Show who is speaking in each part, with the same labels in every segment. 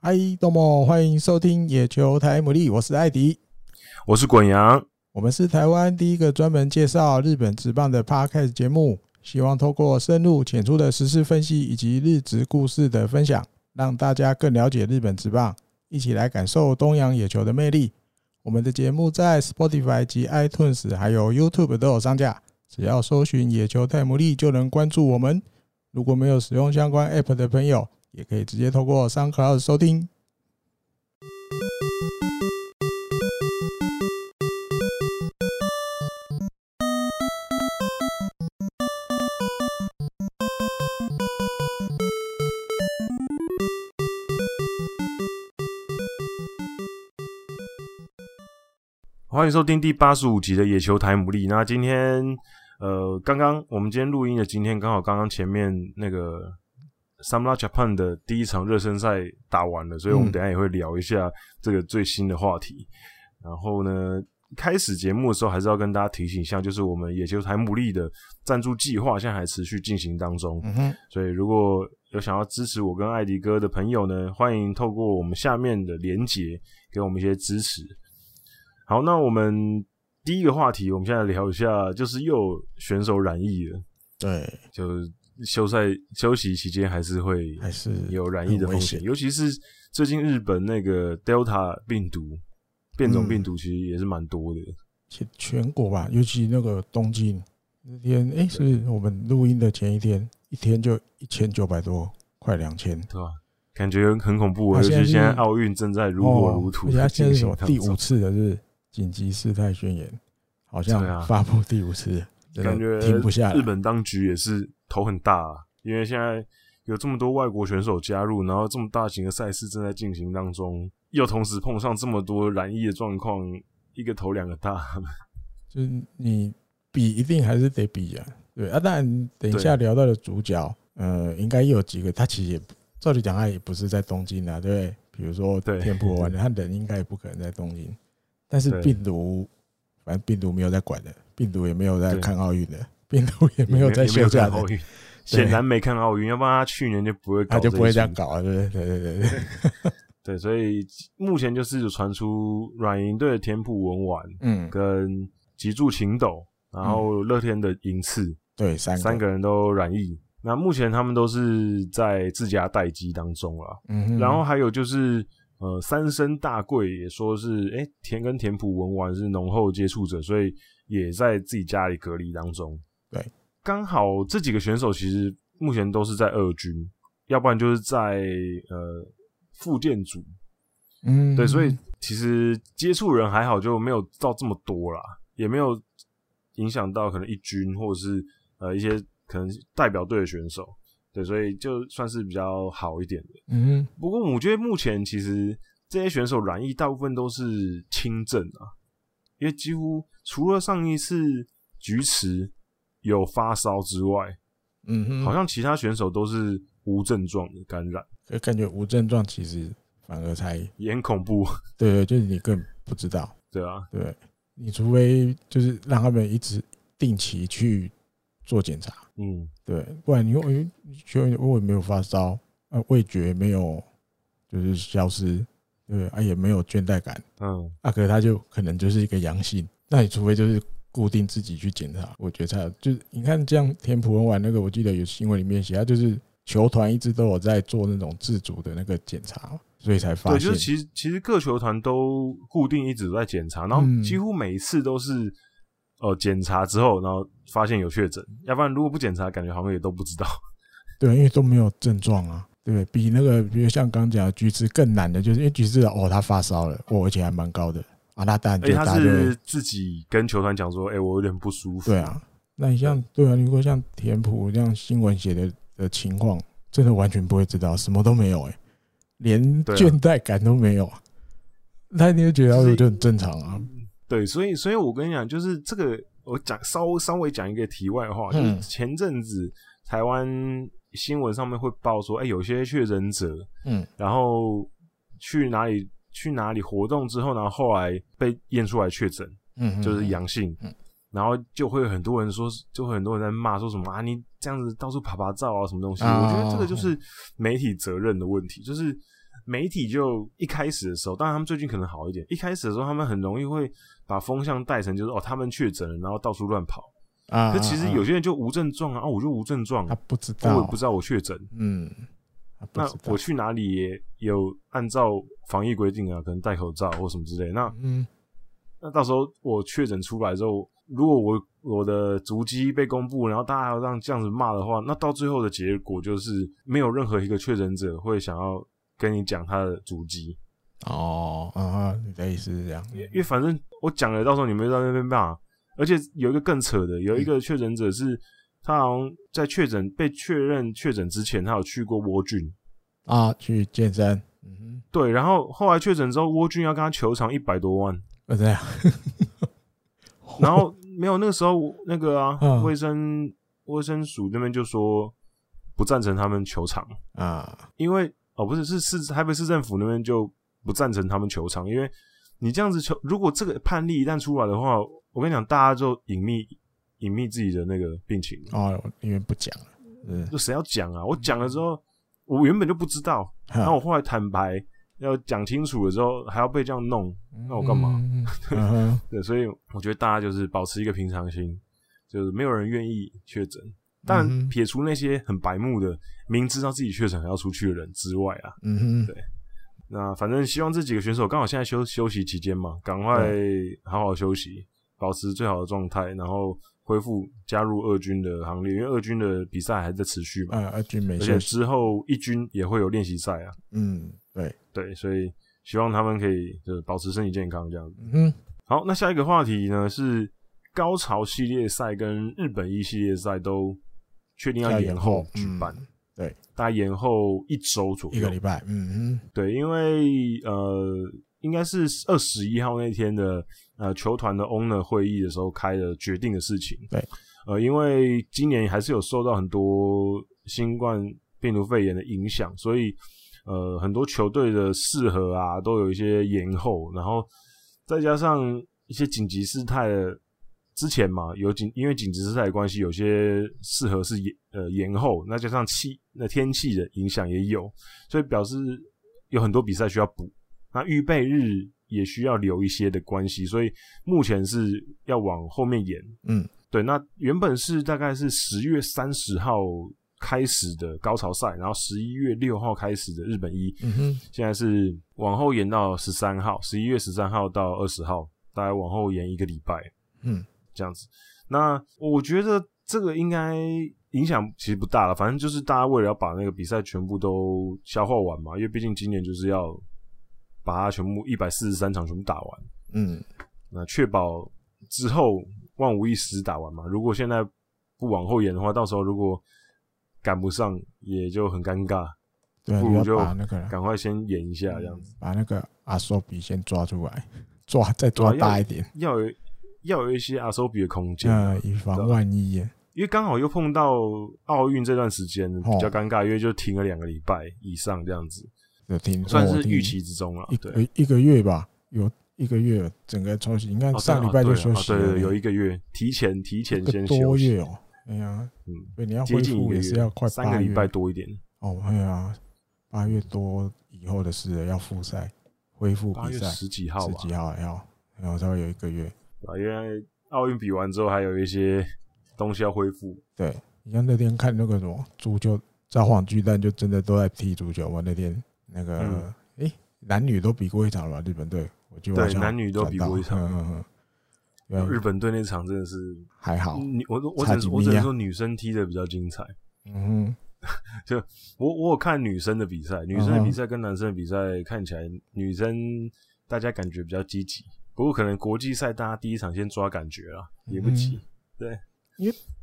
Speaker 1: 嗨，豆莫，欢迎收听野球台牡蛎，我是艾迪，
Speaker 2: 我是滚羊，
Speaker 1: 我们是台湾第一个专门介绍日本职棒的 Podcast 节目，希望透过深入浅出的时事分析以及日职故事的分享，让大家更了解日本职棒，一起来感受东洋野球的魅力。我们的节目在 Spotify 及 iTunes 还有 YouTube 都有上架，只要搜寻“野球泰姆利”就能关注我们。如果没有使用相关 App 的朋友，也可以直接透过 SoundCloud 收听。
Speaker 2: 欢迎收听第八十五集的野球台牡蛎。那今天，呃，刚刚我们今天录音的今天，刚好刚刚前面那个 Samla Japan 的第一场热身赛打完了，所以我们
Speaker 1: 嗯
Speaker 2: 等一下也会聊一下这个最新的话题。然后呢，开始节目的时候还是要跟大家提醒一下，就是我们野球台牡蛎的赞助计划现在还持续进行当中。
Speaker 1: 嗯哼，
Speaker 2: 所以如果有想要支持我跟艾迪哥的朋友呢，欢迎透过我们下面的连结给我们一些支持。好，那我们第一个话题，我们现在聊一下，就是又有选手染疫了，
Speaker 1: 对，
Speaker 2: 就是休赛休息期间还是会
Speaker 1: 还是
Speaker 2: 有染疫的风
Speaker 1: 很危
Speaker 2: 险，
Speaker 1: 险
Speaker 2: 尤其是最近日本那个 Delta 病毒变种
Speaker 1: 嗯
Speaker 2: 病毒，其实也是蛮多的。
Speaker 1: 全全国吧，尤其那个东京那天，哎、是我们录音的前一天，一天就一千九百多，快两千。
Speaker 2: 对吧？感觉很恐怖啊，
Speaker 1: 啊
Speaker 2: 尤
Speaker 1: 现在
Speaker 2: 其
Speaker 1: 是
Speaker 2: 现在奥运正在如火如荼
Speaker 1: 哦而且它现在是
Speaker 2: 的进
Speaker 1: 什
Speaker 2: 行
Speaker 1: 么
Speaker 2: 当中。
Speaker 1: 第五次的是紧急事态宣言，好
Speaker 2: 对啊
Speaker 1: 像发布第五次，真的
Speaker 2: 感觉
Speaker 1: 停不下来。
Speaker 2: 日本当局也是头很大、啊，因为现在有这么多外国选手加入，然后这么大型的赛事正在进行当中，又同时碰上这么多染疫的状况，一个头两个大。
Speaker 1: 就是你比一定还是得比啊，对啊。当然，等一下聊到的主角，呃，应该也有几个，他其实也不照理讲，他也不是在东京啊，对不对？比如说
Speaker 2: 对
Speaker 1: 天普湾，他人应该也不可能在东京，但是
Speaker 2: 对
Speaker 1: 病毒，反正病毒没有在管的，病毒也没有在
Speaker 2: 对
Speaker 1: 看奥运的，病毒也 没有在
Speaker 2: 也没有哦
Speaker 1: 休假
Speaker 2: 看
Speaker 1: 的
Speaker 2: 奥，运，显然没看奥运，要不然他去年就不会
Speaker 1: 他
Speaker 2: 搞一出，
Speaker 1: 就不会这样搞啊，对不对？对对对对，
Speaker 2: 对，所以目前就是有传出软银队的田浦文丸
Speaker 1: 嗯，
Speaker 2: 跟吉柱晴斗，然后乐天的银次、
Speaker 1: 嗯对，三个，
Speaker 2: 三，个人都染疫。那目前他们都是在自家待机当中啊。
Speaker 1: 嗯哼，
Speaker 2: 然后还有就是，呃，三生大贵也说是，哎、田跟田浦文丸是浓厚接触者，所以也在自己家里隔离当中。
Speaker 1: 对，
Speaker 2: 刚好这几个选手其实目前都是在二军，要不然就是在呃复健组。
Speaker 1: 嗯，
Speaker 2: 对，所以其实接触人还好，就没有到这么多啦，也没有影响到可能一军或者是呃一些可能代表队的选手。对，所以就算是比较好一点的。
Speaker 1: 嗯
Speaker 2: 不过我觉得目前其实这些选手染疫大部分都是轻症啊，因为几乎除了上一次菊池有发烧之外，
Speaker 1: 哼嗯哼，
Speaker 2: 好像其他选手都是无症状的感染，
Speaker 1: 就感觉无症状，其实反而才
Speaker 2: 也很恐怖，
Speaker 1: 对对，就是你根本不知道。
Speaker 2: 对啊，
Speaker 1: 你除非就是让他们一直定期去做检查，
Speaker 2: 嗯，
Speaker 1: 对，不然你会哎觉得我也没有发烧，啊，味觉没有就是消失，对，啊也没有倦怠感，
Speaker 2: 嗯，
Speaker 1: 啊，可是他就可能就是一个阳性，那你除非就是固定自己去检查，我觉得才有就是你看这样田普文玩那个，我记得有新闻里面写，他就是球团一直都有在做那种自主的那个检查，所以才发
Speaker 2: 对，就
Speaker 1: 现，
Speaker 2: 是其实其实各球团都固定一直在检查，然后
Speaker 1: 嗯
Speaker 2: 几乎每一次都是呃检查之后，然后发现有确诊，要不然如果不检查，感觉好像也都不 知道，
Speaker 1: 对，因为都没有症状啊，对比那个，比如像刚讲的橘子更难的，就是因为橘子哦，他发烧了，哦，而且还蛮高的啊，那当然
Speaker 2: 而
Speaker 1: 就
Speaker 2: 且他
Speaker 1: 大家就会
Speaker 2: 是自己跟球团讲说，哎、我有点不舒服，
Speaker 1: 对啊，那你像对啊，如果像田普这样新闻写的的情况，真的完全不会知道，什么都没有哎、连
Speaker 2: 对啊
Speaker 1: 倦怠感都没有啊，那你就觉得哦
Speaker 2: 就是
Speaker 1: 我就很正常啊，
Speaker 2: 对，所以所以我跟你讲，就是这个，我讲稍稍微讲一个题外话，就
Speaker 1: 嗯
Speaker 2: 是前阵子台湾新闻上面会报说，哎、有些确诊者，
Speaker 1: 嗯，
Speaker 2: 然后去哪里去哪里活动之后，然后后来被验出来确诊，
Speaker 1: 嗯，
Speaker 2: 就是阳性，
Speaker 1: 嗯
Speaker 2: 然后就会有很多人说，就会很多人在骂说什么啊，你这样子到处爬爬照啊，什么东西？
Speaker 1: 啊
Speaker 2: 我觉得这个就是媒体责任的问题，就是媒体就一开始的时候，当然他们最近可能好一点，一开始的时候他们很容易会把风向带成就是哦他们确诊了，然后到处乱跑。
Speaker 1: 啊，
Speaker 2: 可其实有
Speaker 1: 啊
Speaker 2: 些人就无症状啊，啊我就无症状
Speaker 1: 啊他，不知
Speaker 2: 我
Speaker 1: 道，
Speaker 2: 也不知道我确诊，
Speaker 1: 嗯，他不
Speaker 2: 那
Speaker 1: 知道
Speaker 2: 我去哪里也有按照防疫规定啊，可能戴口罩或什么之类。那
Speaker 1: 嗯
Speaker 2: 那到时候我确诊出来之后，如果我我的足迹被公布，然后大家还要让这样子骂的话，那到最后的结果就是没有任何一个确诊者会想要跟你讲他的足迹，
Speaker 1: 哦啊，你的意思是这样，
Speaker 2: 因为反正我讲了，到时候你们又在那边骂。而且有一个更扯的，有一个确诊者是他好像在确诊被确认确诊之前，他有去过窝菌。
Speaker 1: 啊，去健身，嗯
Speaker 2: 对，然后后来确诊之后，窝菌要跟他求偿一百多万，
Speaker 1: 哼，啊这样，
Speaker 2: 然后没有那个时候那个啊，
Speaker 1: 嗯
Speaker 2: 卫生卫生署那边就说不赞成他们球场，
Speaker 1: 啊，
Speaker 2: 因为哦不是是市台北市政府那边就不赞成他们球场，因为你这样子球，如果这个判例一旦出来的话，我跟你讲，大家就隐秘隐秘自己的那个病情，
Speaker 1: 哦，我因为不讲了，嗯，
Speaker 2: 就谁要讲啊？我讲了之后，我原本就不知道，然后
Speaker 1: 那
Speaker 2: 我后来坦白要讲清楚了之后，还要被这样弄，那我干嘛？
Speaker 1: 嗯嗯哼
Speaker 2: 对，所以我觉得大家就是保持一个平常心，就是没有人愿意确诊。
Speaker 1: 嗯
Speaker 2: 当然，
Speaker 1: 哼
Speaker 2: 撇除那些很白目的，明知道自己确诊还要出去的人之外啊，
Speaker 1: 嗯哼，
Speaker 2: 那反正希望这几个选手刚好现在休休息期间嘛，赶快好好休息，保持最好的状态，然后恢复加入二军的行列，因为二军的比赛还在持续嘛，
Speaker 1: 呃，二军没
Speaker 2: 而
Speaker 1: 休
Speaker 2: 且
Speaker 1: 息，
Speaker 2: 之后一军也会有练习赛啊，
Speaker 1: 嗯，对，
Speaker 2: 对，所以希望他们可以就是保持身体健康这样子。
Speaker 1: 嗯哼，
Speaker 2: 好，那下一个话题呢是高潮系列赛跟日本一系列赛都确定要延后举办，
Speaker 1: 嗯
Speaker 2: 大概延后一周左
Speaker 1: 一个
Speaker 2: 右
Speaker 1: 礼。拜，嗯哼，
Speaker 2: 对，因为呃，应该是二十一号那天的呃球团的 owner 会议的时候开的决定的事情。
Speaker 1: 对，
Speaker 2: 呃，因为今年还是有受到很多新冠病毒肺炎的影响，所以呃，很多球队的适合啊都有一些延后，然后再加上一些紧急事态的。之前嘛，有紧因为紧急事态的关系，有些适合是延呃延后，那加上气那天气的影响也有，所以表示有很多比赛需要补，那预备日也需要留一些的关系，所以目前是要往后面延。
Speaker 1: 嗯，
Speaker 2: 对，那原本是大概是十月三十号开始的高潮赛，然后十一月六号开始的日本一，
Speaker 1: 嗯哼，
Speaker 2: 现在是往后延到十三号，十一月十三号到二十号，大概往后延一个礼拜。
Speaker 1: 嗯，
Speaker 2: 这样子。那我觉得这个应该影响其实不大了，反正就是大家为了要把那个比赛全部都消化完嘛，因为毕竟今年就是要把它全部一百四十三场全部打完，
Speaker 1: 嗯，
Speaker 2: 那确保之后万无一失打完嘛。如果现在不往后延的话，到时候如果赶不上，也就很尴尬。
Speaker 1: 对，啊
Speaker 2: 不如
Speaker 1: 你
Speaker 2: 就
Speaker 1: 要把那个人
Speaker 2: 赶快先演一下，这样子
Speaker 1: 把那个阿寿比先抓出来，抓再抓
Speaker 2: 对啊要
Speaker 1: 大一点，
Speaker 2: 要有要有一些阿手比的空间啊、
Speaker 1: 呃，以防万一啊耶，
Speaker 2: 因为刚好又碰到奥运这段时间比较
Speaker 1: 哦
Speaker 2: 尴尬，因为就停了两个礼拜以上这样子，
Speaker 1: 有听
Speaker 2: 算
Speaker 1: 哦我
Speaker 2: 是
Speaker 1: 听哎
Speaker 2: 预期之中了
Speaker 1: 一。
Speaker 2: 啊对，
Speaker 1: 个一个月吧，有一个月整个休息。你看
Speaker 2: 哦
Speaker 1: 上礼拜就
Speaker 2: 对啊
Speaker 1: 休
Speaker 2: 哦
Speaker 1: 息
Speaker 2: 对
Speaker 1: 了，
Speaker 2: 对对，有一个月提前提前
Speaker 1: 一
Speaker 2: 先
Speaker 1: 个
Speaker 2: 休
Speaker 1: 多
Speaker 2: 息，
Speaker 1: 月哦。哎呀，
Speaker 2: 嗯，
Speaker 1: 对，你要
Speaker 2: 接
Speaker 1: 恢
Speaker 2: 近一
Speaker 1: 复
Speaker 2: 个
Speaker 1: 也是要快
Speaker 2: 月，三个
Speaker 1: 八
Speaker 2: 礼
Speaker 1: 月
Speaker 2: 拜多一点，
Speaker 1: 哦。哎呀，八月多以后的事了，要复赛，恢复
Speaker 2: 八
Speaker 1: 比
Speaker 2: 月
Speaker 1: 赛，
Speaker 2: 十几号啊
Speaker 1: 十
Speaker 2: 吧，
Speaker 1: 几号哎还要，然后稍微有一个月。
Speaker 2: 对啊吧因为奥运比完之后还有一些东西要恢复。
Speaker 1: 对，你看那天看那个什么足球，札幌巨蛋就真的都在踢足球嘛。那天那个
Speaker 2: 嗯，
Speaker 1: 哎，男女都比过一场了吧，日本队，我记得
Speaker 2: 对
Speaker 1: 好像
Speaker 2: 男女都比过一场
Speaker 1: 转到嗯嗯嗯，
Speaker 2: 日
Speaker 1: 对，
Speaker 2: 本队那场真的是，
Speaker 1: 还好，
Speaker 2: 女我我只
Speaker 1: 差
Speaker 2: 能
Speaker 1: 几
Speaker 2: 我只
Speaker 1: 米
Speaker 2: 能
Speaker 1: 啊
Speaker 2: 说女生踢的比较精彩。
Speaker 1: 嗯
Speaker 2: 我我有看女生的比赛，女生的
Speaker 1: 嗯哼
Speaker 2: 比赛跟男生的比赛看起来，女生大家感觉比较积极。不过可能国际赛大家第一场先抓感觉啦，也不
Speaker 1: 嗯
Speaker 2: 急。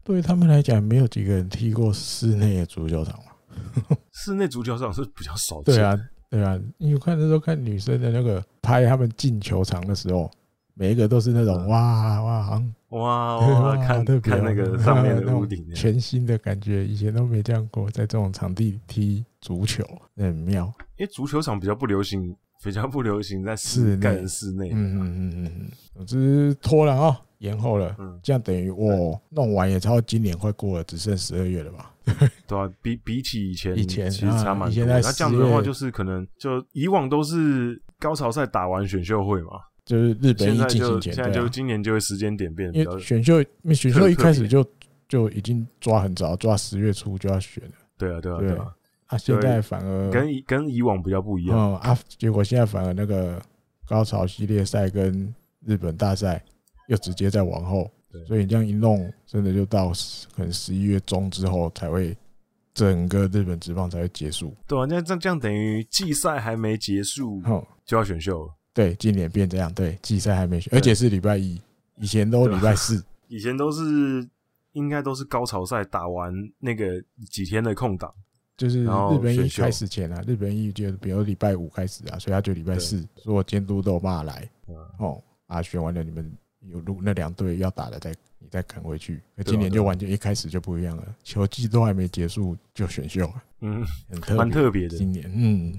Speaker 1: 对他们来讲，没有几个人踢过室内的足球场嘛。
Speaker 2: 室内足球场是比较少见，
Speaker 1: 对啊，对啊，你看那时候看女生的那个拍他们进球场的时候，每一个都是那种
Speaker 2: 嗯
Speaker 1: 哇哇，好像
Speaker 2: 哇哇，
Speaker 1: 哇
Speaker 2: 看
Speaker 1: 特别
Speaker 2: 看
Speaker 1: 好
Speaker 2: 那个上 面
Speaker 1: 那
Speaker 2: 的
Speaker 1: 种
Speaker 2: 屋顶，
Speaker 1: 全新的感觉，以前都没这样过，在这种场地踢足球很妙。
Speaker 2: 因为足球场比较不流行，比较不流行在
Speaker 1: 室
Speaker 2: 室
Speaker 1: 内嗯
Speaker 2: 盖成室内。
Speaker 1: 嗯嗯嗯嗯嗯，总之脱了啊、延后了，
Speaker 2: 嗯
Speaker 1: 这样等于我弄完也超今年快过了，只剩十二月了吧？
Speaker 2: 对啊，比比起以前，
Speaker 1: 以前
Speaker 2: 其实差
Speaker 1: 啊
Speaker 2: 蛮
Speaker 1: 以
Speaker 2: 多
Speaker 1: 前
Speaker 2: 的。
Speaker 1: 在
Speaker 2: 那这样
Speaker 1: 10
Speaker 2: 子的话，
Speaker 1: 月
Speaker 2: 就是可能就以往都是高潮赛打完选秀会嘛，
Speaker 1: 就是日本
Speaker 2: 现
Speaker 1: 一
Speaker 2: 在
Speaker 1: 进行
Speaker 2: 就
Speaker 1: 前，
Speaker 2: 现
Speaker 1: 对
Speaker 2: 在就
Speaker 1: 啊，
Speaker 2: 今年就会时间点变得比
Speaker 1: 因
Speaker 2: 较
Speaker 1: 为选秀选秀
Speaker 2: 特
Speaker 1: 一开
Speaker 2: 特
Speaker 1: 始
Speaker 2: 别
Speaker 1: 就就已经抓很早，抓十月初就要选了，
Speaker 2: 对啊对啊
Speaker 1: 对
Speaker 2: 对啊，
Speaker 1: 啊，现在
Speaker 2: 对
Speaker 1: 反而
Speaker 2: 跟以跟以往比较不一样。
Speaker 1: 嗯啊，结果现在反而那个高潮系列赛跟日本大赛又直接在往后
Speaker 2: 对，
Speaker 1: 所以你这样一弄，真的就到十可能十一月中之后才会整个日本职棒才会结束。
Speaker 2: 对啊，那这样这样等于季赛还没结束
Speaker 1: 哼，
Speaker 2: 就要选秀了。
Speaker 1: 对，今年变这样，对，季赛还没选，而且是礼拜一，以前都礼拜四，
Speaker 2: 以前都是应该都是高潮赛打完那个几天的空档，
Speaker 1: 就是
Speaker 2: 然后
Speaker 1: 日本一
Speaker 2: 选秀
Speaker 1: 开始前啊，日本一就比如礼拜五开始啊，所以他就礼拜四，所有监督都有骂来
Speaker 2: 嗯，
Speaker 1: 哦啊，选完了你们有如那两队要打的再你再赶回去，那
Speaker 2: 对啊
Speaker 1: 今年
Speaker 2: 对
Speaker 1: 就
Speaker 2: 啊
Speaker 1: 完全一开始就不一样了，球季都还没结束就选秀了，
Speaker 2: 嗯，
Speaker 1: 很特
Speaker 2: 蛮
Speaker 1: 别
Speaker 2: 特别的。
Speaker 1: 今年嗯，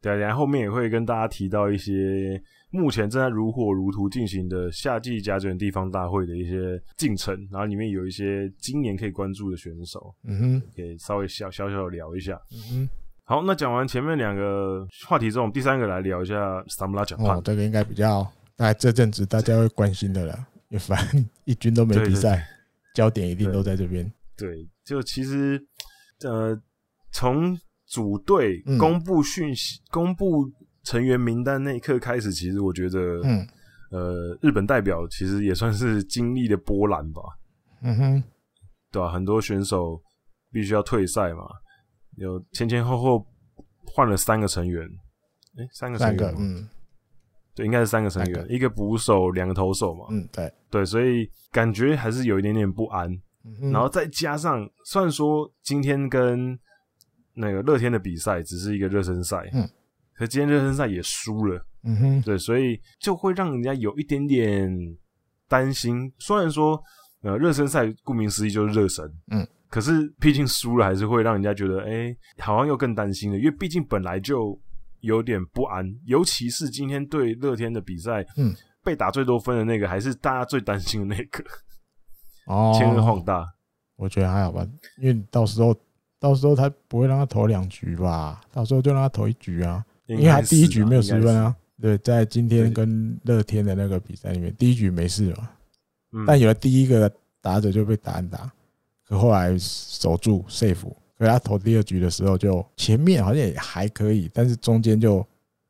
Speaker 2: 对啊，然后后面也会跟大家提到一些目前正在如火如荼进行的夏季甲子园地方大会的一些进程，然后里面有一些今年可以关注的选手，
Speaker 1: 嗯哼，
Speaker 2: 可以稍微小小小地聊一下。
Speaker 1: 嗯
Speaker 2: 好，那讲完前面两个话题之后，我们第三个来聊一下 Samla
Speaker 1: 哼，哦
Speaker 2: Japan。，
Speaker 1: 这个应该比较大概这阵子大家会关心的了，也反正一军都没
Speaker 2: 对
Speaker 1: 比
Speaker 2: 对
Speaker 1: 赛，焦点一定
Speaker 2: 对
Speaker 1: 都在这边，
Speaker 2: 对，就其实呃，从组队
Speaker 1: 嗯
Speaker 2: 公布讯息、公布成员名单那一刻开始，其实我觉得，
Speaker 1: 嗯
Speaker 2: 呃，日本代表其实也算是经历了波澜吧。
Speaker 1: 嗯哼，
Speaker 2: 对吧、很多选手必须要退赛嘛，有前前后后换了三个成员，诶，三个成
Speaker 1: 三
Speaker 2: 员
Speaker 1: 个
Speaker 2: 吗，
Speaker 1: 嗯
Speaker 2: 对，应该是三个成员，
Speaker 1: 三
Speaker 2: 一个捕手，两个投手嘛，
Speaker 1: 嗯对，
Speaker 2: 对，所以感觉还是有一点点不安。
Speaker 1: 嗯哼
Speaker 2: 然后再加上，虽然说今天跟那个乐天的比赛只是一个热身赛，
Speaker 1: 嗯，
Speaker 2: 可今天热身赛也输了，
Speaker 1: 嗯哼。
Speaker 2: 对，所以就会让人家有一点点担心。虽然说，呃，热身赛顾名思义就是热身，
Speaker 1: 嗯，
Speaker 2: 可是毕竟输了，还是会让人家觉得，哎、好像又更担心了，因为毕竟本来就有点不安，尤其是今天对乐天的比赛，
Speaker 1: 嗯，
Speaker 2: 被打最多分的那个，还是大家最担心的那个，
Speaker 1: 哦，
Speaker 2: 千鹤晃大，
Speaker 1: 我觉得还好吧，因为到时候到时候他不会让他投两局吧，到时候就让他投一局啊，因
Speaker 2: 因
Speaker 1: 为他第一局没有失分，
Speaker 2: 应
Speaker 1: 啊。对，在今天
Speaker 2: 对
Speaker 1: 跟乐天的那个比赛里面，第一局没事嘛，
Speaker 2: 该是嗯，
Speaker 1: 但有了第一个打者就被打安打，可后来守住 safe，可是他投第二局的时候就前面好像也还可以，但是中间就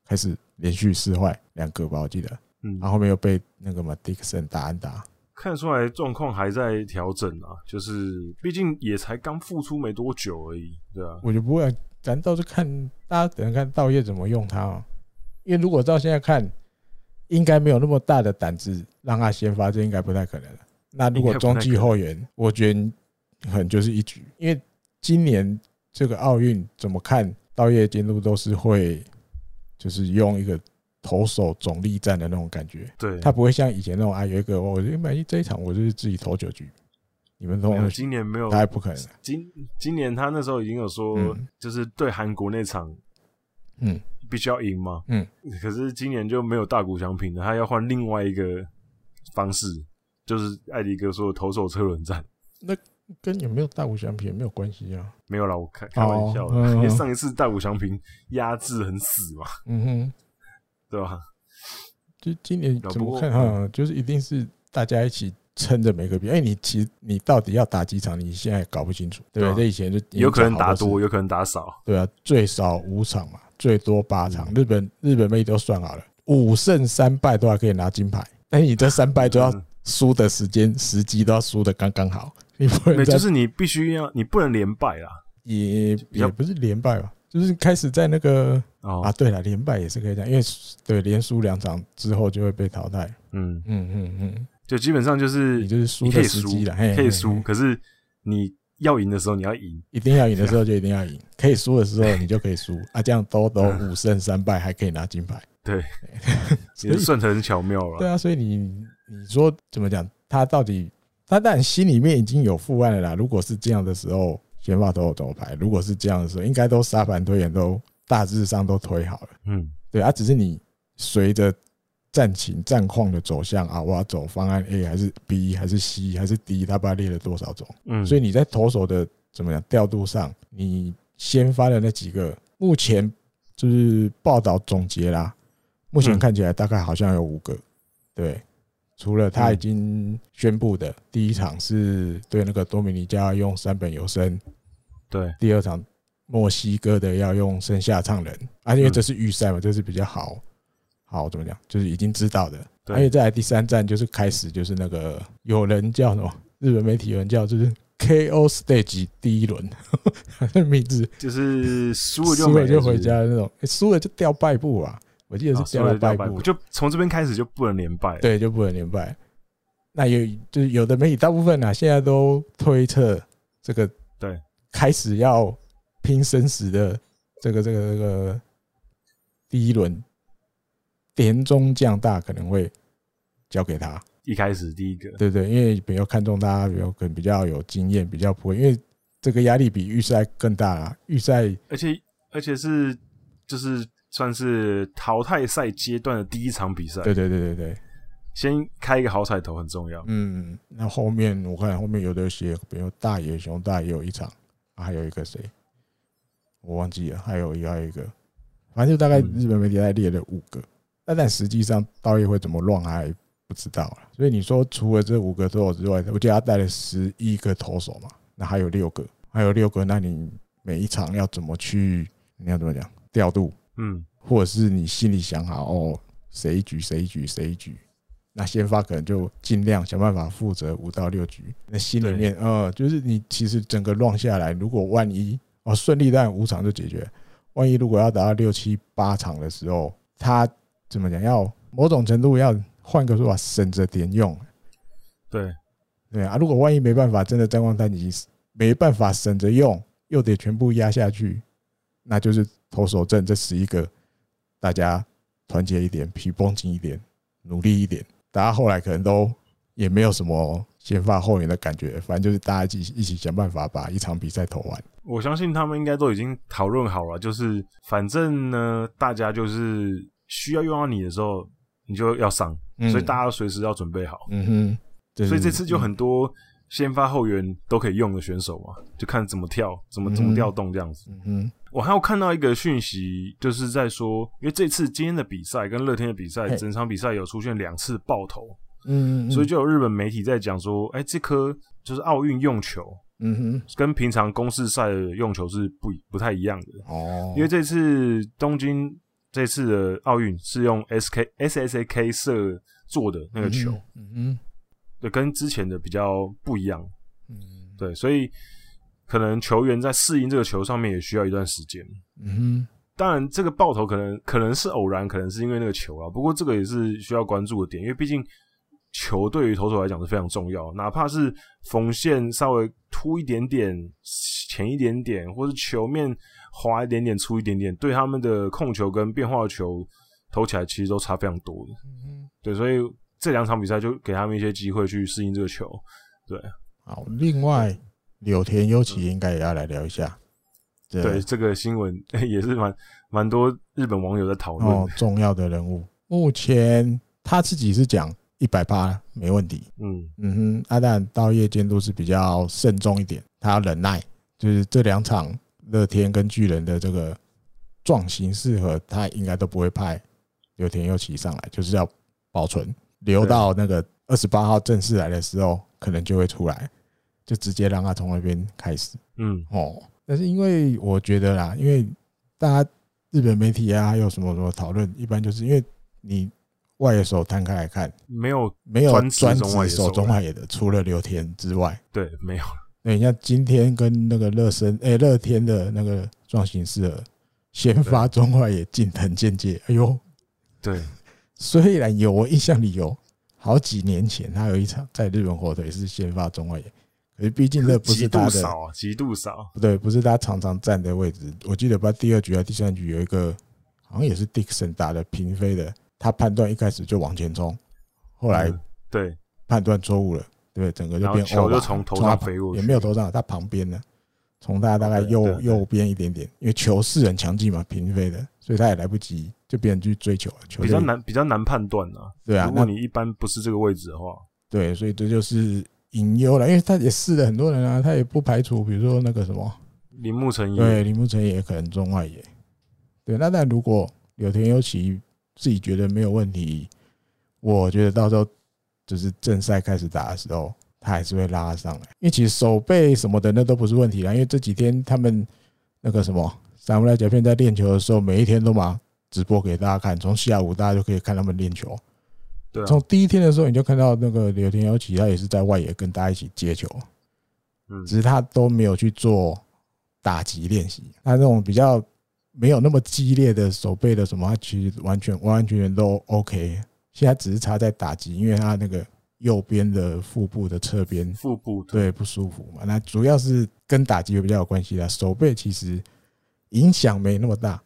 Speaker 1: 开始连续失坏两个吧，我记得，
Speaker 2: 嗯
Speaker 1: 然后后面又被那个嘛 Dixon 打安打，
Speaker 2: 看得出来状况还在调整啊，就是毕竟也才刚复出没多久而已，对啊，
Speaker 1: 我就不会，咱到时候看大家等着看道业怎么用它、哦。因为如果照现在看，应该没有那么大的胆子让他先发，这应该不太可能了。那如果中继后援，我觉得可能就是一局，因为今年这个奥运怎么看，道业监督都是会就是用一个投手总力战的那种感觉，
Speaker 2: 对，
Speaker 1: 他不会像以前那种啊有一个我就满意这一场我就是自己投九局，你们都
Speaker 2: 没有今年没有
Speaker 1: 大概不可能。
Speaker 2: 今今年他那时候已经有说，
Speaker 1: 嗯
Speaker 2: 就是对韩国那场
Speaker 1: 嗯，
Speaker 2: 必须要赢嘛，
Speaker 1: 嗯，
Speaker 2: 可是今年就没有大谷翔平了，他要换另外一个方式，就是艾迪哥说的投手车轮战，
Speaker 1: 跟有没有大谷翔平也没有关系啊。
Speaker 2: 没有啦，我开开玩笑的，
Speaker 1: 嗯
Speaker 2: 因为上一次大谷翔平压制很死嘛，
Speaker 1: 嗯哼，
Speaker 2: 对吧？
Speaker 1: 就今年
Speaker 2: 不
Speaker 1: 怎么
Speaker 2: 过
Speaker 1: 看哈，就是一定是大家一起撑着每个比，哎，你其实你到底要打几场，你现在也搞不清楚，对不
Speaker 2: 对啊
Speaker 1: 对？这以前就
Speaker 2: 有可能打
Speaker 1: 已经讲好多
Speaker 2: 多，
Speaker 1: 次，
Speaker 2: 有可能打少，
Speaker 1: 对啊，最少五场嘛，最多八场。
Speaker 2: 嗯
Speaker 1: 日本日本妹都算好了，五胜三败都还可以拿金牌，但你这三败都哎要
Speaker 2: 嗯
Speaker 1: 输的时间时机都要输的刚刚好，你不能
Speaker 2: 对，
Speaker 1: 再
Speaker 2: 就是你必须要，你不能连败啦。
Speaker 1: 也
Speaker 2: 比
Speaker 1: 也
Speaker 2: 较
Speaker 1: 不是连败吧，就是开始在那个
Speaker 2: 哦，
Speaker 1: 啊，对了，连败也是可以讲，因为对连输两场之后就会被淘汰。
Speaker 2: 嗯，
Speaker 1: 嗯嗯嗯。
Speaker 2: 就基本上就是
Speaker 1: 你就是输
Speaker 2: 你可
Speaker 1: 的
Speaker 2: 以
Speaker 1: 时
Speaker 2: 输
Speaker 1: 机了，嘿，
Speaker 2: 可以
Speaker 1: 嘿
Speaker 2: 输，
Speaker 1: 嘿
Speaker 2: 可是你要赢的时候你要赢，
Speaker 1: 一定要赢的时候
Speaker 2: 啊
Speaker 1: 就一定要赢，可以输的时 候你就可以输啊，这样都都五胜三败还可以拿金牌，
Speaker 2: 嗯对，
Speaker 1: 所
Speaker 2: 也
Speaker 1: 以
Speaker 2: 是算得很巧妙
Speaker 1: 对
Speaker 2: 了。
Speaker 1: 啊，所以你你说怎么讲？他到底他当然心里面已经有负案了啦。如果是这样的时候，先发都有怎么排？如果是这样的时候，应该都沙盘推演都大致上都推好了。
Speaker 2: 嗯，
Speaker 1: 对啊，只是你随着战情战况的走向啊，我要走方案 A 还是 B 还是 C 还是 D，他把它列了多少种。
Speaker 2: 嗯，
Speaker 1: 所以
Speaker 2: 以
Speaker 1: 你在投手的怎么样调度上，你先发的那几个，目前就是报道总结啦，目前
Speaker 2: 嗯
Speaker 1: 看起来大概好像有五个，对，除了他已经宣布的第一场是对那个多米尼加要用三本有声，
Speaker 2: 对，
Speaker 1: 第二场墨西哥的要用剩下唱人，啊，因为
Speaker 2: 嗯
Speaker 1: 这是预赛嘛，这是比较好，好怎么讲，就是已经知道的。
Speaker 2: 对
Speaker 1: 而且再来第三站就是开始就是那个有人叫什么，日本媒体有人叫就是 KO Stage 第一轮， 那名字
Speaker 2: 就是输了就
Speaker 1: 输了
Speaker 2: 没了
Speaker 1: 就回，
Speaker 2: 是
Speaker 1: 家的那种，诶输了就掉败部啊，我记
Speaker 2: 不
Speaker 1: 得
Speaker 2: 是
Speaker 1: 是
Speaker 2: 哦输
Speaker 1: 掉到
Speaker 2: 了就掉
Speaker 1: 败
Speaker 2: 败
Speaker 1: 部
Speaker 2: 部，，就从这边开始就不能连败。，
Speaker 1: 对，就不能连败。那有就是有的媒体大部分啊，现在都推测这个
Speaker 2: 对
Speaker 1: 开始要拼生死的这个这个这个第一轮田中将大可能会交给他，
Speaker 2: 一开始第一个，
Speaker 1: 对不对？因为比较看重他，比较可能比较有经验，比较不会，因为这个压力比预赛更大啦。预赛
Speaker 2: 而且而且是就是算是淘汰赛阶段的第一场比赛，
Speaker 1: 对对对对对，
Speaker 2: 先开一个好彩头很重要。
Speaker 1: 嗯，那后面我看后面有的写，比如大野熊大也有一场，啊、还有一个谁，我忘记了，还有一个还有一个，反正就大概
Speaker 2: 嗯
Speaker 1: 日本媒体在列了五个，那但实际上道业会怎么乱还不知道了。所以你说除了这五个投手之外，我记得他带了十一个投手嘛，那还有六个，还有六个，那你每一场要怎么去，你要怎么讲调度？
Speaker 2: 嗯，
Speaker 1: 或者是你心里想好哦，谁一局谁一局谁一局，那先发可能就尽量想办法负责五到六局。那心里面呃，就是你其实整个乱下来，如果万一哦顺利，当然五场就解决。万一如果要打到六七八场的时候，他怎么讲？要某种程度要换个说法，省着点用。
Speaker 2: 对，
Speaker 1: 对啊，如果万一没办法，真的张光丹已经没办法省着用，又得全部压下去，那就是投手阵这十一个，大家团结一点，皮绷紧一点，努力一点。大家后来可能都也没有什么先发后援的感觉，反正就是大家一起一起想办法把一场比赛投完。
Speaker 2: 我相信他们应该都已经讨论好了，就是反正呢，大家就是需要用到你的时候，你就要上，
Speaker 1: 嗯
Speaker 2: 所以大家随时要准备好。
Speaker 1: 嗯哼，就是
Speaker 2: 所以这次就很多先发后援都可以用的选手嘛，就看怎么跳，怎么怎么调动这样子。
Speaker 1: 嗯哼，
Speaker 2: 我还有看到一个讯息，就是在说，因为这次今天的比赛跟乐天的比赛，
Speaker 1: 嘿
Speaker 2: 整场比赛有出现两次爆头，
Speaker 1: 嗯，
Speaker 2: 所以就有日本媒体在讲说，哎、这颗就是奥运用球
Speaker 1: 嗯
Speaker 2: 跟平常公式赛的用球是不不太一样的。
Speaker 1: 哼，哦，
Speaker 2: 因为这次东京这次的奥运是用 SK SSAK 射做的那个球，，
Speaker 1: 嗯
Speaker 2: 对，跟之前的比较不一样，
Speaker 1: 哼，嗯，
Speaker 2: 对，所以可能球员在适应这个球上面也需要一段时间。
Speaker 1: 嗯
Speaker 2: 当然，这个爆头可能可能是偶然，可能是因为那个球啊。不过这个也是需要关注的点，因为毕竟球对于投手来讲是非常重要，哪怕是缝线稍微凸一点点、浅一点点，或是球面滑一点点、粗一点点，对他们的控球跟变化球投起来其实都差非常多的。
Speaker 1: 嗯哼，
Speaker 2: 对，所以这两场比赛就给他们一些机会去适应这个球。
Speaker 1: 好，另外柳田优起应该也要来聊一下，对
Speaker 2: 对，这个新闻 也是蛮蛮多日本网友在讨论的。
Speaker 1: 哦，重要的人物。目前他自己是讲一百八没问题，
Speaker 2: 嗯，
Speaker 1: 嗯哼，阿蛋到夜监督是比较慎重一点，他要忍耐，就是这两场乐天跟巨人的这个撞型适合，他应该都不会派柳田佑起上来，就是要保存，留
Speaker 2: 对
Speaker 1: 到那个二十八号正式来的时候，可能就会出来，就直接让他从那边开始。
Speaker 2: 嗯，
Speaker 1: 哦，但是因为我觉得啦，因为大家日本媒体啊，还有什么什么讨论，一般就是因为你外野手摊开来看，
Speaker 2: 没有
Speaker 1: 没有
Speaker 2: 专
Speaker 1: 专
Speaker 2: 职
Speaker 1: 职
Speaker 2: 中外野手
Speaker 1: 手中外野的，除了刘田之外，
Speaker 2: 对，没有。
Speaker 1: 那你像今天跟那个乐身，哎、乐天的那个状形适合先发中外野近藤健介，哎呦，
Speaker 2: 对，
Speaker 1: 虽然有我印象里有好几年前他有一场在日本火腿是先发中外野，可是毕竟那不
Speaker 2: 极
Speaker 1: 是他
Speaker 2: 度
Speaker 1: 的
Speaker 2: 少啊，极度少。
Speaker 1: 不对，不是他常常站的位置。我记得吧，第二局还是第三局有一个，好像也是 Dixon 打的平飞的，他判断一开始就往前冲，后来
Speaker 2: 嗯对
Speaker 1: 判断错误了，对不对？整个就
Speaker 2: 然后
Speaker 1: 变
Speaker 2: 球
Speaker 1: over
Speaker 2: 就
Speaker 1: 了
Speaker 2: 从头
Speaker 1: 他
Speaker 2: 上
Speaker 1: 旁
Speaker 2: 飞过去
Speaker 1: 也没有头上，他旁边呢，从他大概右
Speaker 2: 对对对
Speaker 1: 右边一点点，因为球是很强劲嘛，平飞的，所以他也来不及就别人去追求了，球
Speaker 2: 比较
Speaker 1: 队
Speaker 2: 难比较难判断啊。
Speaker 1: 对啊
Speaker 2: 如，
Speaker 1: 那
Speaker 2: 果你一般不是这个位置的话，
Speaker 1: 对，所以这就是隐忧了，因为他也试了很多人啊，他也不排除比如说那个什么，
Speaker 2: 铃木成也
Speaker 1: 对，林木成也可能中外野，对，那但如果柳田优起自己觉得没有问题，我觉得到时候就是正赛开始打的时候，他还是会拉上来，因为其实手背什么的那都不是问题啦，因为这几天他们那个什么三木来甲片在练球的时候，每一天都嘛直播给大家看，从下午大家就可以看他们练球。
Speaker 2: 对啊，
Speaker 1: 从第一天的时候，你就看到那个柳田优起，他也是在外野跟大家一起接球，
Speaker 2: 嗯，
Speaker 1: 只是他都没有去做打击练习。他那种比较没有那么激烈的手背的什么，他其实完全完完全全都 OK。现在只是差在打击，因为他那个右边的腹部的侧边
Speaker 2: 腹部对
Speaker 1: 对不舒服嘛。那主要是跟打击比较有关系啦，手背其实影响没那么大。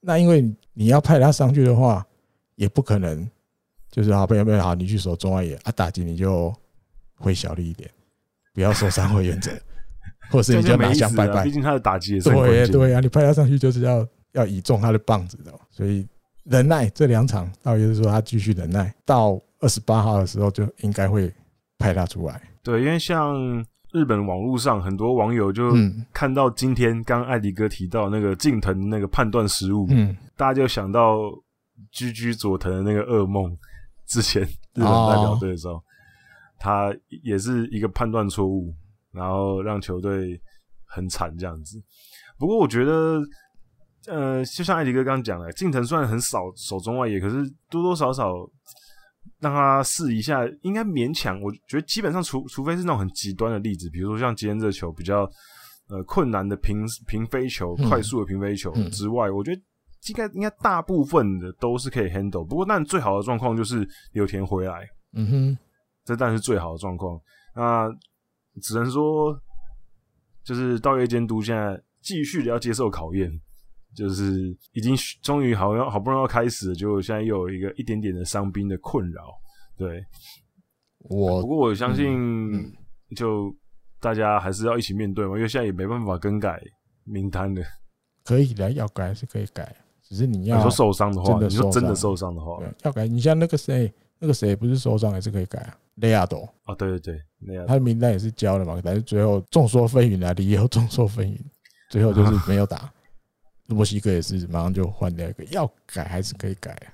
Speaker 1: 那因为你要派他上去的话，也不可能就是好朋友们好，你去守中外野啊，打击你就挥小力一点，不要受伤为原则，或者是你
Speaker 2: 这样没
Speaker 1: 拿
Speaker 2: 意
Speaker 1: 枪
Speaker 2: 思
Speaker 1: 拜
Speaker 2: 啊
Speaker 1: 拜
Speaker 2: 毕。竟他的打击也是很关
Speaker 1: 对
Speaker 2: 键。
Speaker 1: 对啊，你派他上去就是要要倚重他的棒子的哦，所以忍耐这两场，倒也就是说他继续忍耐到二十八号的时候就应该会派他出来。
Speaker 2: 对因为像日本网络上很多网友就
Speaker 1: 嗯
Speaker 2: 看到今天刚艾迪哥提到那个近藤那个判断失误，
Speaker 1: 嗯，
Speaker 2: 大家就想到居居佐藤的那个噩梦，之前日本代
Speaker 1: 哦
Speaker 2: 表队的时候，他也是一个判断错误，然后让球队很惨这样子。不过我觉得，呃，就像艾迪哥刚刚讲的，近藤虽然很少手中外野，可是多多少少让他试一下，应该勉强。我觉得基本上除除非是那种很极端的例子，比如说像今天这球比较呃困难的平平飞球、
Speaker 1: 嗯
Speaker 2: 快速的平飞球
Speaker 1: 嗯
Speaker 2: 之外，我觉得。应该应该大部分的都是可以 handle，不过但最好的状况就是柳田回来，
Speaker 1: 嗯哼，
Speaker 2: 这当然是最好的状况。那只能说，就是道业监督现在继续的要接受考验，就是已经终于好像好不容易要开始了，结果现在又有一个一点点的伤兵的困扰。对，不
Speaker 1: 我
Speaker 2: 过我相
Speaker 1: 哦嗯
Speaker 2: 信，就大家还是要一起面对嘛，因为现在也没办法更改名单
Speaker 1: 啊
Speaker 2: 的。
Speaker 1: 可以的，要改是可以改，只是你
Speaker 2: 你
Speaker 1: 要
Speaker 2: 说受伤的话，
Speaker 1: 真的
Speaker 2: 你说真的
Speaker 1: 受
Speaker 2: 受伤的话，
Speaker 1: 对要改。你像那个谁，那个谁不是受伤也是可以改啊，雷亚斗，
Speaker 2: 啊，对对对，那样
Speaker 1: 他的名单也是交了嘛，但是最后众说纷纭啊，理由众说纷纭，最后就是没有打。 墨西哥也是马上就换掉一个，要改还是可以改啊，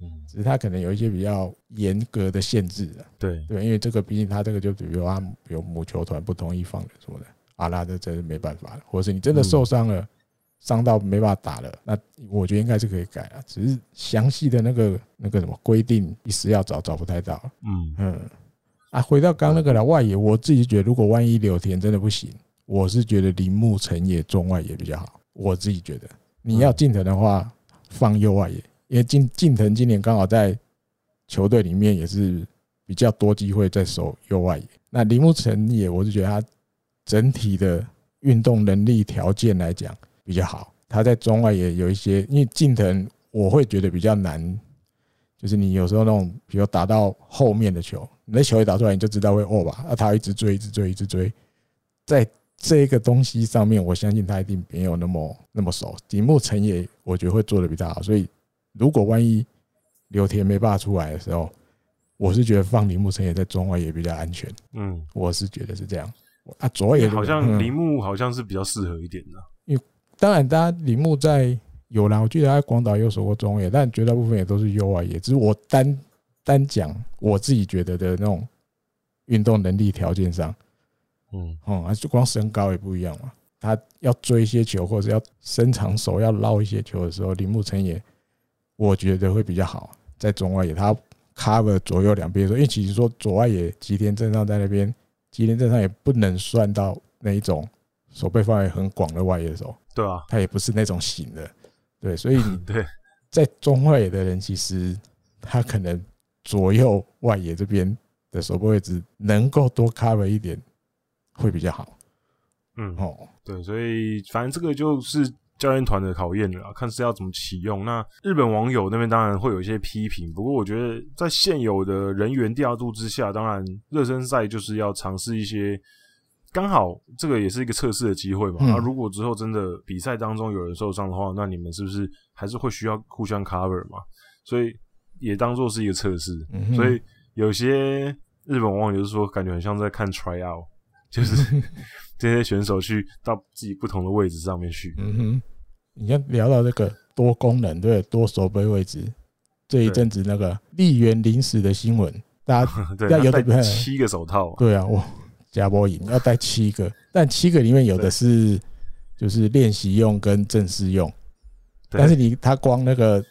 Speaker 2: 嗯，
Speaker 1: 只是他可能有一些比较严格的限制啊。
Speaker 2: 对，
Speaker 1: 对，因为这个毕竟他这个就比如他有母球团不同意放人什么的，啊，那这真是没办法了。或者是你真的受伤了，伤到没办法打了，那我觉得应该是可以改了，只是详细的那个那个什么规定，一时要找找不太到。
Speaker 2: 嗯，
Speaker 1: 嗯，啊，回到刚那个了，外野，我自己觉得如果万一柳田真的不行，我是觉得铃木成也中外野比较好，我自己觉得。你要近藤的话，放右外野，因为近近藤今年刚好在球队里面也是比较多机会在守右外野。那铃木成也，我是觉得他整体的运动能力条件来讲比较好。他在中外也有一些，因为近藤我会觉得比较难，就是你有时候那种，比如打到后面的球，你的球一打出来你就知道会哦吧，那、他一直追，一直追，一直追，在这个东西上面，我相信他一定没有那么那么熟。铃木成也我觉得会做的比他好，所以如果万一刘田没办法出来的时候，我是觉得放铃木成也在中外也比较安全，
Speaker 2: 嗯。
Speaker 1: 我是觉得是这样。啊，左
Speaker 2: 因
Speaker 1: 野
Speaker 2: 为好
Speaker 1: 嗯
Speaker 2: 像铃木好像是比较适合一点的，
Speaker 1: 当然，大家铃木在有啦，我记得他在广岛也有守过中野，但绝大部分也都是右外野。只是我单单讲我自己觉得的那种运动能力条件上，
Speaker 2: 嗯，
Speaker 1: 哦、啊就光身高也不一样嘛。他要追一些球，或者要伸长手要捞一些球的时候，铃木成也我觉得会比较好，在中外野他 cover 左右两边的时候，因为其实说左外野吉田正尚在那边，吉田正尚也不能算到那一种手背范围很广的外野手。
Speaker 2: 对啊，
Speaker 1: 他也不是那种型的，嗯对，所以 你
Speaker 2: 对，
Speaker 1: 在中外野的人，其实他可能左右外野这边的守备位置能够多 cover 一点，会比较好
Speaker 2: 嗯，
Speaker 1: 哦。
Speaker 2: 对，所以反正这个就是教练团的考验了啦，看是要怎么启用。那日本网友那边当然会有一些批评，不过我觉得在现有的人员调度之下，当然热身赛就是要尝试一些刚好这个也是一个测试的机会嘛。
Speaker 1: 嗯
Speaker 2: 那、如果之后真的比赛当中有人受伤的话，那你们是不是还是会需要互相 cover 嘛？所以也当做是一个测试。
Speaker 1: 嗯哼
Speaker 2: 所以有些日本网友就是说，感觉很像在看 try out，就是这些选手去到自己不同的位置上面去。
Speaker 1: 嗯哼，你看聊到这个多功能，对，多守备位置，这一
Speaker 2: 对
Speaker 1: 阵子那个丽园临时的新闻，大家
Speaker 2: 对，
Speaker 1: 那有
Speaker 2: 他
Speaker 1: 的，
Speaker 2: 戴七个手套
Speaker 1: 对啊，我加波赢要带七个，但七个里面有的
Speaker 2: 对
Speaker 1: 是就是练习用跟正式用，
Speaker 2: 对
Speaker 1: 但是你它光那个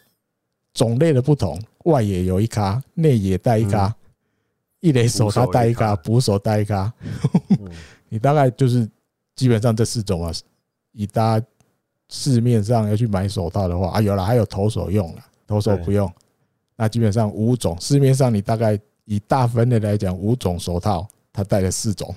Speaker 1: 种类的不同，外野有一咖，内野带一咖，一垒手
Speaker 2: 嗯捕手
Speaker 1: 他带一咖，
Speaker 2: 一咖
Speaker 1: 捕手带一咖，
Speaker 2: 嗯
Speaker 1: 你大概就是基本上这四种啊，以大家市面上要去买手套的话啊，有了还有投手用了，投手
Speaker 2: 对
Speaker 1: 不用。那基本上五种，市面上你大概以大分类来讲，五种手套，他带了四种，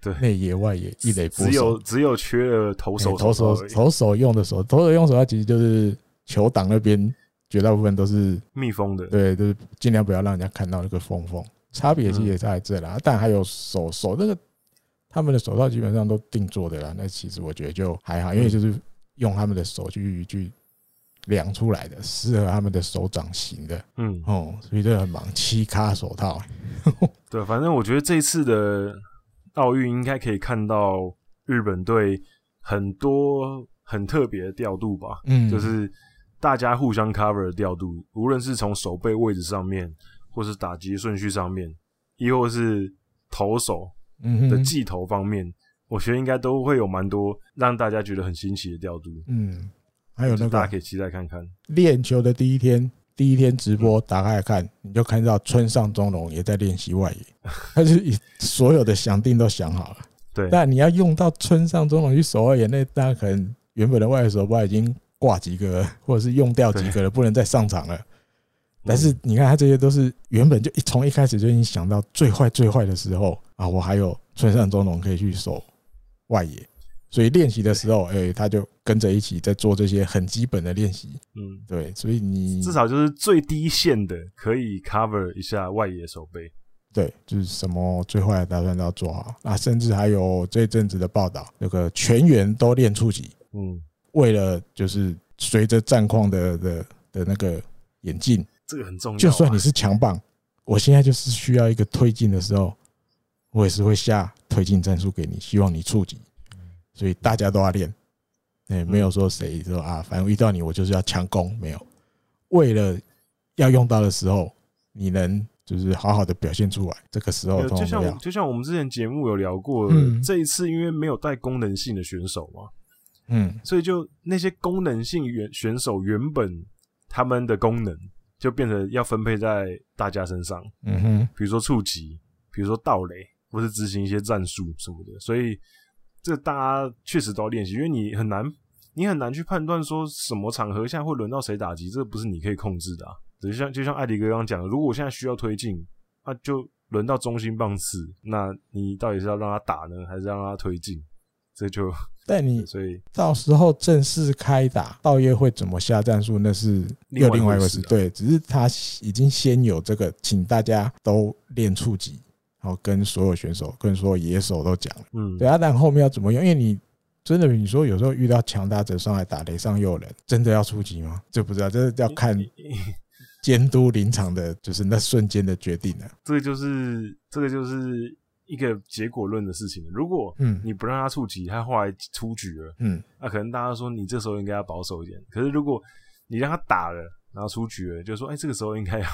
Speaker 2: 对
Speaker 1: 内野、外野、一垒、捕手
Speaker 2: 只有、只有缺了投手
Speaker 1: 哎投手
Speaker 2: 手套而已
Speaker 1: 投手用的手，投手用手套其实就是球挡那边绝大部分都是
Speaker 2: 密封的，
Speaker 1: 对，就是尽量不要让人家看到那个缝缝，差别其
Speaker 2: 嗯
Speaker 1: 实也在这啦。但还有手手那个，他们的手套基本上都定做的啦。那其实我觉得就还
Speaker 2: 嗯
Speaker 1: 好，因为就是用他们的手去去量出来的，适合他们的手掌型的
Speaker 2: 嗯，
Speaker 1: 哦、所以这个很忙，七咖手套、
Speaker 2: 对，反正我觉得这一次的奥运应该可以看到日本队很多很特别的调度吧，
Speaker 1: 嗯
Speaker 2: 就是大家互相 cover 的调度，无论是从手背位置上面，或是打击顺序上面，亦或是投手
Speaker 1: 嗯
Speaker 2: 的
Speaker 1: 哼，
Speaker 2: 技投方面，我觉得应该都会有蛮多让大家觉得很新奇的调度，
Speaker 1: 嗯，还有那
Speaker 2: 大家
Speaker 1: 个
Speaker 2: 可以期待看看。
Speaker 1: 练球的第一天，第一天直播打开来看，你就看到村上中龙也在练习外野， 他就是以所有的想定都想好了。
Speaker 2: 对，
Speaker 1: 但你要用到村上中龙去守二野，那那可能原本的外野手不知道已经挂几个了，或者是用掉几个了，不能再上场了。但是你看他这些都是原本就一从一开始就已经想到最坏最坏的时候啊，我还有村上中龙可以去守外野，所以练习的时候，哎、他就跟着一起在做这些很基本的练习。
Speaker 2: 嗯，
Speaker 1: 对，所以你
Speaker 2: 至少就是最低限的可以 cover 一下外野手背。
Speaker 1: 对，就是什么最坏的打算都要做好啊，甚至还有这阵子的报道，那个全员都练触及，
Speaker 2: 嗯，
Speaker 1: 为了就是随着战况的的的那个演进，
Speaker 2: 这个很重要啊、
Speaker 1: 就算你是强棒，我现在就是需要一个推进的时候，我也是会下推进战术给你，希望你触及，所以大家都要练，
Speaker 2: 嗯
Speaker 1: 哎，没有说谁说啊，反正遇到你我就是要强攻，没有，为了要用到的时候，你能就是好好的表现出来，这个时候
Speaker 2: 呃
Speaker 1: 通常
Speaker 2: 就像
Speaker 1: 都
Speaker 2: 我
Speaker 1: 要，
Speaker 2: 就像我们之前节目有聊过，
Speaker 1: 嗯
Speaker 2: 这一次因为没有带功能性的选手嘛，
Speaker 1: 嗯
Speaker 2: 所以就那些功能性原选手原本他们的功能就变成要分配在大家身上，
Speaker 1: 嗯哼，
Speaker 2: 比如说触及，比如说盗垒，或是执行一些战术什么的，所以这大家确实都要练习，因为你很难。你很难去判断说什么场合下会轮到谁打击，这不是你可以控制的、啊。就像就像艾迪哥刚刚讲的，如果我现在需要推进，那、就轮到中心棒次，那你到底是要让他打呢，还是让他推进？这就
Speaker 1: 但你
Speaker 2: 所以
Speaker 1: 到时候正式开打，道约会怎么下战术，那是又另外一回事。
Speaker 2: 另外一回事啊
Speaker 1: 对，只是他已经先有这个，请大家都练触及，然后跟所有选手、跟所有野手都讲了。
Speaker 2: 嗯，
Speaker 1: 对啊，但后面要怎么用？因为你真的你说有时候遇到强打者上来打雷上诱人，真的要触及吗？这不知道，这是要看监督临场的，就是那瞬间的决定了。 啊
Speaker 2: 这个就是这个就是一个结果论的事情。如果
Speaker 1: 嗯
Speaker 2: 你不让他触及，他后来出局了，
Speaker 1: 嗯，
Speaker 2: 那、可能大家说你这时候应该要保守一点。可是如果你让他打了，然后出局了，就说哎、这个时候应该要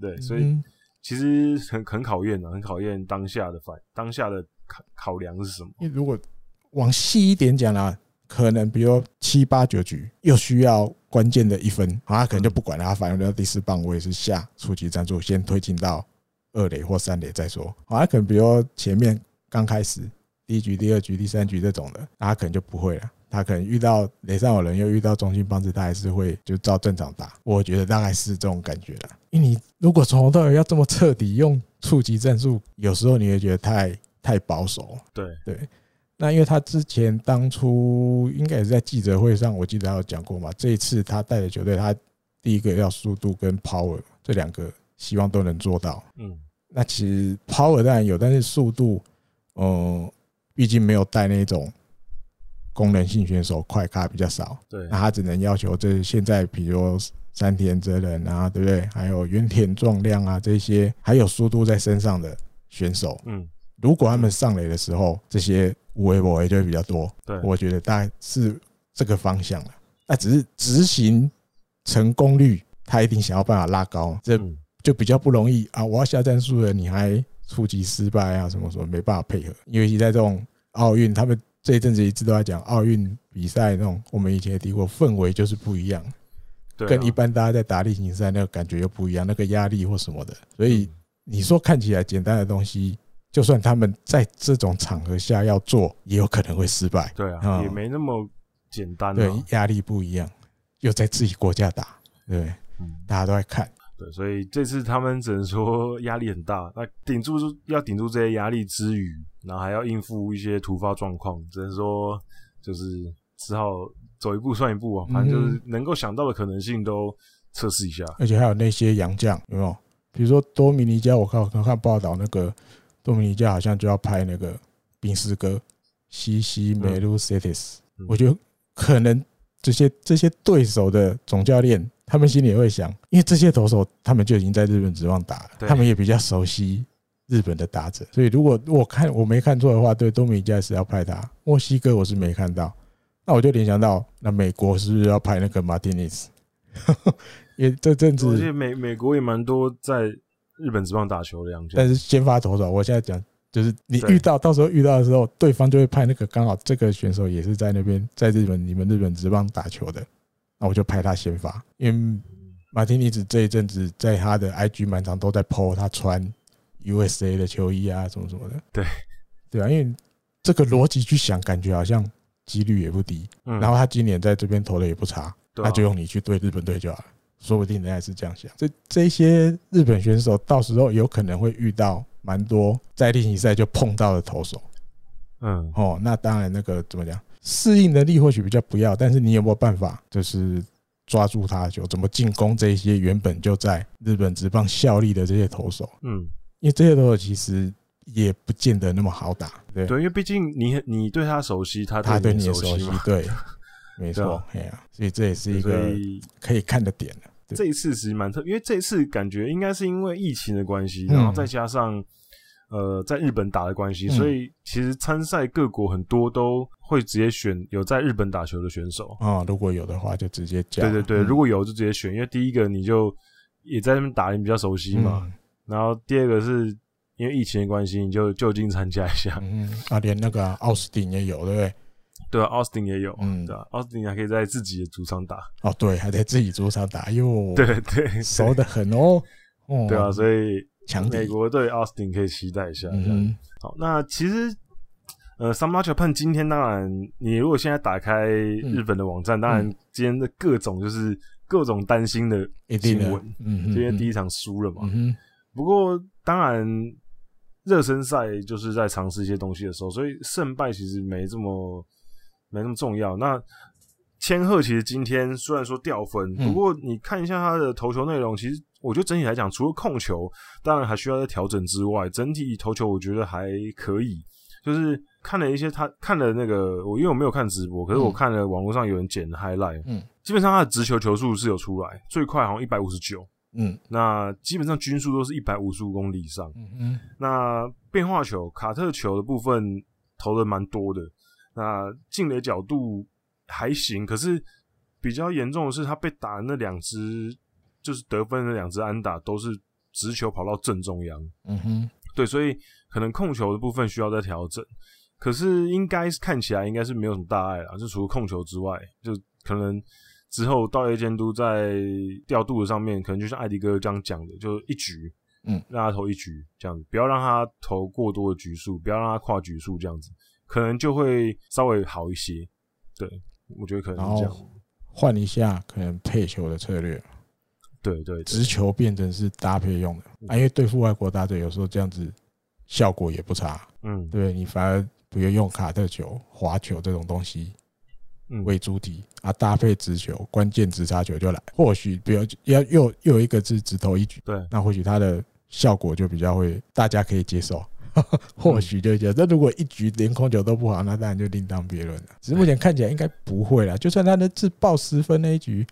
Speaker 2: 对，所以
Speaker 1: 嗯
Speaker 2: 其实很很考验的、啊很考验当下的反当下的考考量是什么。
Speaker 1: 因为如果往细一点讲啦，可能比如七八九局又需要关键的一分，啊，他可能就不管了，他反正到第四棒，我也是下初级战术，先推进到二垒或三垒再说。啊，他可能比如前面刚开始第一局、第二局、第三局这种的，那他可能就不会了。他可能遇到垒上有人，又遇到中心棒子，他还是会就照正常打。我觉得大概是这种感觉了。因为你如果从头到尾要这么彻底用触及战术，有时候你会觉得太太保守了。
Speaker 2: 对
Speaker 1: 对，那因为他之前当初应该也是在记者会上，我记得他有讲过嘛。这一次他带的球队，他第一个要速度跟 power 这两个，希望都能做到。
Speaker 2: 嗯
Speaker 1: 那其实 power 当然有，但是速度，嗯、毕竟没有带那种功能性选手快卡比较少，
Speaker 2: 对
Speaker 1: 那他只能要求这现在比如山田哲人啊，对不对？还有原田壮亮啊这些，还有速度在身上的选手，
Speaker 2: 嗯，
Speaker 1: 如果他们上垒的时候，这些无为我为就会比较多。
Speaker 2: 对
Speaker 1: 我觉得大概是这个方向了。那只是执行成功率，他一定想要办法拉高，这
Speaker 2: 嗯
Speaker 1: 就比较不容易啊！我要下战术了，你还触及失败啊，什么什么没办法配合。尤其在这种奥运，他们这一阵子一直都在讲奥运比赛那种，我们以前也提过，氛围就是不一样。
Speaker 2: 对啊，
Speaker 1: 跟一般大家在打例行赛那个感觉又不一样，那个压力或什么的。所以
Speaker 2: 嗯
Speaker 1: 你说看起来简单的东西，就算他们在这种场合下要做，也有可能会失败。
Speaker 2: 对啊，
Speaker 1: 嗯
Speaker 2: 也没那么简单、啊。
Speaker 1: 对，压力不一样，又在自己国家打，对不对，
Speaker 2: 嗯，
Speaker 1: 大家都在看。
Speaker 2: 对，所以这次他们只能说 压力很大。那顶住要顶住这些压力之余，然后还要应付一些突发状况，只能说就是只好走一步算一步啊。反
Speaker 1: 嗯
Speaker 2: 正就是能够想到的可能性都测试一下。
Speaker 1: 而且还有那些洋将，有没有？比如说多米尼加，我看我看报道，那个多米尼加好像就要拍那个宾斯哥西西梅鲁塞蒂斯
Speaker 2: 嗯，
Speaker 1: 我觉得可能这些这些对手的总教练，他们心里也会想，因为这些投手他们就已经在日本职棒打了，
Speaker 2: 对
Speaker 1: 他们也比较熟悉日本的打者，所以如果我看我没看错的话，对多米尼加是要拍他，墨西哥我是没看到，那我就联想到那美国是不是要拍那个马丁尼斯？ 因为这阵子
Speaker 2: 而且美美国也蛮多在日本职棒打球的洋将
Speaker 1: 但，是先发投手，我现在讲就是你
Speaker 2: 对
Speaker 1: 遇到到时候遇到的时候，对方就会派那个刚好这个选手也是在那边在日本你们日本职棒打球的，那我就派他先发，因为马丁尼斯这一阵子在他的 IG 满场都在 PO 他穿 USA 的球衣啊什么什么的，
Speaker 2: 对
Speaker 1: 对啊，因为这个逻辑去想，感觉好像几率也不低，
Speaker 2: 嗯，
Speaker 1: 然后他今年在这边投的也不差，
Speaker 2: 对啊
Speaker 1: 那就用你去对日本队就好了。说不定人家也是这样想。这这些日本选手到时候有可能会遇到蛮多在例行赛就碰到的投手
Speaker 2: 嗯，
Speaker 1: 哦。那当然，那个怎么讲，适应能力或许比较不要，但是你有没有办法就是抓住他的球，怎么进攻这一些原本就在日本职棒效力的这些投手？
Speaker 2: 嗯，
Speaker 1: 因为这些投手其实也不见得那么好打，对
Speaker 2: 对，因为毕竟你你对他熟悉，他
Speaker 1: 他对
Speaker 2: 你
Speaker 1: 你
Speaker 2: 也
Speaker 1: 也熟悉
Speaker 2: 嘛，，
Speaker 1: 对，没
Speaker 2: 对
Speaker 1: 错
Speaker 2: 啊，
Speaker 1: 哎呀、所以这也是一
Speaker 2: 所
Speaker 1: 个
Speaker 2: 以
Speaker 1: 可以看的点啊了。对
Speaker 2: 这一次其实蛮特，因为这一次感觉应该是因为疫情的关系，
Speaker 1: 嗯
Speaker 2: 然后再加上、呃在日本打的关系，
Speaker 1: 嗯
Speaker 2: 所以其实参赛各国很多都会直接选有在日本打球的选手。
Speaker 1: 啊、如果有的话就直接加。
Speaker 2: 对对对，
Speaker 1: 嗯
Speaker 2: 如果有就直接选，因为第一个你就也在那边打，你比较熟悉
Speaker 1: 嗯
Speaker 2: 嘛。然后第二个是因为疫情的关系，你就就近参加一下。
Speaker 1: 嗯，嗯啊，连那个啊奥、斯汀也有，对不对？
Speaker 2: 对啊，奥斯汀也有，
Speaker 1: 嗯
Speaker 2: 对啊，奥斯汀还可以在自己的主场打。
Speaker 1: 哦，对，还在自己主场打，哟，
Speaker 2: 对，对对，
Speaker 1: 熟嗯的很哦。哦，
Speaker 2: 对啊，所以
Speaker 1: 强敌
Speaker 2: 美，国对奥斯汀可以期待一下。这样
Speaker 1: 嗯
Speaker 2: 好，那其实呃，Summer Japan 今天当然，你如果现在打开
Speaker 1: 嗯
Speaker 2: 日本的网站，当然今天的各种就是各种担心的，
Speaker 1: 哼，一定的
Speaker 2: 新闻，
Speaker 1: 嗯
Speaker 2: 今天第
Speaker 1: 一，
Speaker 2: 一场输了嘛。
Speaker 1: 嗯哼，
Speaker 2: 不过当然，热身赛就是在尝试一些东西的时候，所以胜败其实没这么没那么重要。那千鹤其实今天虽然说掉分，
Speaker 1: 嗯
Speaker 2: 不过你看一下他的投球内容，其实我觉得整体来讲，除了控球，当然还需要再调整之外，整体投球我觉得还可以。就是看了一些他看了那个，我因为我没有看直播，可是我
Speaker 1: 嗯
Speaker 2: 看了网络上有人剪的 highlight，
Speaker 1: 嗯
Speaker 2: 基本上他的直球球速是有出来，最快好像一百五十九，
Speaker 1: 嗯
Speaker 2: 那基本上均速都是一百五十五公里以上。
Speaker 1: 嗯嗯
Speaker 2: 那变化球、卡特球的部分投的蛮多的，那进垒角度还行，可是比较严重的是他被打的那两只，就是得分的那两只安打都是直球跑到正中央，
Speaker 1: 嗯哼，
Speaker 2: 对，所以可能控球的部分需要再调整。可是应该是看起来应该是没有什么大碍啦，就除了控球之外，就可能之后道业监督在调度的上面，可能就像艾迪哥这样讲的，就一局，
Speaker 1: 嗯，
Speaker 2: 让他投一局这样子，不要让他投过多的局数，不要让他跨局数这样子，可能就会稍微好一些。对，我觉得可能是这样
Speaker 1: 然。换一下可能配球的策略，
Speaker 2: 对对对
Speaker 1: 直球变成是搭配用的啊，因为对付外国打者有时候这样子效果也不差，
Speaker 2: 嗯
Speaker 1: 对你反而不用用卡特球、滑球这种东西，
Speaker 2: 嗯，
Speaker 1: 为主体啊，搭配直球，关键直杀球就来。或许比如要又又有一个是直投一局，
Speaker 2: 对
Speaker 1: 那或许它的效果就比较会大家可以接受。
Speaker 2: 嗯
Speaker 1: 或许就这样。那如果一局连控球都不好，那当然就另当别论了。只是目前看起来应该不会啦。就算他的自爆十分那一局，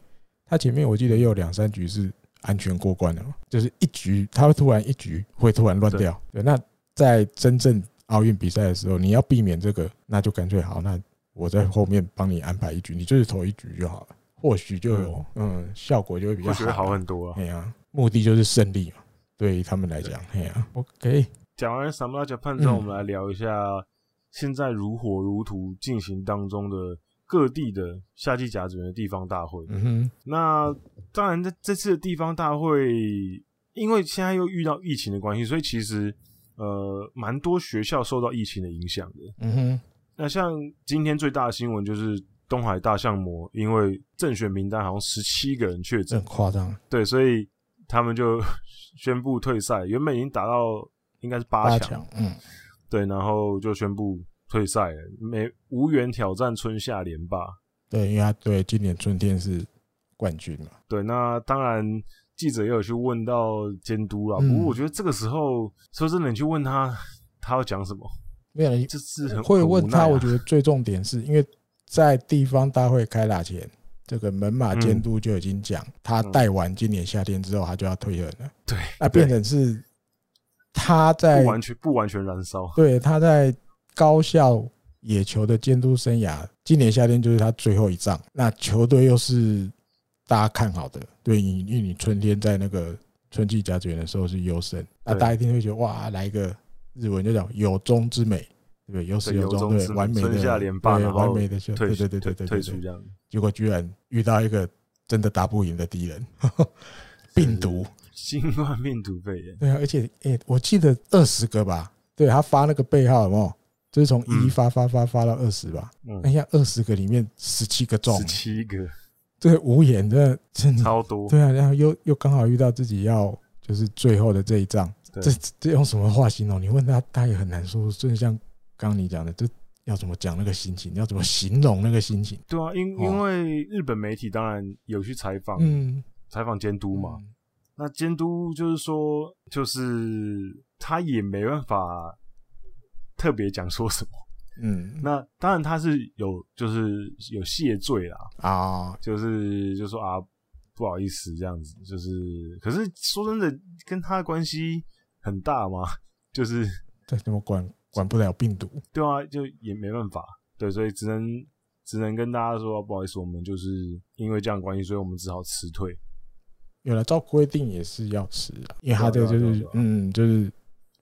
Speaker 1: 他前面我记得也有两三局是安全过关的嘛，就是一局他会突然一局会突然乱掉。对，那在真正奥运比赛的时候，你要避免这个，那就干脆好，那我在后面帮你安排一局，你就是投一局就好了，或许就有嗯效果就会比较
Speaker 2: 我觉得
Speaker 1: 好。
Speaker 2: 好很多啊。
Speaker 1: 哎呀、目的就是胜利嘛，对于他们来讲，哎呀、OK，
Speaker 2: 讲完 s a m u r a Japan 之后，
Speaker 1: 嗯
Speaker 2: 我们来聊一下现在如火如荼进行当中的各地的夏季甲子园的地方大会。
Speaker 1: 嗯哼，
Speaker 2: 那当然，在这次的地方大会，因为现在又遇到疫情的关系，所以其实呃，蛮多学校受到疫情的影响的。
Speaker 1: 嗯哼，
Speaker 2: 那像今天最大的新闻就是东海大象魔，因为正选名单好像十七个人确
Speaker 1: 这
Speaker 2: 诊，
Speaker 1: 很夸张，
Speaker 2: 对，所以他们就 宣布退赛。原本已经打到应该是
Speaker 1: 八
Speaker 2: 八强，
Speaker 1: 强，嗯，
Speaker 2: 对，然后就宣布退赛了，没无缘挑战春夏联霸。
Speaker 1: 对，因为他对今年春天是冠军嘛，
Speaker 2: 对，那当然记者也有去问到监督啦，
Speaker 1: 嗯
Speaker 2: 不过我觉得这个时候说真的，你去问他，他要讲什么，
Speaker 1: 没有人
Speaker 2: 这是很啊
Speaker 1: 会问他。我觉
Speaker 2: 得
Speaker 1: 得最重点是因为在地方大会开打前，这个门
Speaker 2: 嗯
Speaker 1: 马监督就已经讲，他带完今年夏天之后，他就要退任了，
Speaker 2: 对，
Speaker 1: 那变成是他在
Speaker 2: 不完全不完全燃烧，
Speaker 1: 对，他在高校野球的监督生涯，今年夏天就是他最后一仗。那球队又是大家看好的，对你，因为你春天在那个春季甲子园的时候是优胜，那
Speaker 2: 对
Speaker 1: 大家一定会觉得哇，来一个日文就叫有中之美，对不对？有始有
Speaker 2: 对有
Speaker 1: 终，
Speaker 2: 中
Speaker 1: 对
Speaker 2: 之，美
Speaker 1: 完美的
Speaker 2: 春夏联霸
Speaker 1: 对
Speaker 2: 然后
Speaker 1: 完美的球，对
Speaker 2: 退
Speaker 1: 对对对对
Speaker 2: 退
Speaker 1: 对
Speaker 2: 出
Speaker 1: 对。
Speaker 2: 这样。
Speaker 1: 结果居然遇到一个真的打不赢的敌人， 病毒。
Speaker 2: 新冠病毒肺炎，
Speaker 1: 对啊，而且诶、我记得二十个吧，对他发那个背号有没有？就是从一
Speaker 2: 嗯
Speaker 1: 发发发发到二十吧，那
Speaker 2: 嗯，
Speaker 1: 像二十个里面十七个 中
Speaker 2: 十，七个，
Speaker 1: 这个无言的，真的
Speaker 2: 超多。
Speaker 1: 对啊，然后又又刚好遇到自己要就是最后的这一仗，
Speaker 2: 对
Speaker 1: 这这用什么话形容？你问他，他也很难说。真的像刚刚你讲的，这要怎么讲那个心情？要怎么形容那个心情？
Speaker 2: 对啊，因
Speaker 1: 哦
Speaker 2: 因为日本媒体当然有去采访
Speaker 1: 嗯，
Speaker 2: 采访监督嘛，那监督就是说，就是他也没办法特别讲说什么。
Speaker 1: 嗯，嗯
Speaker 2: 那当然他是有，就是有谢罪啦，
Speaker 1: 啊，
Speaker 2: 就是就说啊，不好意思这样子，就是可是说真的，跟他的关系很大嘛， 就是
Speaker 1: 这怎么管管不了病毒？
Speaker 2: 对啊，就也没办法，对，所以只能只能跟大家说啊不好意思，我们就是因为这样的关系，所以我们只好辞退。
Speaker 1: 有了，照规定也是要吃啊，因为他这个就
Speaker 2: 对啊对
Speaker 1: 是
Speaker 2: 啊对啊
Speaker 1: 嗯，就是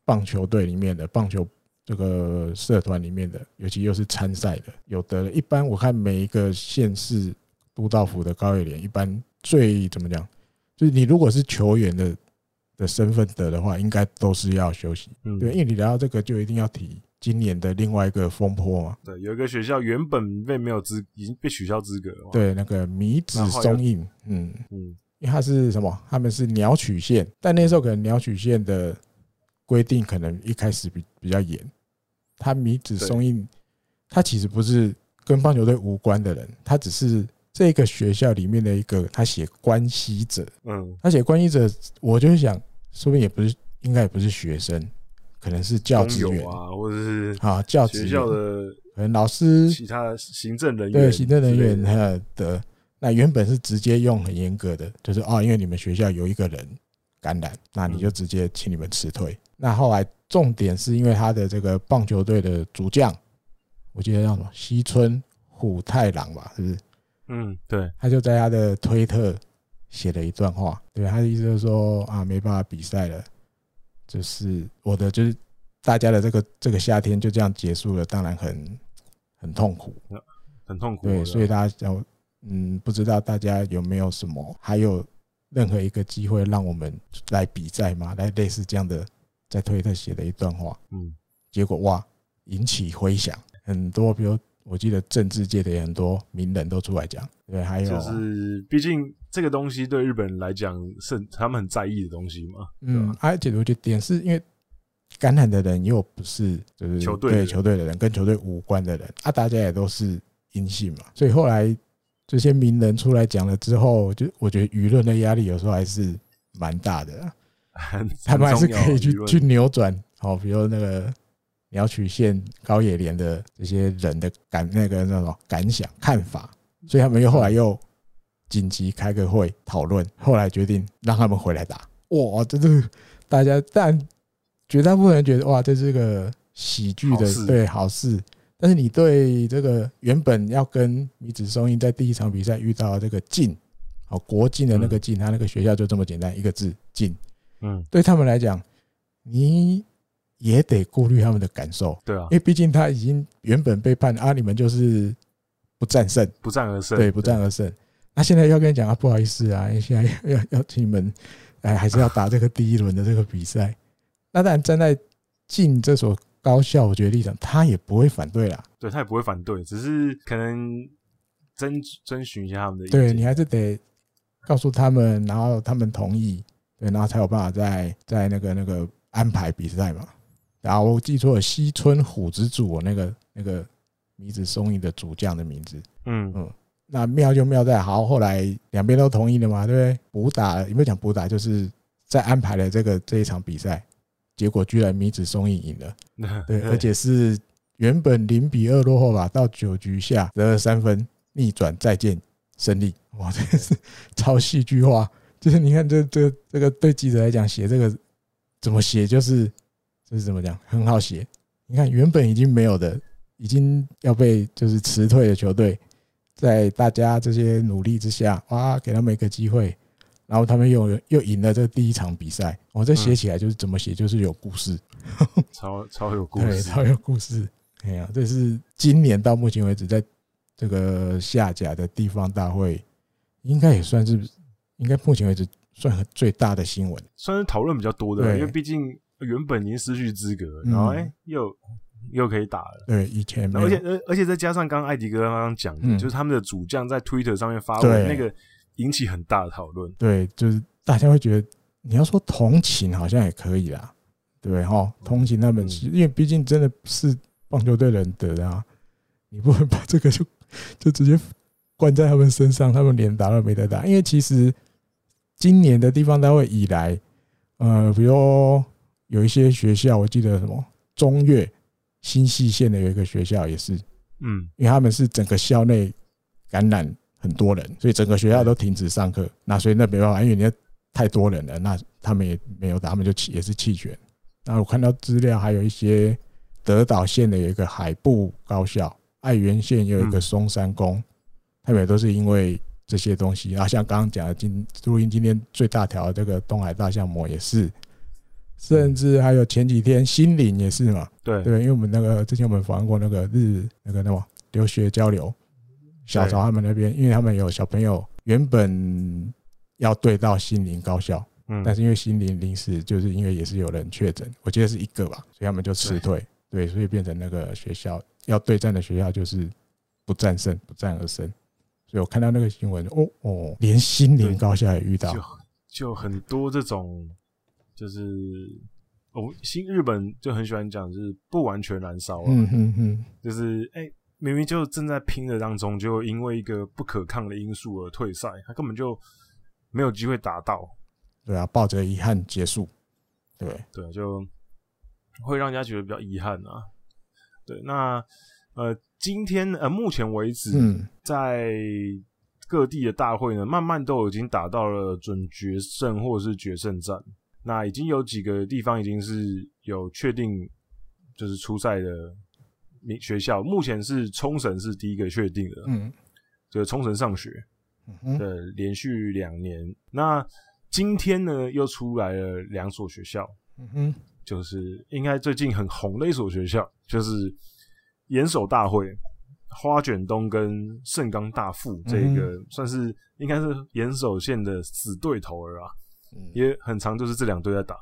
Speaker 1: 棒球队里面的棒球这个社团里面的，尤其又是参赛的，有的一般我看每一个县市都道府的高野联，一般最怎么讲，就是你如果是球员的的身份得的话，应该都是要休息。
Speaker 2: 嗯，
Speaker 1: 对，因为你聊到这个，就一定要提今年的另外一个风波嘛，
Speaker 2: 对，有一个学校原本被没有资，已经被取消资格了嘛。，
Speaker 1: 对，那个米子松印，嗯，
Speaker 2: 嗯，
Speaker 1: 因为它是什么？他们是鸟取县，但那时候可能鸟取县的规定可能一开始比比较严，他米子松印，他其实不是跟棒球队无关的人，他只是这个学校里面的一个，他写关系者，
Speaker 2: 嗯，
Speaker 1: 他写关系者，我就会想，说不定也不是，应该也不是学生，可能是教职
Speaker 2: 工
Speaker 1: 员
Speaker 2: 友啊，或者是
Speaker 1: 啊，教职
Speaker 2: 学
Speaker 1: 员，
Speaker 2: 校的
Speaker 1: 可能老师
Speaker 2: 其他行政人员之类的，
Speaker 1: 对行政人员还有的，那原本是直接用很严格的，就是哦，因为你们学校有一个人感染，那
Speaker 2: 嗯
Speaker 1: 你就直接请你们辞退。那后来重点是因为他的这个棒球队的主将，我记得叫什么西村虎太郎吧，是不是？
Speaker 2: 嗯，对，
Speaker 1: 他就在他的推特写了一段话，对他的意思就是说啊，没办法比赛了，就是我的就是大家的这个这个夏天就这样结束了，当然很很痛苦。
Speaker 2: 很痛苦的。
Speaker 1: 对，所以大家想，嗯，不知道大家有没有什么，还有任何一个机会让我们来比赛吗？来类似这样的，在推特写的一段话，
Speaker 2: 嗯，
Speaker 1: 结果哇，引起回响，很多，比如我记得政治界的也很多名人都出来讲，对，还有，啊
Speaker 2: 就是毕竟这个东西对日本人来讲是他们很在意的东西嘛。
Speaker 1: 嗯，而且我觉得点是因为。感染的人又不是就是
Speaker 2: 球队的
Speaker 1: 对
Speaker 2: 人
Speaker 1: 球队的人，跟球队无关的人啊，大家也都是阴性嘛，所以后来这些名人出来讲了之后，就我觉得舆论的压力有时候还是蛮大的啊，
Speaker 2: 很
Speaker 1: 他们还是可以去
Speaker 2: 很重要
Speaker 1: 去
Speaker 2: 舆论
Speaker 1: 扭转好，比如那个鸟取县高野连的这些人的感那个那种感想看法，所以他们又后来又紧急开个会讨论，后来决定让他们回来打。哇，这是大家，但绝大部分人觉得哇，这是个喜剧
Speaker 2: 好
Speaker 1: 的
Speaker 2: 事
Speaker 1: 对好事。但是你对这个原本要跟米子松一在第一场比赛遇到的这个进，哦，国进的那个进，他那个学校就这么简单一个字进，
Speaker 2: 嗯，
Speaker 1: 对他们来讲，你也得顾虑他们的感受，
Speaker 2: 对啊
Speaker 1: 因，为毕竟他已经原本被判啊，你们就是不战胜，
Speaker 2: 不战而胜，
Speaker 1: 对，不战而胜。那现在要跟你讲啊，不好意思啊，因为现在要要要请你们，哎，还是要打这个第一轮的这个比赛。那当然，站在进这所高校，我觉得立场他也不会反对啦。
Speaker 2: 对他也不会反对，只是可能征征询一下他们的意见。
Speaker 1: 对你还是得告诉他们，然后他们同意，对，然后才有办法在在那个那个安排比赛嘛。然后我记错了，西村虎之助，我那个那个米子松一的主将的名字。
Speaker 2: 嗯，
Speaker 1: 那妙就妙在好，后来两边都同意了嘛，对不对？补打有没有讲补打？就是在安排了这个这一场比赛，结果居然米子松一赢了，
Speaker 2: 嗯
Speaker 1: 对，而且是原本零比二落后吧，到九局下得了三分，逆转再见胜利，哇，这是超戏剧化。就是你看这这这个对记者来讲写这个怎么写，就是就是怎么讲很好写。你看原本已经没有的，已经要被就是辞退的球队，在大家这些努力之下，哇，给他们一个机会，然后他们又又赢了这第一场比赛。我、这写起来就是怎么写，就是有故事。
Speaker 2: 超超有故
Speaker 1: 对，
Speaker 2: 事，
Speaker 1: 超有故事。哎呀、这是今年到目前为止，在这个下甲的地方大会，应该也算是，应该目前为止算最大的新闻。
Speaker 2: 算是讨论比较多的，
Speaker 1: 对
Speaker 2: 因为毕竟原本已经失去资格了，
Speaker 1: 嗯
Speaker 2: 然后哎、又又可以打了。
Speaker 1: 对，以前没
Speaker 2: 然后而且呃
Speaker 1: 有，
Speaker 2: 而而且再加上刚刚艾迪哥刚刚讲的，
Speaker 1: 嗯
Speaker 2: 就是他们的主将在 Twitter 上面发文，
Speaker 1: 对
Speaker 2: 那个引起很大的讨论。
Speaker 1: 对，就是大家会觉得，你要说同情好像也可以啦，对不对？哈，同情他们，
Speaker 2: 嗯
Speaker 1: 因为毕竟真的是棒球队人得的啊，你不能把这个就就直接灌在他们身上，他们连打都没得打。因为其实今年的地方单位以来，呃，比如有一些学校，我记得什么中越新系县的有一个学校也是，
Speaker 2: 嗯，
Speaker 1: 因为他们是整个校内感染很多人，所以整个学校都停止上课。那所以那没办法，因为人家太多人了，那他们也没有打，他们就弃也是弃权。那我看到资料，还有一些德岛县的有一个海部高校，爱媛县也有一个
Speaker 2: 嗯
Speaker 1: 松山宫，他们也都是因为这些东西啊，像刚刚讲的今录音今天最大条的这个东海大象魔也是，甚至还有前几天新岭也是嘛，
Speaker 2: 对，
Speaker 1: 对，因为我们那个之前我们访问过那个日那个那么留学交流，小
Speaker 2: 对
Speaker 1: 曹他们那边，因为他们有小朋友原本要对到心灵高校，
Speaker 2: 嗯，
Speaker 1: 但是因为心灵临时就是因为也是有人确诊，我记得是一个吧，所以他们就辞退，对，所以变成那个学校要对战的学校就是不战胜，不战而胜。所以我看到那个新闻，哦哦，连心灵
Speaker 2: 对
Speaker 1: 高校也遇到，
Speaker 2: 就就很多这种，就是哦，新日本就很喜欢讲，就是不完全燃烧啊，
Speaker 1: 嗯哼哼，
Speaker 2: 就是哎、明明就正在拼的当中，就因为一个不可抗的因素而退赛，他根本就没有机会达到，
Speaker 1: 对啊，抱着遗憾结束，对，
Speaker 2: 对，啊就会让人家觉得比较遗憾啊。对，那呃，今天呃，目前为止，
Speaker 1: 嗯，
Speaker 2: 在各地的大会呢，慢慢都已经打到了准决胜或者是决胜战。那已经有几个地方已经是有确定就是出赛的名学校，目前是冲绳是第一个确定的，
Speaker 1: 嗯
Speaker 2: 就是冲绳上学
Speaker 1: 嗯哼，
Speaker 2: 的连续两年。那今天呢，又出来了两所学校，
Speaker 1: 嗯哼，
Speaker 2: 就是应该最近很红的一所学校，就是岩手大会、花卷东跟盛冈大附这个，算是应该是岩手县的死对头了啊，
Speaker 1: 嗯
Speaker 2: 因为很长就是这两队在打。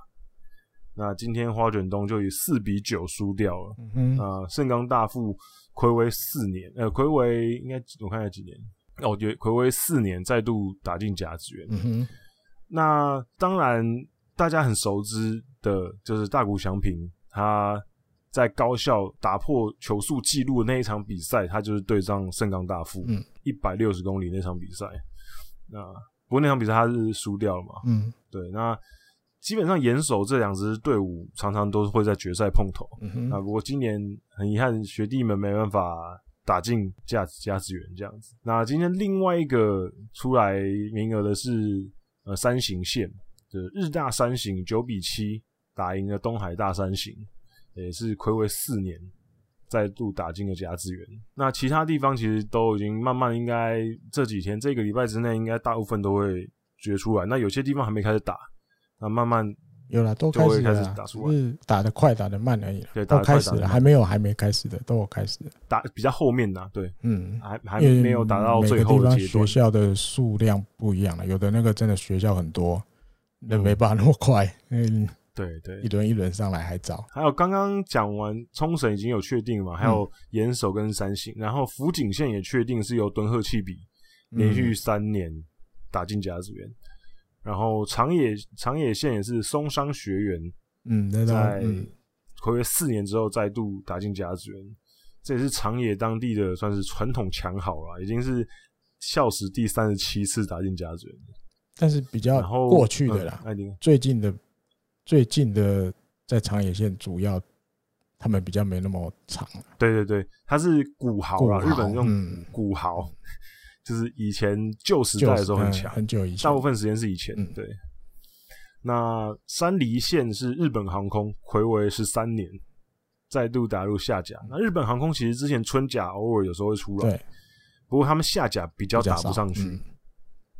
Speaker 2: 那今天花卷东就以四比九输掉了，
Speaker 1: 嗯哼，
Speaker 2: 啊，盛冈大附暌违四年，呃，暌违应该我看一下几年，哦，对，暌违四年再度打进甲子园，
Speaker 1: 嗯哼。
Speaker 2: 那当然，大家很熟知的就是大谷翔平，他在高校打破球速纪录的那一场比赛，他就是对上盛冈大夫
Speaker 1: 嗯，
Speaker 2: 一百六十公里那场比赛。那不过那场比赛他是输掉了嘛？
Speaker 1: 嗯
Speaker 2: 对，那基本上严守这两支队伍常常都会在决赛碰头。
Speaker 1: 嗯
Speaker 2: 啊，
Speaker 1: 哼，
Speaker 2: 不过今年很遗憾，学弟们没办法打进价值价值园这样子。那今天另外一个出来名额的是呃三行线的日大三行九比七打赢了东海大三行，也是暌违四年再度打进了甲子园。那其他地方其实都已经慢慢应该这几天这个礼拜之内，应该大部分都会决出来。那有些地方还没开始打，那慢慢
Speaker 1: 有了，都
Speaker 2: 就
Speaker 1: 开
Speaker 2: 会
Speaker 1: 始
Speaker 2: 开
Speaker 1: 了
Speaker 2: 始
Speaker 1: 啦，
Speaker 2: 打
Speaker 1: 只
Speaker 2: 出来
Speaker 1: 是打得快，打得慢而已啦，
Speaker 2: 对打
Speaker 1: 都
Speaker 2: 得快
Speaker 1: 开始
Speaker 2: 打得
Speaker 1: 了，
Speaker 2: 慢
Speaker 1: 还没有还没开始的，都有开始了，
Speaker 2: 打比较后面呢、对，
Speaker 1: 嗯。
Speaker 2: 还还
Speaker 1: 因为
Speaker 2: 没有达到最后
Speaker 1: 每个
Speaker 2: 的
Speaker 1: 地方
Speaker 2: 阶段
Speaker 1: 学。校的数量不一样了，有的那个真的学校很多，那
Speaker 2: 嗯
Speaker 1: 没办法那么快，嗯，
Speaker 2: 对对
Speaker 1: 一，轮一轮上来还早。
Speaker 2: 还有刚刚讲完冲绳已经有确定嘛，还
Speaker 1: 嗯
Speaker 2: 有岩手跟三星，然后福井县也确定是由敦贺气比
Speaker 1: 嗯
Speaker 2: 连续三年打进甲子园，然后长野长野县也是松山学园
Speaker 1: 嗯，那种
Speaker 2: 在
Speaker 1: 嗯
Speaker 2: 暌违四年之后再度打进甲子园，这也是长野当地的算是传统强好了，已经是校史第三十七次打进甲子园，
Speaker 1: 但是比较
Speaker 2: 然后
Speaker 1: 过去的啦
Speaker 2: 嗯，艾琳
Speaker 1: 最近的最近的在长野县主要他们比较没那么长了，
Speaker 2: 对对对，它是古豪啦，
Speaker 1: 古
Speaker 2: 日
Speaker 1: 豪
Speaker 2: 本用
Speaker 1: 嗯
Speaker 2: 古豪， 就是以前旧时代
Speaker 1: 就
Speaker 2: 的时
Speaker 1: 是
Speaker 2: 候很
Speaker 1: 嗯
Speaker 2: 强，
Speaker 1: 很久以前，
Speaker 2: 大部分时间是以前。
Speaker 1: 嗯
Speaker 2: 对，那山梨县是日本航空暌违十三年，再度打入下甲。那日本航空其实之前春甲偶尔有时候会出来，
Speaker 1: 对
Speaker 2: 不过他们下甲比较
Speaker 1: 比较
Speaker 2: 打不
Speaker 1: 少
Speaker 2: 上去。
Speaker 1: 嗯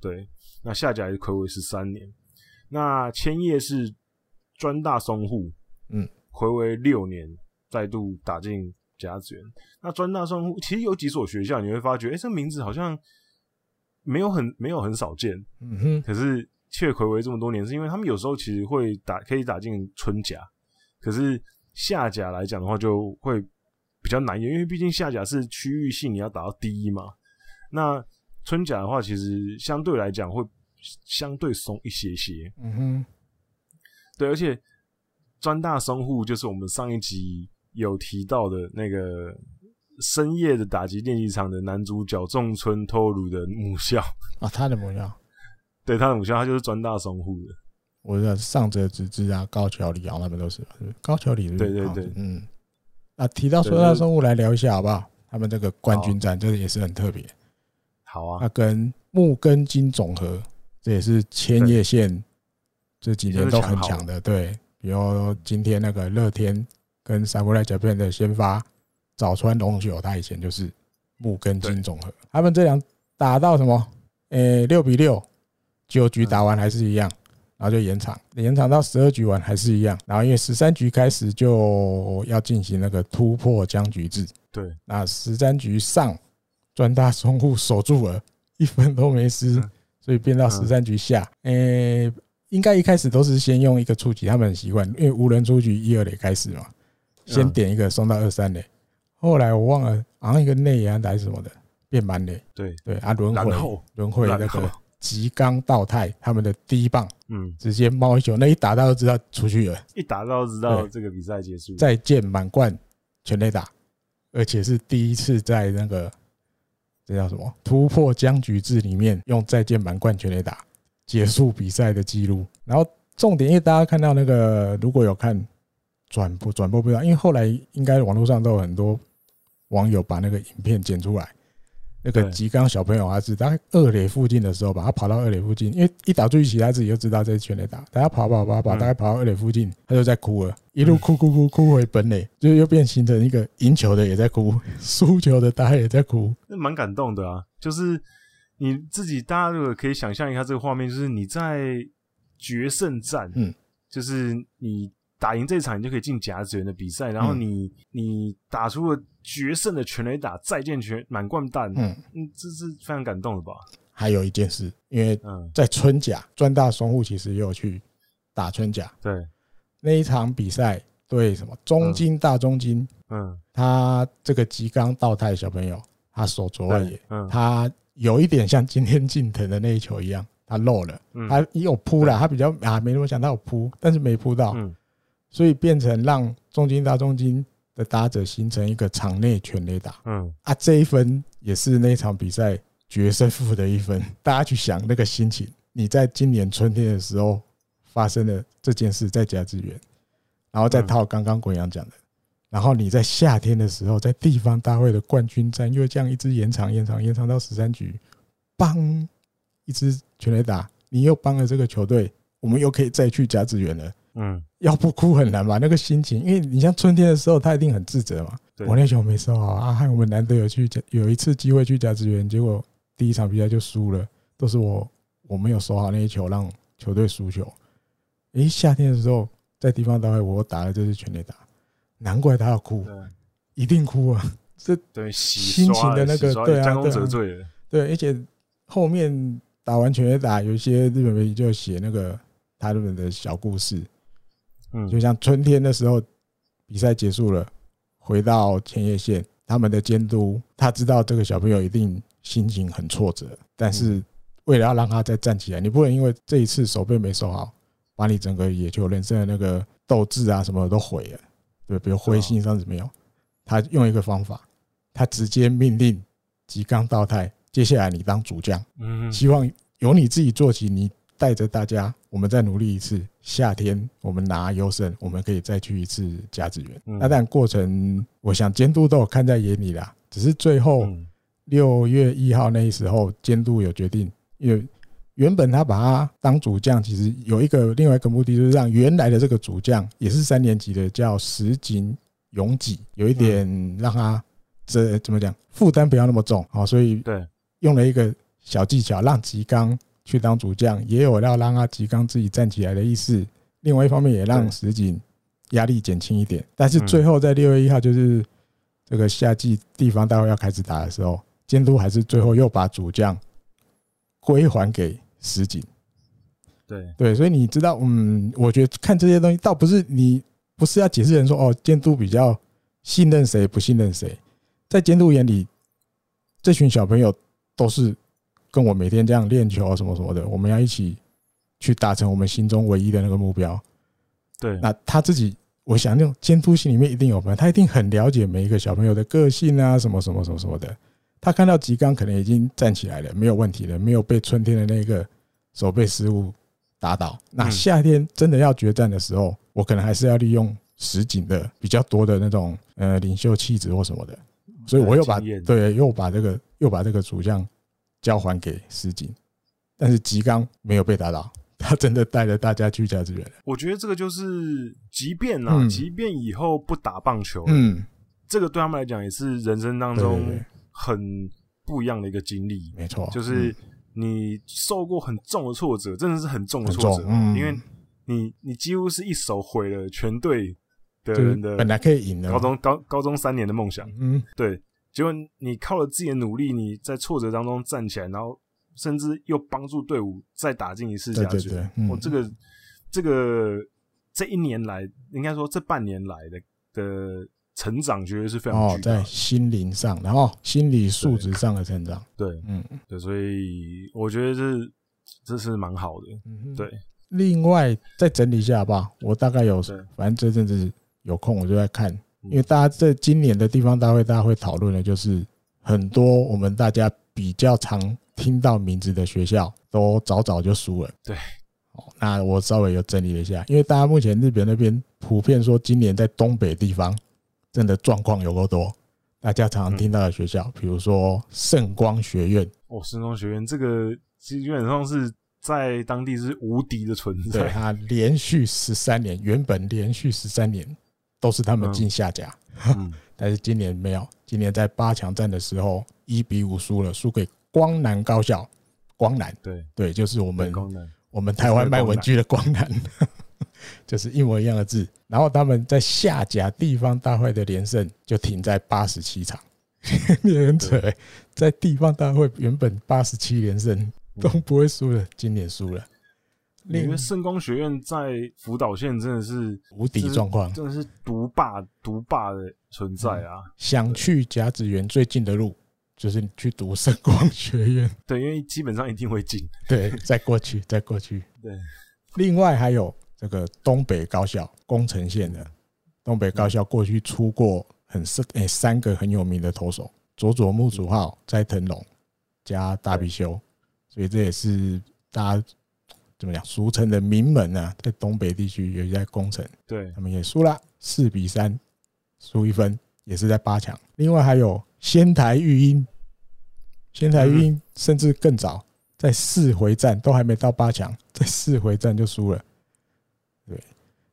Speaker 2: 对，那下甲也是暌违十三年。那千叶是专大松户，
Speaker 1: 嗯，
Speaker 2: 暌违六年再度打进甲子园。那专大松户其实有几所学校，你会发觉，哎、这名字好像没有很没有很少见，
Speaker 1: 嗯哼，
Speaker 2: 可是却暌违这么多年，是因为他们有时候其实会打可以打进春甲，可是下甲来讲的话就会比较难一点，因为毕竟下甲是区域性，你要打到第一嘛。那春甲的话，其实相对来讲会相对松一些些，
Speaker 1: 嗯哼，
Speaker 2: 对，而且专大松户就是我们上一集有提到的那个深夜的打击练习场的男主角仲村透鲁的母校，
Speaker 1: 啊，他的模样，
Speaker 2: 对他的母校，他就是专大松户的。
Speaker 1: 我的上者直之啊，高桥里昂他们都是吧，是不是高桥里是不是
Speaker 2: 对对
Speaker 1: 好
Speaker 2: 对
Speaker 1: 嗯。啊，提到
Speaker 2: 对
Speaker 1: 说
Speaker 2: 就
Speaker 1: 到
Speaker 2: 是
Speaker 1: 生物来聊一下好不好？他们这个冠军战，这也是很特别。
Speaker 2: 好啊，
Speaker 1: 它跟木根金总和，这也是千叶县这几年都很强的。对，比如今天那个乐天跟 Samurai Japan 的先发早川龙九，他以前就是木根金总和，他们这两打到什么？诶，六比六，九局打完还是一样，然后就延长，延长到十二局完还是一样，然后因为十三局开始就要进行那个突破僵局制，
Speaker 2: 对，
Speaker 1: 那十三局上，专大松户守住了，一分都没失
Speaker 2: 嗯，
Speaker 1: 所以变到十三局下。诶，应该一开始都是先用一个触及，他们很习惯，因为无人出局一二垒开始嘛，先
Speaker 2: 嗯
Speaker 1: 点一个送到二三垒。后来我忘了，好像一个内野安打还是什么的变满垒，
Speaker 2: 对，
Speaker 1: 对啊，轮
Speaker 2: 然
Speaker 1: 回
Speaker 2: 后，
Speaker 1: 轮回那
Speaker 2: 然后
Speaker 1: 个吉冈道太他们的第一棒
Speaker 2: 嗯，
Speaker 1: 直接猫一球，那一打到就知道出去了，
Speaker 2: 一打到直到
Speaker 1: 对
Speaker 2: 这个比赛结束，
Speaker 1: 再见满贯全垒打，而且是第一次在那个这叫什么突破僵局制里面用再见满贯全垒打结束比赛的记录。然后重点，因为大家看到那个如果有看转播转播不知道，因为后来应该网络上都有很多网友把那个影片剪出来。那个
Speaker 2: 对
Speaker 1: 吉冈小朋友，他是大概二垒附近的时候吧，他跑到二垒附近，因为一打出去，他自己就知道这是全垒打。但他跑跑跑跑，
Speaker 2: 嗯
Speaker 1: 大概跑到二垒附近，他就在哭了，一路哭哭哭哭回本垒，就又变形成一个赢球的也在哭，输球的大家也在哭。
Speaker 2: 那蛮感动的啊。就是你自己，大家如果可以想象一下这个画面，就是你在决胜战，
Speaker 1: 嗯，
Speaker 2: 就是你打赢这场，你就可以进甲子园的比赛，然后
Speaker 1: 嗯
Speaker 2: 你、你打出了决胜的全垒打，再见全满贯弹，
Speaker 1: 嗯，
Speaker 2: 嗯，这是非常感动的吧？
Speaker 1: 还有一件事，因为
Speaker 2: 嗯，
Speaker 1: 在春甲，专大松户其实也有去打春甲
Speaker 2: 对，
Speaker 1: 那一场比赛，对什么中金大中金，
Speaker 2: 嗯，
Speaker 1: 他这个吉冈道太小朋友，他守左外野
Speaker 2: 对，，嗯，
Speaker 1: 他有一点像今天近藤的那一球一样，他漏了，
Speaker 2: 嗯
Speaker 1: 他有扑了，他比较啊没那么想，他有扑，但是没扑到，
Speaker 2: 嗯，
Speaker 1: 所以变成让中金大中金的打者形成一个场内全垒打
Speaker 2: 嗯，
Speaker 1: 啊，这一分也是那场比赛决胜负的一分。大家去想那个心情，你在今年春天的时候发生了这件事再加资源，然后再套刚刚国阳讲的，然后你在夏天的时候，在地方大会的冠军战又这样一直延长、延长、延长到十三局，帮一支全垒打，你又帮了这个球队，我们又可以再去加资源了。
Speaker 2: 嗯，
Speaker 1: 要不哭很难吧？那个心情，因为你像春天的时候，他一定很自责嘛。
Speaker 2: 对
Speaker 1: 我那球没收好啊，害我们难得有去加有一次机会去加资源，结果第一场比赛就输了，都是我我没有守好那一球，让球队输球。诶、夏天的时候在地方大会，我打了这支全垒打，难怪他要哭，
Speaker 2: 对
Speaker 1: 一定哭啊！这
Speaker 2: 对，洗
Speaker 1: 心
Speaker 2: 刷
Speaker 1: 情的那个
Speaker 2: 洗刷
Speaker 1: 对啊
Speaker 2: 战功
Speaker 1: 对啊
Speaker 2: 折罪了，
Speaker 1: 对，而且后面打完全垒打，有一些日本媒体就写那个他们的小故事，
Speaker 2: 嗯，
Speaker 1: 就像春天的时候，比赛结束了，回到前叶县，他们的监督他知道这个小朋友一定心情很挫折，但是为了要让他再站起来，你不能因为这一次手背没守好，把你整个野球人生的那个斗志啊什么的都毁了，对，比如
Speaker 2: 啊
Speaker 1: 灰心丧志没有，他用一个方法，他直接命令吉冈道太，接下来你当主将。
Speaker 2: 嗯，
Speaker 1: 希望由你自己做起，你带着大家，我们再努力一次。夏天我们拿优胜，我们可以再去一次甲子园。
Speaker 2: 嗯
Speaker 1: 那但过程，我想监督都有看在眼里啦。只是最后
Speaker 2: 嗯
Speaker 1: 六月一号那时候，监督有决定，因为原本他把他当主将，其实有一个另外一个目的，就是让原来的这个主将也是三年级的，叫石井勇己，有一点让他这怎么讲负担不要那么重啊，所以
Speaker 2: 对，
Speaker 1: 用了一个小技巧，让吉冈去当主将，也有要让他吉冈自己站起来的意思。另外一方面，也让
Speaker 2: 对
Speaker 1: 石井压力减轻一点。但是
Speaker 2: 嗯
Speaker 1: 最后在六月一号，就是这个夏季地方大会要开始打的时候，监督还是最后又把主将归还给石井。
Speaker 2: 对，
Speaker 1: 对，所以你知道，嗯，我觉得看这些东西，倒不是你不是要解释人说哦，监督比较信任谁不信任谁，在监督眼里，这群小朋友都是跟我每天这样练球啊什么什么的，我们要一起去达成我们心中唯一的那个目标。
Speaker 2: 对，
Speaker 1: 那他自己，我想那种监督心里面一定有分，他一定很了解每一个小朋友的个性啊，什么什么什么什么的。他看到吉冈可能已经站起来了，没有问题了，没有被春天的那个手背失误打倒。那
Speaker 2: 嗯
Speaker 1: 夏天真的要决战的时候，我可能还是要利用实景的比较多的那种呃领袖气质或什么的，所以我又把
Speaker 2: 经验
Speaker 1: 对又把这个又把这个主将交还给石井，但是吉冈没有被打倒，他真的带着大家去甲子园了。
Speaker 2: 我觉得这个就是，即便啊，
Speaker 1: 嗯
Speaker 2: 即便以后不打棒球，
Speaker 1: 嗯，
Speaker 2: 这个对他们来讲也是人生当
Speaker 1: 对对对哦
Speaker 2: 中，很不一样的一个经历，
Speaker 1: 没错，
Speaker 2: 就是你受过很重的挫折，真的是很重的
Speaker 1: 很
Speaker 2: 挫
Speaker 1: 重
Speaker 2: 折，，
Speaker 1: 嗯，
Speaker 2: 因为你你几乎是一手毁了全队的
Speaker 1: 嗯就是
Speaker 2: 人的
Speaker 1: 本来可以赢的嘛
Speaker 2: 高，中高高中三年的梦想，
Speaker 1: 嗯，
Speaker 2: 对，结果你靠了自己的努力，你在挫折当中站起来，然后甚至又帮助队伍再打进一次
Speaker 1: 对
Speaker 2: 甲
Speaker 1: 对
Speaker 2: 级。
Speaker 1: 对，嗯
Speaker 2: 我、哦这个这个这一年来，应该说这半年来的的成长，绝对是非常
Speaker 1: 哦
Speaker 2: 巨，大的。啊
Speaker 1: 在心灵上，然后心理素质上的成长，
Speaker 2: 对
Speaker 1: 嗯
Speaker 2: 对，所以我觉得这这是蛮好的。
Speaker 1: 嗯，
Speaker 2: 对。
Speaker 1: 另外再整理一下好不好？我大概有
Speaker 2: 对，嗯
Speaker 1: 反正这阵子有空我就在看，因为大家在今年的地方大会，大家会讨论的就是很多我们大家比较常听到名字的学校都早早就输了。
Speaker 2: 对
Speaker 1: 哦，那我稍微有整理了一下，因为大家目前日本那边普遍说今年在东北地方真的状况有够多，大家
Speaker 2: 嗯
Speaker 1: 常常听到的学校，比如说圣光学院，
Speaker 2: 哦，神农学院这个基本上是在当地是无敌的存
Speaker 1: 对
Speaker 2: 在。
Speaker 1: 它连续十三年，原本连续十三年都是他们进下甲。
Speaker 2: 嗯，
Speaker 1: 但是今年没有，今年在八强战的时候一比五输了，输给光南高校。光南，
Speaker 2: 对，
Speaker 1: 对，就是我们
Speaker 2: 功能，
Speaker 1: 我们台湾卖文具的光南， 就是一模一样的字。然后他们在下甲地方大会的连胜就停在八十七场， 也很扯、欸。在地方大会原本八十七连胜都不会输了，今年输了，
Speaker 2: 因
Speaker 1: 令
Speaker 2: 为圣光学院在福岛县真的是
Speaker 1: 无敌状况。
Speaker 2: 真的是独霸独霸的存在啊。
Speaker 1: 想去甲子园最近的路，就是你去读圣光学院。
Speaker 2: 对，因为基本上一定会进。
Speaker 1: 对，再过去，再过去。
Speaker 2: 对，
Speaker 1: 另外还有这个东北高校宫城县的东北高校，过去出过很是诶、三个很有名的投手，佐佐木主浩、斋藤龙加大比修，所以这也是大家怎么讲，俗称的名门啊，在东北地区有一家工程，
Speaker 2: 对，
Speaker 1: 他们也输了四比三，输一分，也是在八强。另外还有仙台育英，仙台育英甚至更早，在四回战都还没到八强，在四回战就输了。对，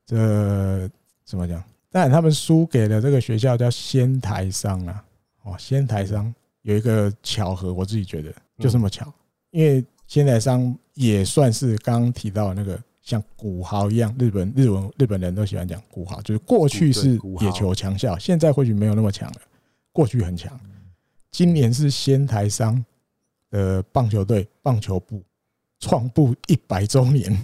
Speaker 1: 这怎么讲？当然他们输给了这个学校叫仙台商啊。哦，仙台商有一个巧合，我自己觉得
Speaker 2: 嗯
Speaker 1: 就这么巧，因为仙台商也算是刚刚提到的那个像古豪一样，日本日文日本人都喜欢讲古豪，就是过去是
Speaker 2: 古对古豪
Speaker 1: 野球强校，现在或许没有那么强了，过去很
Speaker 2: 嗯
Speaker 1: 强，今年是仙台商的棒球队棒球部创部一百周年。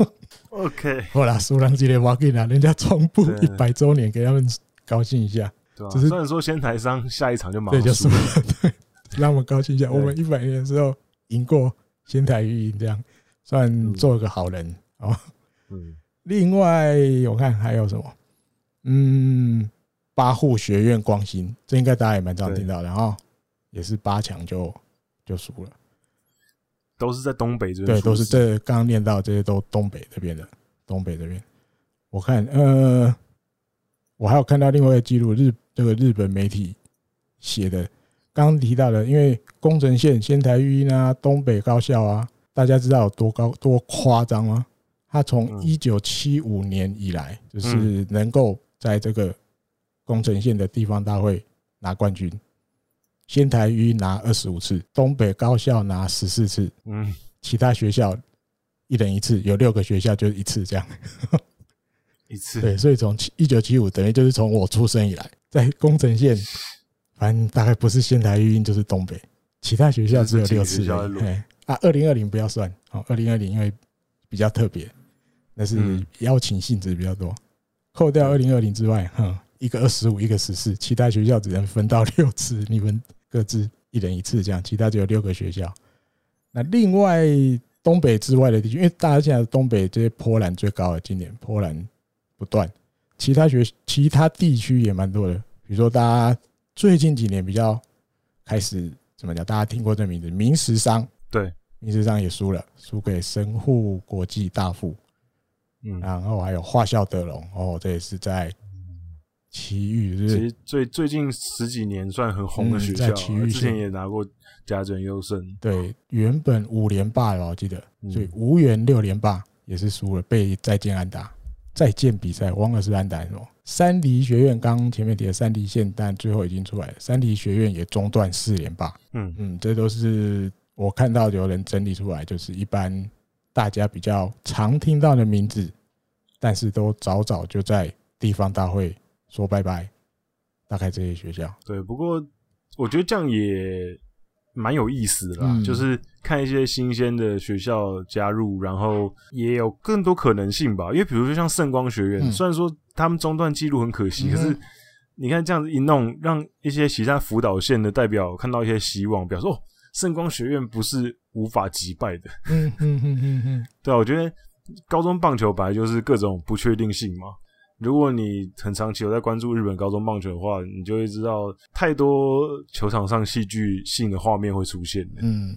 Speaker 2: OK，
Speaker 1: 好啦，输人这个挖给啦，人家创部一
Speaker 2: 对
Speaker 1: 百周年，给他们高兴一下。
Speaker 2: 对吧、
Speaker 1: 只是
Speaker 2: 虽然说仙台商下一场就马
Speaker 1: 对，
Speaker 2: 上
Speaker 1: 就
Speaker 2: 输
Speaker 1: 输
Speaker 2: 了
Speaker 1: 了，对， 让我们高兴一下。
Speaker 2: 对
Speaker 1: 我们一百年的时候赢过仙台育英，这样算做个好人。
Speaker 2: 嗯，
Speaker 1: 另外，我看还有什么？嗯，八户学院光新，这应该大家也蛮常听到的哈，也是八强就就输了。
Speaker 2: 都是在东北这边
Speaker 1: 对，
Speaker 2: 输的，
Speaker 1: 都是这刚刚念到这些都东北这边的，东北这边。我看，呃，我还有看到另外一个记录，日这个日本媒体写的，刚刚提到的，因为宫城县仙台育英啊，东北高校啊，大家知道有多高多夸张吗？他从
Speaker 2: 嗯
Speaker 1: 一九七五年以来，就是能够在这个宫城县的地方大会拿冠军，仙台育英拿二十五次，东北高校拿十四次，
Speaker 2: 嗯，
Speaker 1: 其他学校一人一次，有六个学校就是一次这 样。
Speaker 2: 一次
Speaker 1: 对，所以从一九七五等于就是从我出生以来，在宫城县，反正大概不是仙台育英就是东北，其他学校只有六次
Speaker 2: 就是这几个学校在
Speaker 1: 而已。
Speaker 2: 录
Speaker 1: 哎啊，二零二零不要算哦，二零二零因为比较特别，那是
Speaker 2: 嗯
Speaker 1: 邀请性质比较多。扣掉二零二零之外，哼，一个二十五，一个十四，其他学校只能分到六次，你们各自一人一次这样，其他只有六个学校。那另外东北之外的地区，因为大家现在东北这些波兰最高的，今年波兰不断，其他学其他地区也蛮多的，比如说大家最近几年比较开始怎么讲，大家听过这名字，明石商，
Speaker 2: 对，
Speaker 1: 明石商也输了，输给神户国际大富，
Speaker 2: 嗯，
Speaker 1: 然后还有华校德龙，哦，这也是在奇遇，是不
Speaker 2: 其
Speaker 1: 是
Speaker 2: 实最最近十几年算很红的
Speaker 1: 嗯
Speaker 2: 学
Speaker 1: 在
Speaker 2: 校
Speaker 1: 体
Speaker 2: 啊，
Speaker 1: 育
Speaker 2: 之前
Speaker 1: 系
Speaker 2: 也拿过家政优胜，
Speaker 1: 对，原本五连霸了，我记得，
Speaker 2: 嗯
Speaker 1: 所以无缘六连霸也是输了，被再见安打，再见比赛忘了是安打还是什么。三梨学院刚刚前面提的三梨县，但最后已经出来了，三梨学院也中断四连霸。
Speaker 2: 嗯
Speaker 1: 嗯，这都是我看到有人整理出来，就是一般大家比较常听到的名字，但是都早早就在地方大会说拜拜，大概这些学校。
Speaker 2: 对，不过我觉得这样也蛮有意思的啦，
Speaker 1: 嗯
Speaker 2: 就是看一些新鲜的学校加入，然后也有更多可能性吧。因为比如说像圣光学院，
Speaker 1: 嗯
Speaker 2: 虽然说他们中断记录很可惜，
Speaker 1: 嗯哼
Speaker 2: 可是你看这样子一弄，让一些其他辅导线的代表看到一些希望，表示哦，圣光学院不是无法击败的。
Speaker 1: 嗯嗯嗯嗯嗯，
Speaker 2: 对啊，我觉得高中棒球本来就是各种不确定性嘛。如果你很长期有在关注日本高中棒球的话，你就会知道太多球场上戏剧性的画面会出现的。
Speaker 1: 嗯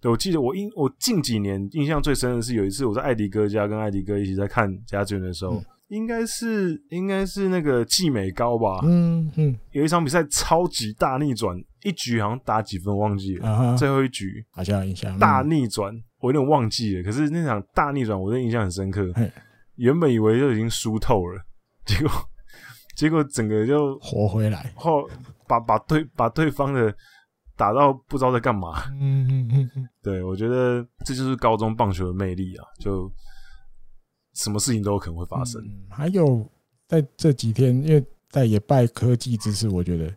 Speaker 2: 对，我记得我印我近几年印象最深的是有一次我在艾迪哥家跟艾迪哥一起在看家眷的时候，
Speaker 1: 嗯
Speaker 2: 应该是应该是那个季美高吧，
Speaker 1: 嗯嗯
Speaker 2: 有一场比赛超级大逆转，一局好像打几分忘记了，
Speaker 1: 啊哈，
Speaker 2: 最后一局
Speaker 1: 好像有印象。
Speaker 2: 大
Speaker 1: 嗯
Speaker 2: 逆转，我有点忘记了。可是那场大逆转，我真的印象很深刻
Speaker 1: 嘿。
Speaker 2: 原本以为就已经输透了，结果结果整个就
Speaker 1: 活回来。
Speaker 2: 后把把对把对方的打到不知道在干嘛。
Speaker 1: 嗯嗯嗯嗯，
Speaker 2: 对我觉得这就是高中棒球的魅力啊，就什么事情都有可能会发生。
Speaker 1: 嗯还有在这几天，因为在也拜科技支持，我觉得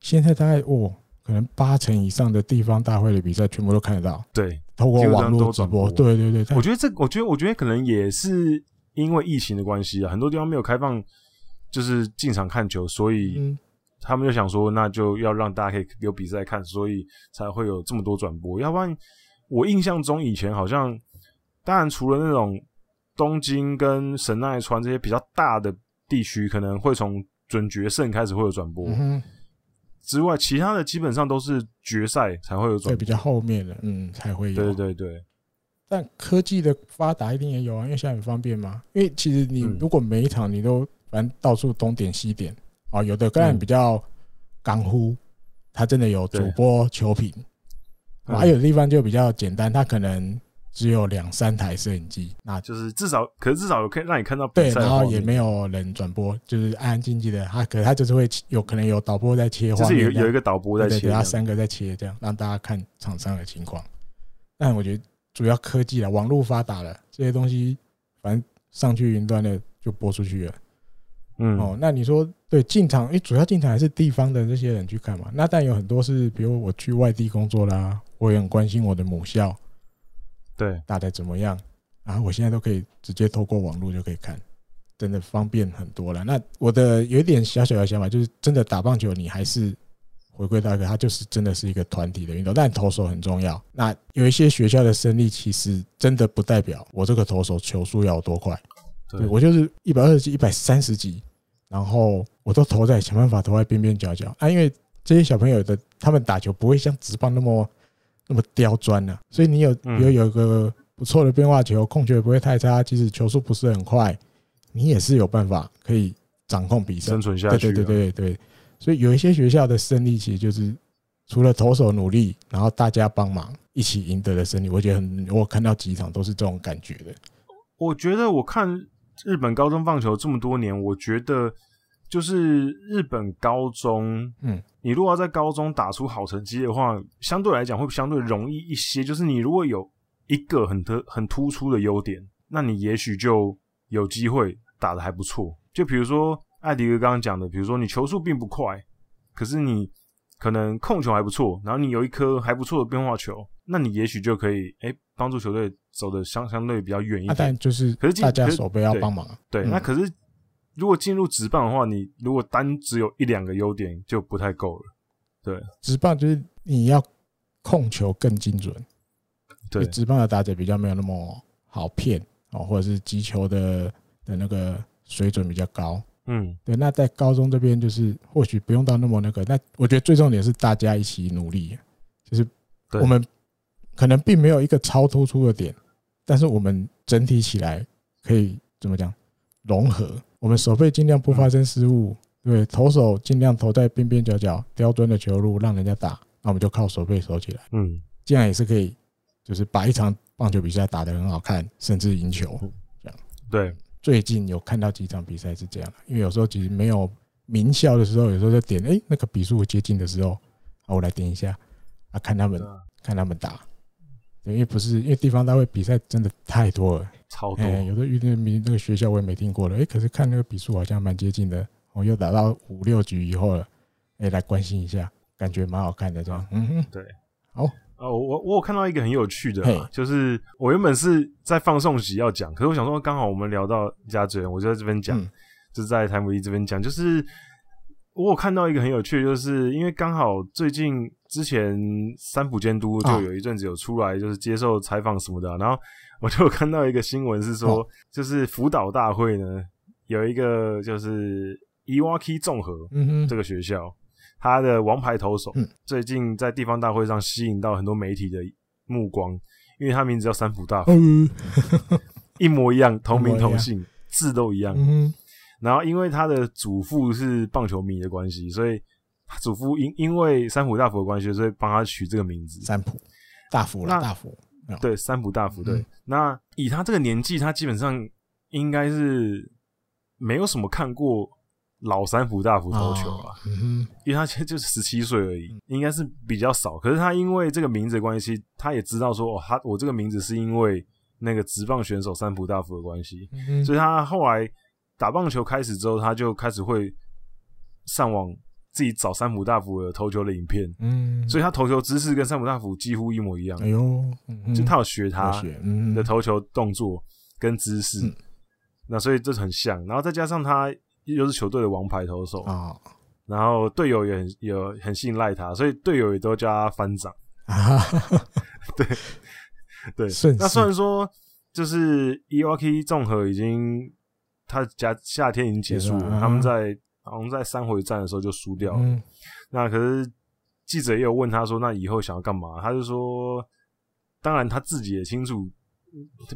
Speaker 1: 现在大概哦，可能八成以上的地方大会的比赛全部都看得到，
Speaker 2: 对，
Speaker 1: 透过
Speaker 2: 基本上
Speaker 1: 网络
Speaker 2: 都
Speaker 1: 直
Speaker 2: 转
Speaker 1: 播。
Speaker 2: 播
Speaker 1: 对对对，它
Speaker 2: 我觉得这，我觉得我觉得可能也是因为疫情的关系啊，很多地方没有开放，就是进场看球，所以
Speaker 1: 嗯
Speaker 2: 他们就想说，那就要让大家可以有比赛看，所以才会有这么多转播。要不然，我印象中以前好像，当然除了那种东京跟神奈川这些比较大的地区，可能会从准决胜开始会有转播、
Speaker 1: 嗯哼，
Speaker 2: 之外，其他的基本上都是决赛才会有
Speaker 1: 对
Speaker 2: 转
Speaker 1: 比
Speaker 2: 播。
Speaker 1: 较后面的，嗯，才会有。
Speaker 2: 对对对，
Speaker 1: 但科技的发达一定也有啊，因为现在很方便嘛。因为其实你
Speaker 2: 嗯
Speaker 1: 如果每一场你都反正到处东点西点啊，有的当然
Speaker 2: 嗯
Speaker 1: 比较港呼，它真的有主
Speaker 2: 对
Speaker 1: 播球评，
Speaker 2: 嗯
Speaker 1: 还有的地方就比较简单，它可能只有两三台摄影机，那
Speaker 2: 就是至少，可是至少有看让你看到比
Speaker 1: 对，
Speaker 2: 赛的
Speaker 1: 然
Speaker 2: 画
Speaker 1: 后也
Speaker 2: 面，
Speaker 1: 没有人转播，就是安安静静的，他可能他就是会切有可能有导播在切
Speaker 2: 就
Speaker 1: 画
Speaker 2: 是
Speaker 1: 面这
Speaker 2: 有
Speaker 1: 样，
Speaker 2: 有一个导播在
Speaker 1: 对
Speaker 2: 切
Speaker 1: 对，
Speaker 2: 这
Speaker 1: 他
Speaker 2: 样，
Speaker 1: 三个在切这样，让大家看场上的情况。但我觉得主要科技了，啊网络发达了，这些东西反正上去云端了就播出去了。
Speaker 2: 嗯
Speaker 1: 哦，那你说对进场，因为主要进场还是地方的这些人去看嘛。那但有很多是，比如我去外地工作啦，我也很关心我的母校
Speaker 2: 对，
Speaker 1: 打得怎么样啊，我现在都可以直接透过网络就可以看，真的方便很多了。那我的有一点小小的想法就是，真的打棒球你还是回归到一个，它就是真的是一个团体的运动，但投手很重要。那有一些学校的胜利，其实真的不代表我这个投手球速要有多快。
Speaker 2: 对
Speaker 1: 我就是一百二十几、一百三十几，然后我都投在想办法投在边边角角。啊，因为这些小朋友的他们打球不会像职棒那么那么刁钻了、所以你有
Speaker 2: 嗯
Speaker 1: 有有一个不错的变化球，控球也不会太差，即使球速不是很快，你也是有办法可以掌控比赛
Speaker 2: 生。存下
Speaker 1: 对
Speaker 2: 去
Speaker 1: 对
Speaker 2: 啊，
Speaker 1: 对对对，所以有一些学校的胜利其实就是除了投手努力，然后大家帮忙一起赢得的胜利。我觉得很，我看到几场都是这种感觉的。
Speaker 2: 我觉得我看日本高中棒球这么多年，我觉得就是日本高中，
Speaker 1: 嗯，
Speaker 2: 你如果要在高中打出好成绩的话，相对来讲会相对容易一些。就是你如果有一个很特很突出的优点，那你也许就有机会打的还不错。就比如说艾迪哥刚刚讲的，比如说你球速并不快，可是你可能控球还不错，然后你有一颗还不错的变化球，那你也许就可以哎帮助球队走的相相对比较远一
Speaker 1: 啊，
Speaker 2: 点。
Speaker 1: 但就是
Speaker 2: 可是进
Speaker 1: 大家
Speaker 2: 可是
Speaker 1: 手背要
Speaker 2: 对
Speaker 1: 帮忙啊。
Speaker 2: 对，
Speaker 1: 嗯
Speaker 2: 那可是如果进入职棒的话，你如果单只有一两个优点就不太够了。
Speaker 1: 直棒就是你要控球更精准，
Speaker 2: 对
Speaker 1: 就直棒的打者比较没有那么好骗哦，或者是击球的的那个水准比较高。
Speaker 2: 嗯，
Speaker 1: 对，那在高中这边就是或许不用到那么那个，那我觉得最重点是大家一起努力，就是
Speaker 2: 对
Speaker 1: 我们可能并没有一个超突出的点，但是我们整体起来可以怎么讲融合，我们手背尽量不发生失误，对，投手尽量投在边边角角刁钻的球路让人家打，那我们就靠手背守起来，
Speaker 2: 嗯，
Speaker 1: 这样也是可以，就是把一场棒球比赛打得很好看，甚至赢球。
Speaker 2: 对，
Speaker 1: 最近有看到几场比赛是这样的，因为有时候其实没有名校的时候，有时候就点哎、诶那个比数接近的时候，啊我来点一下啊看他们
Speaker 2: 对啊
Speaker 1: 看他们打，对因为不是因为地方大会比赛真的太多了，
Speaker 2: 超多。
Speaker 1: 哎、有的遇见名那个学校我也没听过了，哎、可是看那个比数好像蛮接近的，我又打到五六局以后了，哎、来关心一下，感觉蛮好看的这样，嗯哼，
Speaker 2: 哦，我我有看到一个很有趣的啊
Speaker 1: 嘿，
Speaker 2: 就是我原本是在放送席要讲，可是我想说刚好我们聊到家人，我就在这边讲，
Speaker 1: 嗯
Speaker 2: 就在谭福一这边讲，就是我有看到一个很有趣的，就是因为刚好最近之前三浦监督
Speaker 1: 啊
Speaker 2: 就有一阵子有出来，就是接受采访什么的啊、然后我就有看到一个新闻是
Speaker 1: 哦
Speaker 2: 说，就是福岛大会呢有一个就是 Iwaki 综合，
Speaker 1: 嗯哼，
Speaker 2: 这个学校，他的王牌投手、
Speaker 1: 嗯
Speaker 2: 最近在地方大会上吸引到很多媒体的目光，因为他名字叫三浦大辅，
Speaker 1: 嗯
Speaker 2: 一模一样，同
Speaker 1: 一
Speaker 2: 名
Speaker 1: 模一样
Speaker 2: 同姓，字都一样。
Speaker 1: 嗯哼，
Speaker 2: 然后因为他的祖父是棒球迷的关系，所以他祖父因因为三浦大辅的关系，所以帮他取这个名字。
Speaker 1: 三浦大福了，
Speaker 2: 那
Speaker 1: 大福，
Speaker 2: 对，三浦大辅。对，
Speaker 1: 嗯
Speaker 2: 那以他这个年纪，他基本上应该是没有什么看过老三浦大辅投球了、
Speaker 1: 啊，嗯哼，
Speaker 2: 因为他现在就是十七岁而已
Speaker 1: 嗯，
Speaker 2: 应该是比较少。可是他因为这个名字的关系，他也知道说，哦，他我这个名字是因为那个职棒选手三浦大辅的关系，
Speaker 1: 嗯哼
Speaker 2: 所以他后来打棒球开始之后，他就开始会上网自己找三浦大辅的投球的影片，
Speaker 1: 嗯，
Speaker 2: 所以他投球姿势跟三浦大辅几乎一模一样
Speaker 1: 哎，呦，嗯哼
Speaker 2: 就他有学他
Speaker 1: 科学，嗯，
Speaker 2: 的投球动作跟姿势
Speaker 1: 嗯，
Speaker 2: 那所以这很像。然后再加上他又是球队的王牌投手，
Speaker 1: 啊
Speaker 2: 然后队友也很有很信赖他，所以队友也都叫他班长。
Speaker 1: 啊，
Speaker 2: 对，
Speaker 1: 顺
Speaker 2: 那
Speaker 1: 势
Speaker 2: 虽然说就是 e o k 综合已经他家夏天已经结束
Speaker 1: 结
Speaker 2: 了，
Speaker 1: 束了
Speaker 2: 他们在好像在三回战的时候就输掉了。
Speaker 1: 嗯，
Speaker 2: 那可是记者也有问他说，那以后想要干嘛？他就说，当然他自己也清楚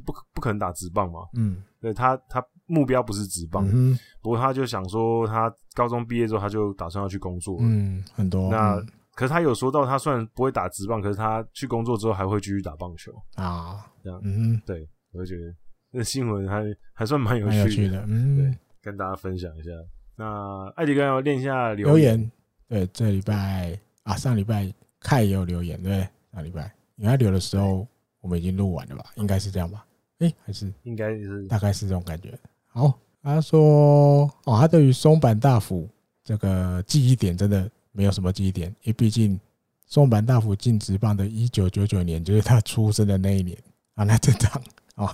Speaker 2: 不可不可能打直棒嘛，
Speaker 1: 嗯
Speaker 2: 对他他目标不是直棒，
Speaker 1: 嗯哼
Speaker 2: 不过他就想说他高中毕业之后他就打算要去工作了，
Speaker 1: 嗯，很多
Speaker 2: 那
Speaker 1: 嗯
Speaker 2: 可是他有说到，他虽然不会打直棒，可是他去工作之后还会继续打棒球。
Speaker 1: 啊
Speaker 2: 这样，
Speaker 1: 嗯
Speaker 2: 对，我就觉得那新闻还还算蛮有
Speaker 1: 哼，
Speaker 2: 趣
Speaker 1: 蛮
Speaker 2: 的，
Speaker 1: 有趣的，嗯
Speaker 2: 对，跟大家分享一下。那艾迪哥要念一下
Speaker 1: 留
Speaker 2: 留言，
Speaker 1: 言，对，这礼拜啊，上礼拜凯也有留言，对不对，上礼拜你他留的时候，我们已经录完了吧？应该是这样吧？诶，还是
Speaker 2: 应该是
Speaker 1: 大概是这种感觉。好，他说哦，他对于松坂大辅这个记忆点真的没有什么记忆点，因为毕竟松坂大辅进职棒的一九九九年就是他出生的那一年啊，那正常哦。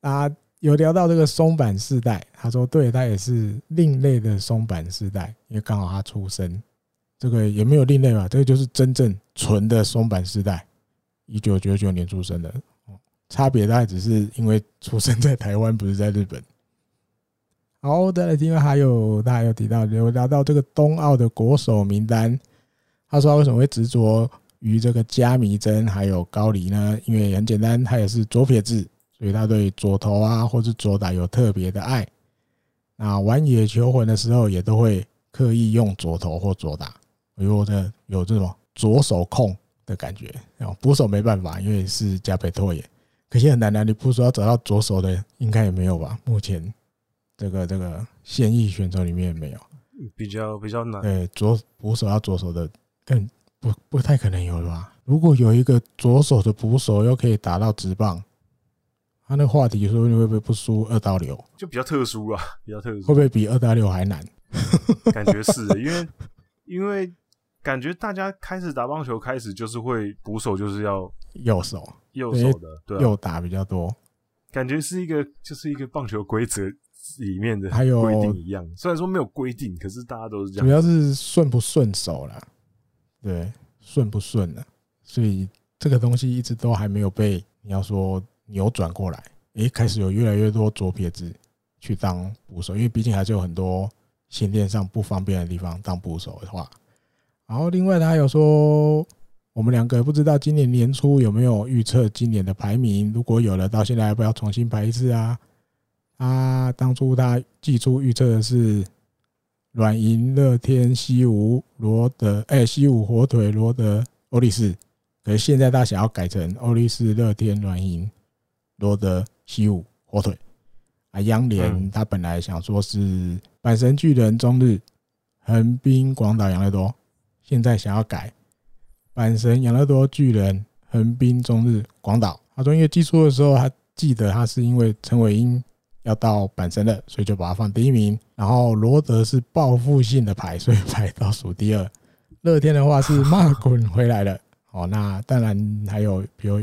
Speaker 1: 啊，有聊到这个松坂世代，他说对他也是另类的松坂世代，因为刚好他出生，这个也没有另类吧，这个就是真正纯的松坂世代，一九九九年出生的，差别大概只是因为出生在台湾，不是在日本。好，再来听，还有他还有提到有聊到这个冬奥的国手名单，他说他为什么会执着于这个加弥真还有高梨呢？因为很简单，他也是左撇子，所以他对左投啊或是左打有特别的爱。那玩野球魂的时候，也都会刻意用左投或左打，哎呦，这有这种左手控的感觉。然后捕手没办法，因为是加佩托耶。可惜很难啊，你不说要找到左手的，应该也没有吧？目前这个这个现役选手里面也没有。
Speaker 2: 比较比较难。
Speaker 1: 对，左捕手要左手的，更不不太可能有了吧？如果有一个左手的捕手又可以打到直棒，他那个话题说不定会不会不输二刀流？
Speaker 2: 就比较特殊啊，比较特
Speaker 1: 会不
Speaker 2: 殊，
Speaker 1: 会比二刀流还难？
Speaker 2: 感觉是的，因为因为感觉大家开始打棒球开始就是会捕手就是要
Speaker 1: 右手
Speaker 2: 右手的，对啊，
Speaker 1: 右打比较多，
Speaker 2: 感觉是一个就是一个棒球规则里面的
Speaker 1: 还有
Speaker 2: 规定一样，虽然说没有规定，可是大家都是这
Speaker 1: 主
Speaker 2: 样。
Speaker 1: 要是顺不顺手啦，对，顺不顺了，所以这个东西一直都还没有被你要说扭转过来。诶，开始有越来越多左撇子去当捕手，因为毕竟还是有很多先天上不方便的地方当捕手的话。然后另外他有说，我们两个不知道今年年初有没有预测今年的排名，如果有了，到现在要不要重新排一次啊？啊，当初他寄出预测的是软银、乐天、西武、罗德，哎、西武、火腿、罗德、欧力士。可是现在他想要改成欧力士、乐天、软银、罗德、西武、火腿。啊，央联
Speaker 2: 嗯
Speaker 1: 他本来想说是阪神巨人、中日、横滨、广岛、养乐多，现在想要改阪神、养乐多、巨人、横滨、中日、广岛。他说，因为寄出的时候，他记得他是因为陈伟英要到阪神了，所以就把它放第一名。然后罗德是报复性的排，所以排倒数第二。乐天的话是骂滚回来了， 哦，那当然还有比如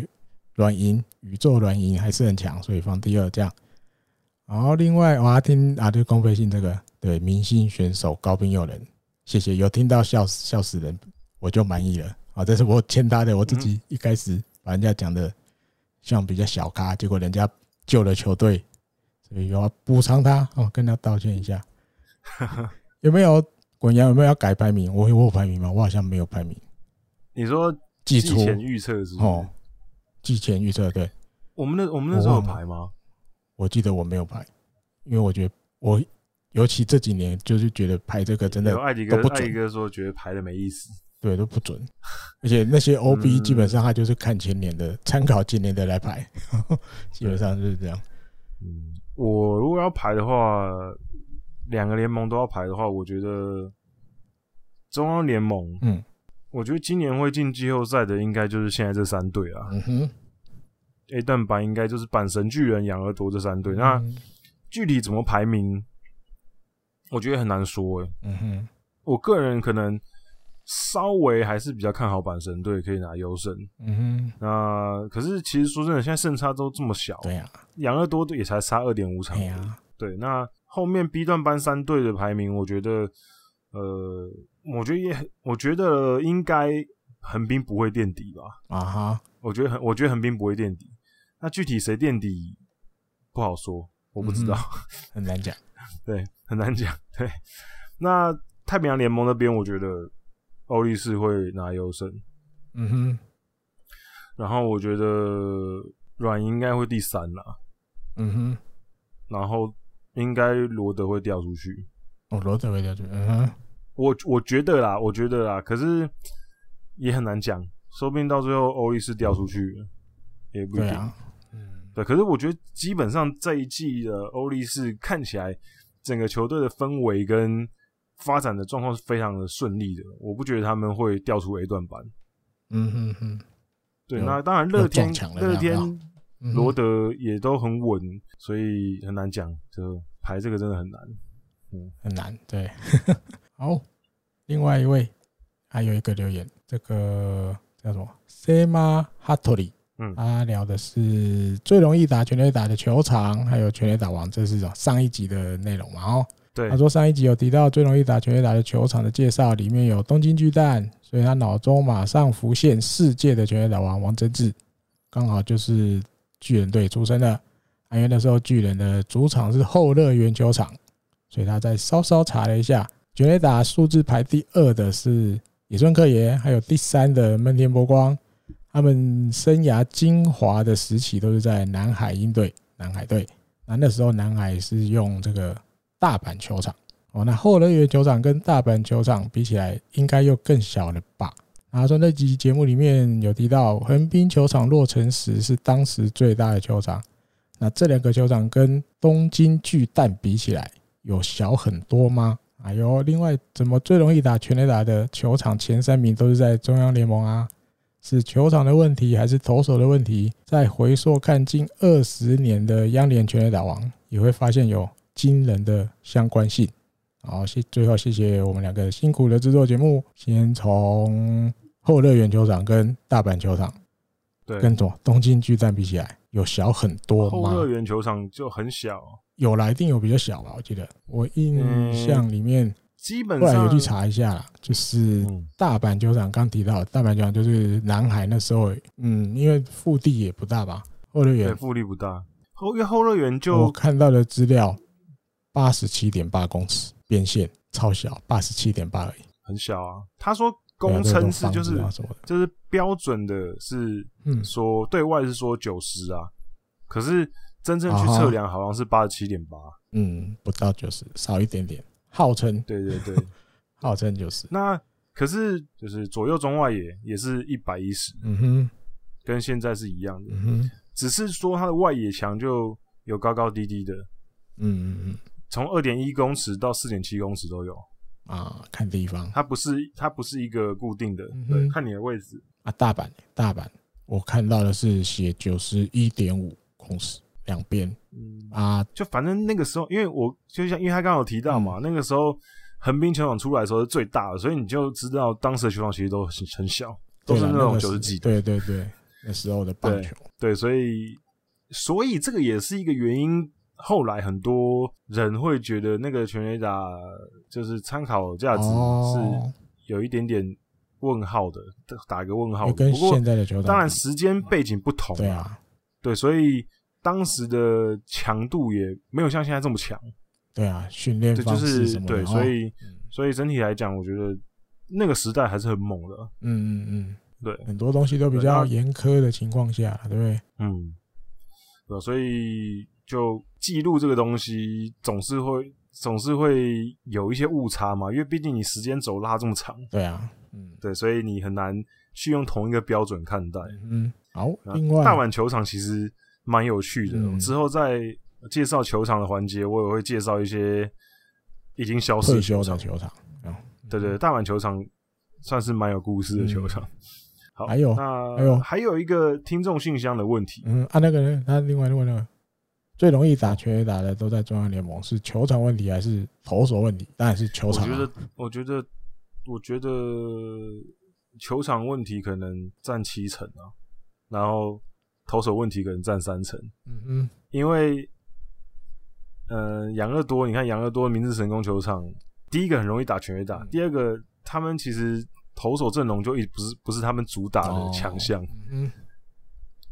Speaker 1: 软银、宇宙软银还是很强，所以放第二这样。然后另外我还听啊，对公费性这个对明星选手高滨佑人，谢谢有听到笑死笑死人，我就满意了。啊，这是我欠他的，我自己一开始把人家讲的像比较小咖，结果人家救了球队，所以我要补偿他哦，跟他道歉一 下。有没有滚羊有没有要改排名？我我有排名吗？我好像没有排名，
Speaker 2: 你说
Speaker 1: 寄
Speaker 2: 季
Speaker 1: 出
Speaker 2: 前预测是不是
Speaker 1: 哦，季前预测对，
Speaker 2: 我们那我们那时候有
Speaker 1: 哦
Speaker 2: 排吗？
Speaker 1: 我记得我没有排，因为我觉得我尤其这几年就是觉得排这个真
Speaker 2: 有
Speaker 1: 的
Speaker 2: 艾迪哥
Speaker 1: 都不，准
Speaker 2: 艾迪哥说觉得排的没意思，
Speaker 1: 对都不准，而且那些 OB
Speaker 2: 嗯
Speaker 1: 基本上他就是看前年的，参考前年的来排， 基本上就是这样。
Speaker 2: 嗯，我如果要排的话，两个联盟都要排的话，我觉得中央联盟，
Speaker 1: 嗯，
Speaker 2: 我觉得今年会进季后赛的应该就是现在这三队啊。
Speaker 1: 嗯哼，
Speaker 2: A 蛋白应该就是阪神巨人、养乐多这三队。那
Speaker 1: 嗯
Speaker 2: 具体怎么排名，我觉得很难说、欸。
Speaker 1: 嗯哼，
Speaker 2: 我个人可能稍微还是比较看好阪神队可以拿优胜。
Speaker 1: 嗯
Speaker 2: 那可是其实说真的，现在胜差都这么小
Speaker 1: 哼，，对呀，
Speaker 2: 养乐多也才差二点五场
Speaker 1: 哎。呀，
Speaker 2: 对，那后面 B 段班三队的排名，我觉得，呃，我觉得也很，我觉得应该横滨不会垫底吧？
Speaker 1: 啊哈，
Speaker 2: 我觉得很，我觉得横滨不会垫底。那具体谁垫底不好说，我不知道，
Speaker 1: 很难讲。
Speaker 2: 对，很难讲。对，那太平洋联盟那边，我觉得欧力士会拿优胜，
Speaker 1: 嗯哼，
Speaker 2: 然后我觉得软银应该会第三哦啦，
Speaker 1: 嗯
Speaker 2: 然后应该罗德会掉出去。
Speaker 1: 哼，哦，罗德维掉去，嗯哼，
Speaker 2: 我我觉得啦，我觉得啦，可是也很难讲，说不定到最后欧力士掉出去了，也不一
Speaker 1: 对
Speaker 2: 定。
Speaker 1: 啊，嗯，
Speaker 2: 对，可是我觉得基本上这一季的欧力士看起来，整个球队的氛围跟发展的状况是非常的顺利的，我不觉得他们会掉出 A 段班。
Speaker 1: 嗯哼哼
Speaker 2: 对，
Speaker 1: 有
Speaker 2: 那当然乐天
Speaker 1: 有撞墙了
Speaker 2: 乐
Speaker 1: 这
Speaker 2: 天
Speaker 1: 样啊嗯哼，
Speaker 2: 罗德也都很稳，所以很难讲，就排这个真的很难。
Speaker 1: 很难，对。 好，另外一位还有一个留言，这个叫什么 Sema Hattori，
Speaker 2: 嗯
Speaker 1: 他聊的是最容易打全垒打的球场，还有全垒打王，这是种上一集的内容嘛？哦，
Speaker 2: 对
Speaker 1: 他，说上一集有提到最容易打全垒打的球场的介绍，里面有东京巨蛋，所以他脑中马上浮现世界的全垒打王王贞治，刚好就是巨人队出身的。啊因为那时候巨人的主场是后乐园球场，所以他再稍稍查了一下，全垒打数字排第二的是野村克也，还有第三的闷天波光，他们生涯精华的时期都是在南海鹰队、南海队。那那时候南海是用这个大阪球场哦，那后乐园球场跟大阪球场比起来，应该又更小了吧？啊然后说那集节目里面有提到，横滨球场落成时是当时最大的球场，那这两个球场跟东京巨蛋比起来，有小很多吗？哎呦，另外怎么最容易打全垒打的球场前三名都是在中央联盟啊？是球场的问题还是投手的问题？再回溯看近二十年的央联全垒打王，也会发现有惊人的相关性。好，谢最后谢谢我们两个辛苦的制作节目，先从后乐园球场跟大阪球场
Speaker 2: 对，
Speaker 1: 跟什么东京巨蛋比起来，有小很多
Speaker 2: 后
Speaker 1: 吗？
Speaker 2: 乐园球场就很小，
Speaker 1: 有啦，一定有比较小吧？我记得我印象里面，
Speaker 2: 嗯基本
Speaker 1: 后来
Speaker 2: 上
Speaker 1: 有去查一下啦，就是
Speaker 2: 嗯，
Speaker 1: 大阪球场刚提到，大阪球场就是南海那时候，嗯，因为腹地也不大吧，后乐
Speaker 2: 对，
Speaker 1: 园
Speaker 2: 复利不大。后因为后乐园
Speaker 1: 我
Speaker 2: 就
Speaker 1: 看到的资料八十七点八公尺边线，超小，八十七点八而已。
Speaker 2: 很小啊，他说
Speaker 1: 对啊
Speaker 2: 公
Speaker 1: 这种
Speaker 2: 称是
Speaker 1: 房
Speaker 2: 就是
Speaker 1: 子啊什么的，
Speaker 2: 就是标准的是
Speaker 1: 嗯，
Speaker 2: 说对外是说九十啊，可是真正去
Speaker 1: 啊哈
Speaker 2: 测量好像是八十七点八。
Speaker 1: 嗯，不到九十，少一点点，号称
Speaker 2: 对对 对，
Speaker 1: 号称九十，
Speaker 2: 那可是就是左右中外野也是一百一十，
Speaker 1: 嗯哼，
Speaker 2: 跟现在是一样的，
Speaker 1: 嗯哼，
Speaker 2: 只是说它的外野墙就有高高低低的，
Speaker 1: 嗯嗯
Speaker 2: 从二点一公尺到四点七公尺都有，
Speaker 1: 嗯，啊，看地方
Speaker 2: 它不是它不是一个固定的，
Speaker 1: 嗯哼
Speaker 2: 对，看你的位置。
Speaker 1: 啊，大阪，大阪，我看到的是写九十一点五公尺两边
Speaker 2: 嗯，
Speaker 1: 啊，
Speaker 2: 就反正那个时候，因为我就像因为他刚刚有提到
Speaker 1: 嗯
Speaker 2: 嘛，那个时候横滨球场出来的时候是最大的，所以你就知道当时的球场其实都很很小，都
Speaker 1: 对
Speaker 2: 是
Speaker 1: 啦
Speaker 2: 那
Speaker 1: 那
Speaker 2: 种
Speaker 1: 个
Speaker 2: 九十
Speaker 1: 时
Speaker 2: 几的。
Speaker 1: 对对对，那时候的棒
Speaker 2: 对
Speaker 1: 球，
Speaker 2: 对，所以所以这个也是一个原因。后来很多人会觉得那个全垒打就是参考价值是
Speaker 1: 哦，
Speaker 2: 有一点点问号的，打个问号
Speaker 1: 也
Speaker 2: 的。
Speaker 1: 跟
Speaker 2: 不过
Speaker 1: 现在的球场，
Speaker 2: 当然时间背景不同、
Speaker 1: 对，啊，
Speaker 2: 对，所以当时的强度也没有像现在这么强。
Speaker 1: 对啊，训练
Speaker 2: 这
Speaker 1: 方
Speaker 2: 就
Speaker 1: 式
Speaker 2: 是
Speaker 1: 什么的，
Speaker 2: 对，
Speaker 1: 哦
Speaker 2: 所以
Speaker 1: 嗯
Speaker 2: 所以整体来讲，我觉得那个时代还是很猛的。
Speaker 1: 嗯嗯
Speaker 2: 对，
Speaker 1: 嗯，很多东西都比
Speaker 2: 对
Speaker 1: 较
Speaker 2: 那
Speaker 1: 严苛的情况下，对不对？
Speaker 2: 嗯，对，所以就记录这个东西总是会总是会有一些误差嘛，因为毕竟你时间轴拉这么长，
Speaker 1: 对啊，嗯
Speaker 2: 对，所以你很难去用同一个标准看待。
Speaker 1: 嗯，好，
Speaker 2: 那
Speaker 1: 另外
Speaker 2: 啊大阪球场其实蛮有趣的，
Speaker 1: 嗯
Speaker 2: 之后在介绍球场的环节，我也会介绍一些已经消失
Speaker 1: 退
Speaker 2: 的
Speaker 1: 休
Speaker 2: 球场
Speaker 1: 的。球场，哦
Speaker 2: 对对，大阪球场算是蛮有故事的球场。好，
Speaker 1: 嗯还有
Speaker 2: 那
Speaker 1: 还有
Speaker 2: 还有一个听众信箱的问题，
Speaker 1: 嗯，啊，那个人，他另外问那个最容易打全垒打的都在中央联盟，是球场问题还是投手问题？当然是球
Speaker 2: 我
Speaker 1: 场、啊。
Speaker 2: 觉得，我觉得，我觉得球场问题可能占七成啊，然后投手问题可能占三成，
Speaker 1: 嗯嗯，
Speaker 2: 因为，呃，养乐多，你看养乐多明治神宫球场，第一个很容易打全垒打，
Speaker 1: 嗯
Speaker 2: 第二个他们其实投手阵容就一直不是不是他们主打
Speaker 1: 哦
Speaker 2: 的强项。
Speaker 1: 嗯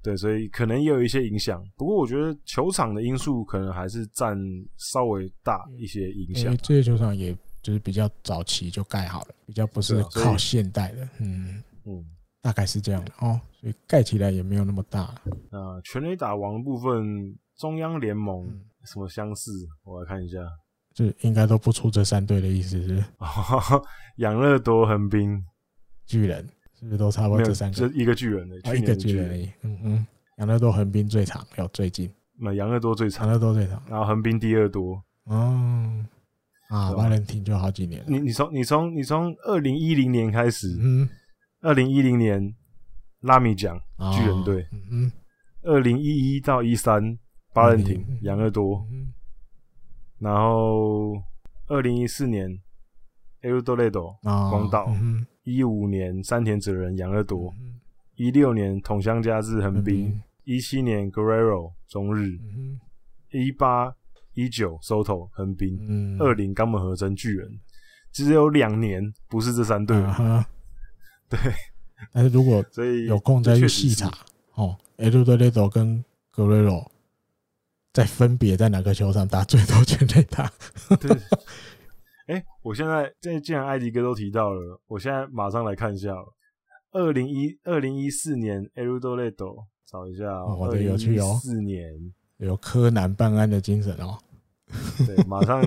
Speaker 2: 对，所以可能也有一些影响。不过我觉得球场的因素可能还是占稍微大一些影
Speaker 1: 嗯，因
Speaker 2: 响
Speaker 1: 为。这些球场也就是比较早期就盖好了，比较不是
Speaker 2: 对啊所以
Speaker 1: 靠现代的。嗯，
Speaker 2: 嗯，
Speaker 1: 大概是这样的哦，所以盖起来也没有那么大了。
Speaker 2: 那全垒打王的部分，中央联盟、
Speaker 1: 嗯
Speaker 2: 什么相似？我来看一下。
Speaker 1: 就应该都不出这三队的意思是不是
Speaker 2: 养乐多、横滨，
Speaker 1: 巨人是不是都差不
Speaker 2: 没
Speaker 1: 多
Speaker 2: 有，
Speaker 1: 这三
Speaker 2: 这
Speaker 1: 个？
Speaker 2: 一个巨人的，
Speaker 1: 啊，
Speaker 2: 去
Speaker 1: 一
Speaker 2: 年
Speaker 1: 个
Speaker 2: 的
Speaker 1: 巨人而
Speaker 2: 人，
Speaker 1: 已。嗯嗯，养乐多横滨最长，有最近
Speaker 2: 那养乐多最
Speaker 1: 长
Speaker 2: 长，
Speaker 1: 乐多最长。
Speaker 2: 然后横滨第二多。
Speaker 1: 哦，啊，
Speaker 2: 对吧
Speaker 1: 万人挺就好几年了。
Speaker 2: 你你从你从你从二零一零年开始，
Speaker 1: 嗯，
Speaker 2: 二零一零年拉米奖，
Speaker 1: 哦
Speaker 2: 巨人队。
Speaker 1: 嗯嗯
Speaker 2: 二零一一到一三巴伦廷
Speaker 1: 嗯、
Speaker 2: 养乐多，
Speaker 1: 嗯，
Speaker 2: 然后二零一四年 El Dorado，
Speaker 1: 啊，
Speaker 2: 广岛
Speaker 1: 嗯
Speaker 2: 一五年山田哲人养乐多，
Speaker 1: 嗯
Speaker 2: 一六年桶乡加治横
Speaker 1: 横
Speaker 2: 滨
Speaker 1: 滨，
Speaker 2: 一七年 Guerrero 中日，
Speaker 1: 嗯
Speaker 2: 一八一九 Soto 横滨，
Speaker 1: 嗯，
Speaker 2: 二零冈本和真巨人，只有两年不是这三队，
Speaker 1: 啊哈
Speaker 2: 对，
Speaker 1: 但是如果
Speaker 2: 所以
Speaker 1: 有空再去细查
Speaker 2: 这确
Speaker 1: 哦。e d u d o l e d o 跟 Guerrero 在分别在哪个球场打最多全垒打？
Speaker 2: 对，哎、我现在这既然艾迪哥都提到了，我现在马上来看一下哦。二零一二零一四年 e r u d o l e d o 找一下、
Speaker 1: 哦
Speaker 2: 哦，
Speaker 1: 我
Speaker 2: 二
Speaker 1: 的
Speaker 2: 零
Speaker 1: 有趣
Speaker 2: 一
Speaker 1: 哦
Speaker 2: 四年，
Speaker 1: 有柯南办案的精神哦。
Speaker 2: 对，马上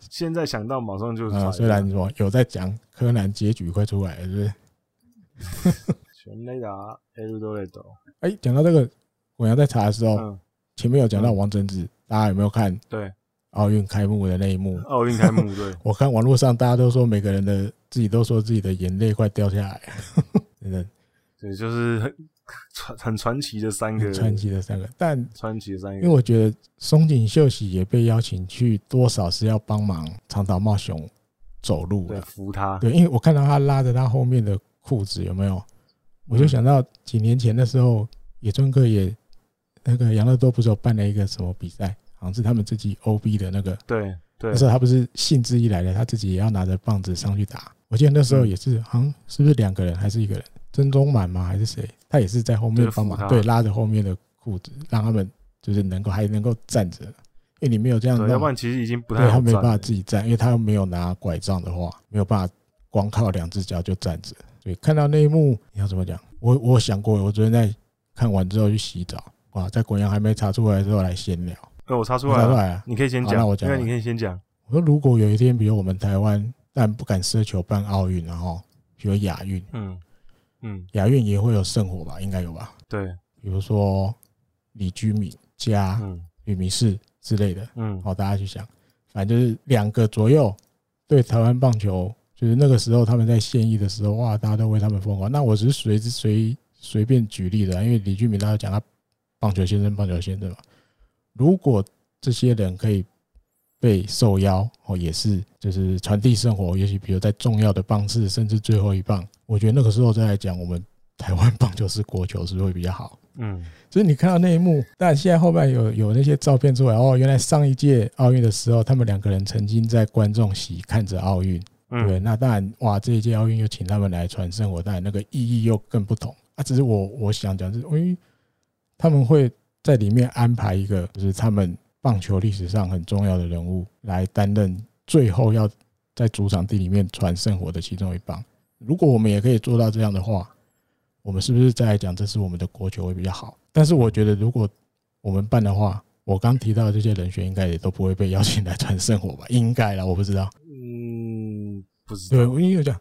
Speaker 2: 现在想到马 上就查一
Speaker 1: 呃，
Speaker 2: 下。
Speaker 1: 虽然说有在讲柯南结局快出来了，是不是？
Speaker 2: 全雷达 e r u d o l e d o
Speaker 1: 哎、讲到这个，我要在查的时候，
Speaker 2: 嗯，
Speaker 1: 前面有讲到王贞治，大家有没有看
Speaker 2: 对，
Speaker 1: 奥运开幕的那一幕？
Speaker 2: 奥运开幕对
Speaker 1: 我看网络上大家都说每个人的自己都说自己的眼泪快掉下来， 真的
Speaker 2: 对，就是很传很传奇的三个
Speaker 1: 很传奇的三个。但
Speaker 2: 传奇的三
Speaker 1: 因为
Speaker 2: 个，
Speaker 1: 我觉得松井秀喜也被邀请去，多少是要帮忙长岛茂雄走路
Speaker 2: 对，
Speaker 1: 了。
Speaker 2: 扶他，
Speaker 1: 对，因为我看到他拉着他后面的裤子有没有，我
Speaker 2: 嗯
Speaker 1: 就想到几年前的时候，野村哥也那个杨乐多不是有办了一个什么比赛，好像是他们自己 OB 的那个，
Speaker 2: 对对
Speaker 1: 那时候他不是兴致一来了，他自己也要拿着棒子上去打。我记得那时
Speaker 2: 嗯
Speaker 1: 候也是，好像是不是两个人还是一个人，曾宗满吗还是谁？他也是在后面帮
Speaker 2: 就是扶他
Speaker 1: 忙，对，拉着后面的裤子，让他们就是能够还能够站着，因为你没有这样弄，
Speaker 2: 对，要不然其实已经不太
Speaker 1: 对
Speaker 2: 好欸
Speaker 1: 他没
Speaker 2: 站
Speaker 1: 办法
Speaker 2: 了。
Speaker 1: 自己站，因为他又没有拿拐杖的话，没有办法光靠两只脚就站着。对，看到那一幕，你要怎么讲？我我有想过，我昨天在看完之后去洗澡，哇，在国阳还没查出来的时候来闲聊，
Speaker 2: 那我插出
Speaker 1: 查
Speaker 2: 来
Speaker 1: 出
Speaker 2: 了，
Speaker 1: 来啊。
Speaker 2: 你可以先
Speaker 1: 好
Speaker 2: 讲，
Speaker 1: 那我讲
Speaker 2: 因为你
Speaker 1: 完
Speaker 2: 可以先讲。
Speaker 1: 我说，如果有一天，比如我们台湾，但不敢奢求办奥运，然后比如亚运，
Speaker 2: 嗯，嗯，
Speaker 1: 亚运也会有圣火吧？应该有吧？
Speaker 2: 对，
Speaker 1: 比如说李居敏加
Speaker 2: 嗯
Speaker 1: 吕明士之类的，
Speaker 2: 嗯，
Speaker 1: 好，大家去想，反正就是两个左右。对台湾棒球，就是那个时候他们在现役的时候，哇，大家都为他们疯狂。那我只是随之随随便举例的啊，因为李俊明大家讲他棒球先生，棒球先生嘛。如果这些人可以被受邀，哦，也是就是传递生活，也许比如在重要的棒次，甚至最后一棒，我觉得那个时候再来讲，我们台湾棒球是国球是不是会比较好。
Speaker 2: 嗯，
Speaker 1: 所以你看到那一幕，但现在后面有有那些照片出来哦，原来上一届奥运的时候，他们两个人曾经在观众席看着奥运，
Speaker 2: 嗯
Speaker 1: 对，，那当然哇，这一届奥运又请他们来传圣火，当然那个意义又更不同啊。只是我我想讲是，因为他们会在里面安排一个，就是他们棒球历史上很重要的人物来担任最后要在主场地里面传圣火的其中一棒。如果我们也可以做到这样的话，我们是不是再来讲这是我们的国球会比较好？但是我觉得如果我们办的话，我刚提到的这些人选应该也都不会被邀请来传圣火吧？应该啦，我不知道。
Speaker 2: 嗯，不知
Speaker 1: 对，
Speaker 2: 道，
Speaker 1: 我因为有讲，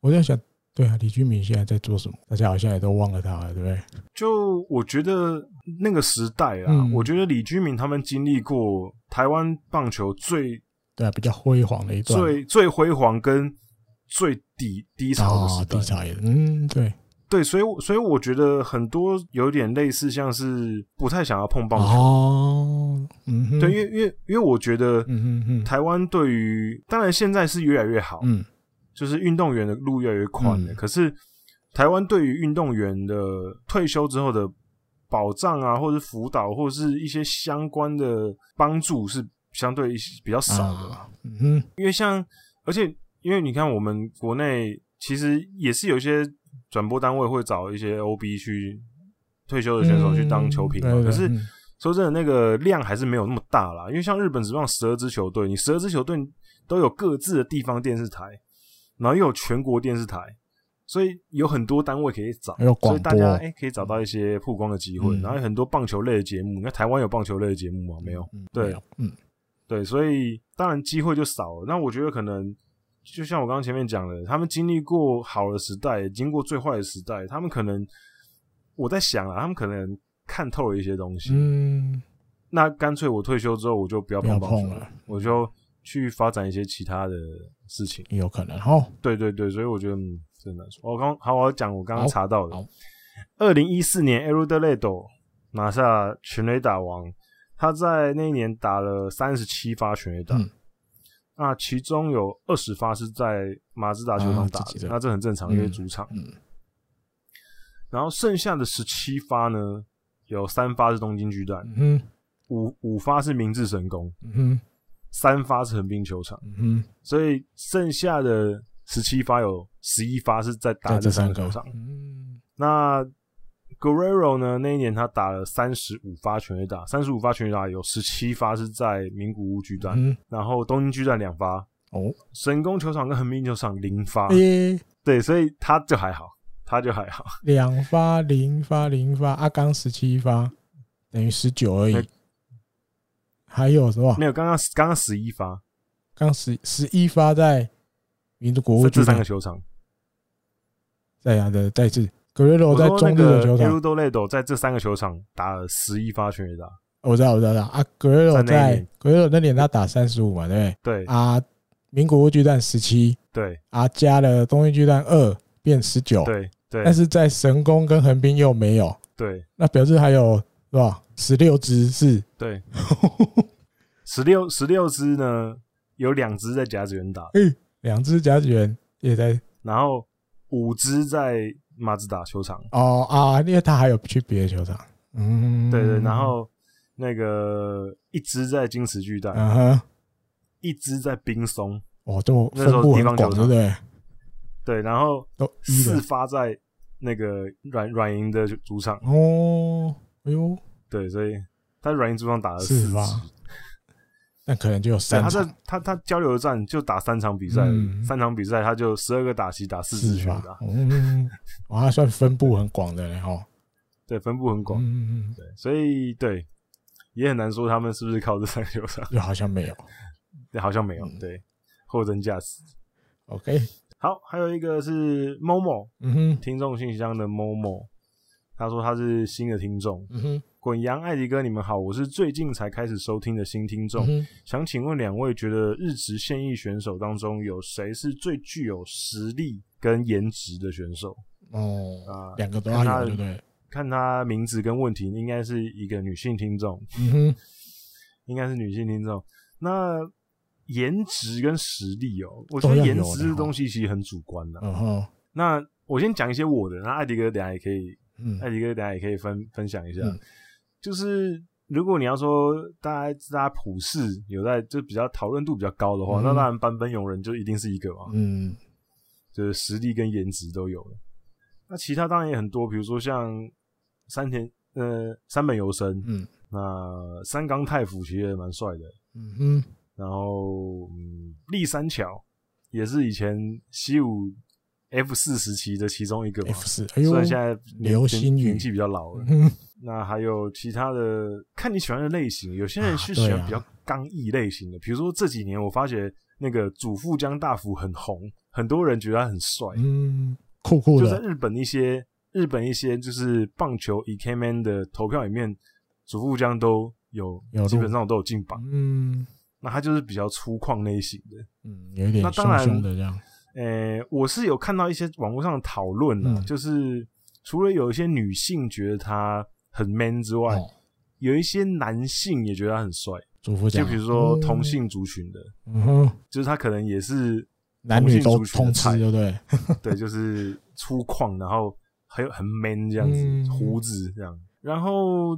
Speaker 1: 我在想，对啊，李居民现在在做什么？大家好像也都忘了他了，对不对？
Speaker 2: 就我觉得那个时代啊，
Speaker 1: 嗯
Speaker 2: 我觉得李居明他们经历过台湾棒球最
Speaker 1: 对啊，比较辉煌的一段，
Speaker 2: 最最辉煌跟最低低潮的
Speaker 1: 啊，
Speaker 2: 时代，
Speaker 1: 低潮也，嗯，对，
Speaker 2: 对，所以我所以我觉得很多有点类似，像是不太想要碰棒球，
Speaker 1: 哦，嗯哼，
Speaker 2: 对，因为因为因为我觉得
Speaker 1: 嗯嗯嗯，
Speaker 2: 台湾对于当然现在是越来越好，
Speaker 1: 嗯，
Speaker 2: 就是运动员的路越来越宽了。
Speaker 1: 嗯
Speaker 2: 可是台湾对于运动员的退休之后的保障啊，或者是辅导，或者是一些相关的帮助是相对比较少的，
Speaker 1: 啊，嗯哼，
Speaker 2: 因为像而且因为你看我们国内其实也是有一些转播单位会找一些 OB 去退休的选手去当球评嘛，
Speaker 1: 嗯对对
Speaker 2: 可是。
Speaker 1: 嗯
Speaker 2: 说真的，那个量还是没有那么大啦。因为像日本职棒十二支球队，你十二支球队都有各自的地方电视台，然后又有全国电视台，所以有很多单位可以找
Speaker 1: 还，有
Speaker 2: 所
Speaker 1: 广
Speaker 2: 以
Speaker 1: 播
Speaker 2: 大，家哎、可以找到一些曝光的机会。
Speaker 1: 嗯
Speaker 2: 然后有很多棒球类的节目，那台湾有棒球类的节目吗？没有。
Speaker 1: 嗯，
Speaker 2: 对
Speaker 1: 没有，嗯
Speaker 2: 对，所以当然机会就少了。那我觉得可能就像我刚刚前面讲的，他们经历过好的时代，也经过最坏的时代，他们可能我在想啊，他们可能看透了一些东西。
Speaker 1: 嗯，
Speaker 2: 那干脆我退休之后，我就不要
Speaker 1: 不要
Speaker 2: 碰棒球
Speaker 1: 碰了，
Speaker 2: 我就去发展一些其他的事情。
Speaker 1: 也有可能哦。
Speaker 2: 对对对，所以我觉得嗯，真难说。我刚好，我要讲我刚刚
Speaker 1: 好
Speaker 2: 查到的
Speaker 1: 好，
Speaker 2: 二零一四年 e r u d e l e d o 拿下全垒打王，他在那一年打了三十七发全垒打。
Speaker 1: 嗯
Speaker 2: 那其中有二十发是在马自达球场
Speaker 1: 啊
Speaker 2: 打
Speaker 1: 自
Speaker 2: 的，
Speaker 1: 己的
Speaker 2: 那这很正常，因为
Speaker 1: 嗯
Speaker 2: 主场。
Speaker 1: 嗯
Speaker 2: 然后剩下的十七发呢，有三发是东京巨蛋，
Speaker 1: 嗯哼
Speaker 2: 五五发是明治神宫，
Speaker 1: 嗯哼
Speaker 2: 三发是横滨球场。
Speaker 1: 嗯哼，
Speaker 2: 所以剩下的十七发有十一发是在打
Speaker 1: 在这
Speaker 2: 这
Speaker 1: 三
Speaker 2: 个
Speaker 1: 个
Speaker 2: 球场。，
Speaker 1: 嗯
Speaker 2: 那 Guerrero 呢？那一年他打了三十五发全垒打，三十五发全垒打有十七发是在名古屋巨蛋，
Speaker 1: 嗯
Speaker 2: 然后东京巨蛋两发，
Speaker 1: 哦，
Speaker 2: 神宫球场跟横滨球场零发。
Speaker 1: 诶，
Speaker 2: 对，所以他就还好，他就还好。
Speaker 1: 两发零发零发，阿刚十七发，等于十九而已
Speaker 2: 哎。
Speaker 1: 还有什么
Speaker 2: 没？有，刚刚刚刚十一发，
Speaker 1: 刚十十一发在民族国务
Speaker 2: 这
Speaker 1: 局
Speaker 2: 这三个球场。
Speaker 1: 在呀的再次 g r e r o
Speaker 2: 我
Speaker 1: 在
Speaker 2: 说
Speaker 1: 中
Speaker 2: 那
Speaker 1: 日的
Speaker 2: 个
Speaker 1: 球
Speaker 2: e r
Speaker 1: 场
Speaker 2: u，d o l e d o 在这三个球场打了十一发全垒打。
Speaker 1: 我知道我知道我知道啊 g r e r o
Speaker 2: 在那一
Speaker 1: 在
Speaker 2: 年
Speaker 1: g r e r o 那年他打三十五嘛，对
Speaker 2: 对
Speaker 1: 不对？啊，民国乌巨蛋十七，
Speaker 2: 对
Speaker 1: 啊加了东京巨蛋二变十九，
Speaker 2: 对
Speaker 1: 哦但
Speaker 2: 对
Speaker 1: 是在神宫跟横滨又没有，
Speaker 2: 对
Speaker 1: 那表示还有是吧？十六支 是，
Speaker 2: 对，十六十六支呢，有两支在甲子园打，
Speaker 1: 哎，两支甲子园也在
Speaker 2: 然后五支在马自达球场，
Speaker 1: 哦啊，因为他还有去别的球场，嗯，
Speaker 2: 对对，然后那个一支在金石巨蛋，
Speaker 1: 嗯哼，
Speaker 2: 一支在冰松，
Speaker 1: 哦，这么
Speaker 2: 那时
Speaker 1: 分
Speaker 2: 候
Speaker 1: 布
Speaker 2: 地
Speaker 1: 很
Speaker 2: 方
Speaker 1: 广，对
Speaker 2: 球
Speaker 1: 不
Speaker 2: 场
Speaker 1: 对？
Speaker 2: 对，然后
Speaker 1: 都一
Speaker 2: 四
Speaker 1: 的
Speaker 2: 发在那个软软银的主场，
Speaker 1: 哦，哎呦，
Speaker 2: 对，所以他软银主场打了
Speaker 1: 是
Speaker 2: 啊四
Speaker 1: 吧
Speaker 2: 支，？
Speaker 1: 那可能就有
Speaker 2: 对，
Speaker 1: 三
Speaker 2: 他
Speaker 1: 场
Speaker 2: 在他他交流战就打三场比赛，
Speaker 1: 嗯
Speaker 2: 三场比赛他就十二个打席打四啊支
Speaker 1: 是
Speaker 2: 全
Speaker 1: 吧
Speaker 2: 打？，
Speaker 1: 嗯，哇，他算分布很广的嘞哈。
Speaker 2: 对，分布很广，
Speaker 1: 嗯，嗯嗯
Speaker 2: 对，所以对。也很难说他们是不是靠这三个球场，
Speaker 1: 又好像没有。
Speaker 2: 好像没有
Speaker 1: 嗯
Speaker 2: 对货真价实。
Speaker 1: OK，
Speaker 2: 好，还有一个是 Momo
Speaker 1: 嗯哼，
Speaker 2: 听众信箱的 Momo，他说他是新的听众。
Speaker 1: 嗯哼，
Speaker 2: 滚羊艾迪哥，你们好，我是最近才开始收听的新听众，
Speaker 1: 嗯哼，
Speaker 2: 想请问两位，觉得日职现役选手当中有谁是最具有实力跟颜值的选手
Speaker 1: 哦，
Speaker 2: 啊、
Speaker 1: 两个都要
Speaker 2: 看他
Speaker 1: 有，对不对？
Speaker 2: 看他名字跟问题，应该是一个女性听众，
Speaker 1: 嗯哼，
Speaker 2: 应该是女性听众。那颜值跟实力哦，我觉
Speaker 1: 都
Speaker 2: 得
Speaker 1: 要
Speaker 2: 颜
Speaker 1: 有
Speaker 2: 值
Speaker 1: 的
Speaker 2: 这
Speaker 1: 哦
Speaker 2: 东西其实很主观的、
Speaker 1: 然后，
Speaker 2: 那我先讲一些我的，那艾迪哥等下也可以，
Speaker 1: 嗯
Speaker 2: 艾迪哥等下也可以分分享一下。
Speaker 1: 嗯
Speaker 2: 就是如果你要说大家大家普世有在就比较讨论度比较高的
Speaker 1: 嗯
Speaker 2: 话，那当然版本永人就一定是一个嘛，
Speaker 1: 嗯
Speaker 2: 就是实力跟颜值都有了。那其他当然也很多，比如说像山田呃山本由生，
Speaker 1: 嗯
Speaker 2: 那三冈太辅其实也蛮帅的，
Speaker 1: 嗯哼，
Speaker 2: 然后嗯立三桥也是以前西武 F 四时期的其中一个嘛。
Speaker 1: F 四，哎呦
Speaker 2: 虽，然现在年
Speaker 1: 流星雨
Speaker 2: 年纪比较老了，
Speaker 1: 嗯哼
Speaker 2: 那还有其他的，看你喜欢的类型。有些人是
Speaker 1: 啊
Speaker 2: 喜
Speaker 1: 对
Speaker 2: 欢
Speaker 1: 啊
Speaker 2: 比较刚毅类型的，比如说这几年我发觉那个主妇江大辅很红，很多人觉得他很帅。
Speaker 1: 嗯，酷酷
Speaker 2: 就在
Speaker 1: 的，
Speaker 2: 日本一些日本一些就是棒球 E K Man 的投票里面，主妇江都有
Speaker 1: 有入
Speaker 2: 基本上都有进榜。
Speaker 1: 嗯
Speaker 2: 那他就是比较粗犷类型的。
Speaker 1: 嗯，有一点
Speaker 2: 那当
Speaker 1: 凶
Speaker 2: 然
Speaker 1: 凶的这样，
Speaker 2: 呃，我是有看到一些网络上的讨论啊，
Speaker 1: 嗯
Speaker 2: 就是除了有一些女性觉得他很 man 之外，
Speaker 1: 哦，
Speaker 2: 有一些男性也觉得他很帅，
Speaker 1: 主妇
Speaker 2: 就
Speaker 1: 讲，
Speaker 2: 比如说同性族群的，
Speaker 1: 嗯，嗯哼，
Speaker 2: 就是他可能也是
Speaker 1: 男女都啊
Speaker 2: 同性族群
Speaker 1: 通
Speaker 2: 的
Speaker 1: 吃，
Speaker 2: 菜
Speaker 1: 对不对？
Speaker 2: 对，就是粗犷，然后很有很 man 这样子，
Speaker 1: 嗯
Speaker 2: 胡子这样，然后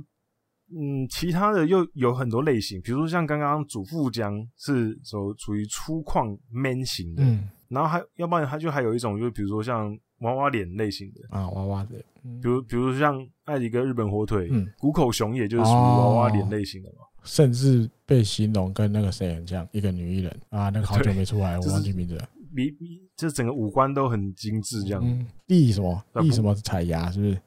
Speaker 2: 嗯，其他的又有很多类型，比如说像刚刚主妇江是属属于粗犷 man 型的，
Speaker 1: 嗯
Speaker 2: 然后还要不然他就还有一种，就是比如说像娃娃脸类型的。
Speaker 1: 啊，娃娃的，嗯
Speaker 2: 比如，比如像艾迪哥日本火腿，
Speaker 1: 嗯哦
Speaker 2: 谷口雄也就是属于娃娃脸类型的嘛。
Speaker 1: 甚至被形容跟那个谁很像，一个女艺人啊，那个好久没出来，
Speaker 2: 就是
Speaker 1: 我忘记名字了。
Speaker 2: 比比这整个五官都很精致，这样
Speaker 1: 嗯，力什么
Speaker 2: 啊
Speaker 1: 力
Speaker 2: 不
Speaker 1: 什么彩牙是不是？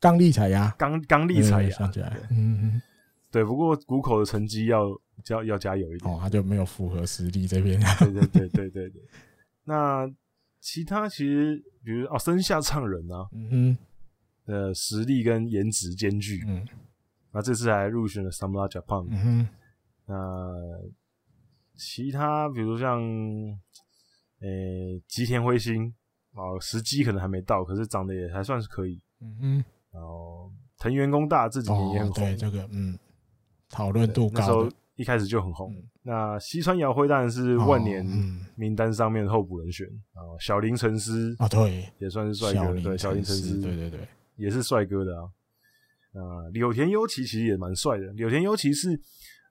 Speaker 1: 刚力彩牙，
Speaker 2: 刚刚力彩
Speaker 1: 嗯
Speaker 2: 呀，
Speaker 1: 想起来，嗯，嗯
Speaker 2: 对，不过谷口的成绩要要要加油一
Speaker 1: 嗯
Speaker 2: 点。
Speaker 1: 哦，他就没有符合实力这边，
Speaker 2: 对对对对对对。那其他其实，比如哦，生下唱人啊，
Speaker 1: 嗯
Speaker 2: 呃，实力跟颜值兼具
Speaker 1: 哼，。嗯
Speaker 2: 那这次还入选了 Samla Japan。
Speaker 1: 嗯哼，
Speaker 2: 那其他比如像，呃，吉田辉星哦，时机可能还没到，可是长得也还算是可以。
Speaker 1: 嗯
Speaker 2: 然后藤原工大这
Speaker 1: 哼，
Speaker 2: 几年也
Speaker 1: 哦
Speaker 2: 很，红，
Speaker 1: 对这个，嗯，讨论
Speaker 2: 对
Speaker 1: 度
Speaker 2: 那时
Speaker 1: 高
Speaker 2: 候
Speaker 1: 的，
Speaker 2: 一开始就很红。
Speaker 1: 嗯
Speaker 2: 那西川遥辉当然是万年
Speaker 1: 哦嗯
Speaker 2: 名单上面的候补人选啊、哦小林晨师
Speaker 1: 啊，对，
Speaker 2: 也算是帅
Speaker 1: 小
Speaker 2: 哥，
Speaker 1: 林
Speaker 2: 对，小林晨
Speaker 1: 师，
Speaker 2: 师
Speaker 1: 对对对，
Speaker 2: 也是帅哥的啊。啊，柳田优其其实也蛮帅的，柳田优其是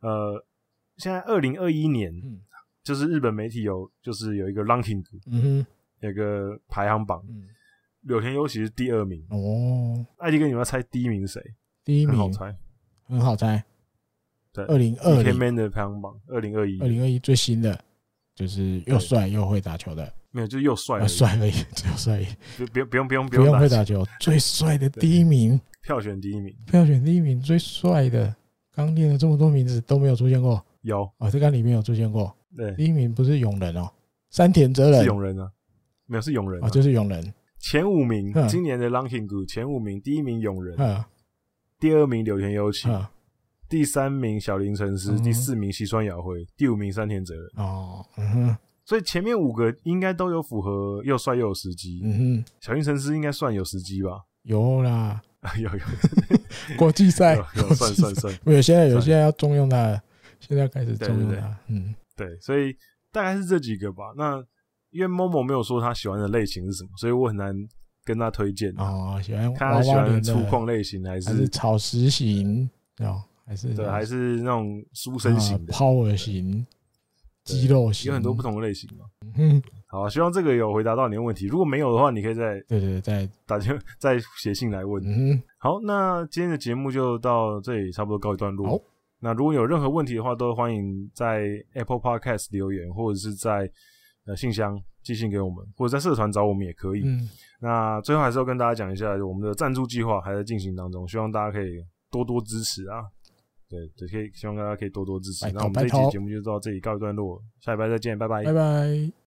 Speaker 2: 呃，现在二零二一年
Speaker 1: 嗯
Speaker 2: 就是日本媒体有就是有一个 ranking
Speaker 1: 嗯
Speaker 2: 有一个排行榜
Speaker 1: 哼，，嗯，
Speaker 2: 柳田优其是第二名。
Speaker 1: 哦，
Speaker 2: 艾迪哥，你们要猜第一名是谁？
Speaker 1: 第一
Speaker 2: 很好
Speaker 1: 名
Speaker 2: 猜，
Speaker 1: 很好猜，
Speaker 2: 对
Speaker 1: 二零二
Speaker 2: e k
Speaker 1: 零
Speaker 2: Man 的排行榜二零二一
Speaker 1: 二，零二一最新的，就是又帅又会打球的，
Speaker 2: 没有就又帅
Speaker 1: 啊，
Speaker 2: 而已，
Speaker 1: 帅而已， 只有帅而已，
Speaker 2: 不不用不用不
Speaker 1: 不
Speaker 2: 用
Speaker 1: 用会
Speaker 2: 打
Speaker 1: 打球，最帅的第一名，
Speaker 2: 票选第一名，
Speaker 1: 票选第一名最帅的，刚念了这么多名字都没有出现过，
Speaker 2: 有
Speaker 1: 哦，这刚里面有出现过，
Speaker 2: 对
Speaker 1: 第一名不是永仁哦，山田哲
Speaker 2: 是
Speaker 1: 人
Speaker 2: 永仁啊，没有是永仁啊
Speaker 1: 哦，，就是永仁，
Speaker 2: 前五名
Speaker 1: 嗯，
Speaker 2: 今年的 ranking 股前五名，第一名永仁，
Speaker 1: 嗯
Speaker 2: 第二名柳田优起，
Speaker 1: 嗯
Speaker 2: 第三名小林诚司，
Speaker 1: 嗯
Speaker 2: 第四名西川遥辉，第五名山田哲人。
Speaker 1: 哦，嗯哼
Speaker 2: 所以前面五个应该都有符合又帅又有时机，
Speaker 1: 嗯哼，
Speaker 2: 小林诚司应该算有时机吧？
Speaker 1: 有啦，
Speaker 2: 有有
Speaker 1: 国际赛
Speaker 2: 有，有
Speaker 1: 国
Speaker 2: 算
Speaker 1: 际
Speaker 2: 算
Speaker 1: 赛
Speaker 2: 算，
Speaker 1: 没哎有，现在有
Speaker 2: 算
Speaker 1: 现在要重用他了，现在要开始重用
Speaker 2: 对对对
Speaker 1: 他，嗯，
Speaker 2: 对，所以大概是这几个吧。那因为 Momo 没有说他喜欢的类型是什么，所以我很难跟他推荐。
Speaker 1: 哦，喜欢
Speaker 2: 看
Speaker 1: 娃
Speaker 2: 他喜
Speaker 1: 娃
Speaker 2: 欢
Speaker 1: 脸
Speaker 2: 粗
Speaker 1: 的，
Speaker 2: 犷类型还
Speaker 1: 还是
Speaker 2: 是
Speaker 1: 草食型，哦，还是
Speaker 2: 对，还是那种书
Speaker 1: 啊
Speaker 2: 生型的，
Speaker 1: power 型、
Speaker 2: 对
Speaker 1: 肌肉型，
Speaker 2: 有很多不。同的类型嘛。
Speaker 1: 嗯，
Speaker 2: 好，啊希望这个有回答到你的问题。如果没有的话，你可以再
Speaker 1: 对对对，在
Speaker 2: 打电再写信来问。
Speaker 1: 嗯
Speaker 2: 好，那今天的节目就到这里，差不多告一段落。
Speaker 1: 好
Speaker 2: 那如果有任何问题的话，都欢迎在 Apple Podcast 留言，或者是在呃信箱寄信给我们，或者在社团找我们也可以。
Speaker 1: 嗯，
Speaker 2: 那最后还是要跟大家讲一下，我们的赞助计划还在进行当中，希望大家可以多多支持啊。对对，可以希望大家可以多多支持
Speaker 1: 拜。托
Speaker 2: 那我们这
Speaker 1: 拜
Speaker 2: 一期
Speaker 1: 托
Speaker 2: 哎节目就到这里告一段落，下礼拜再见，拜拜
Speaker 1: 拜拜。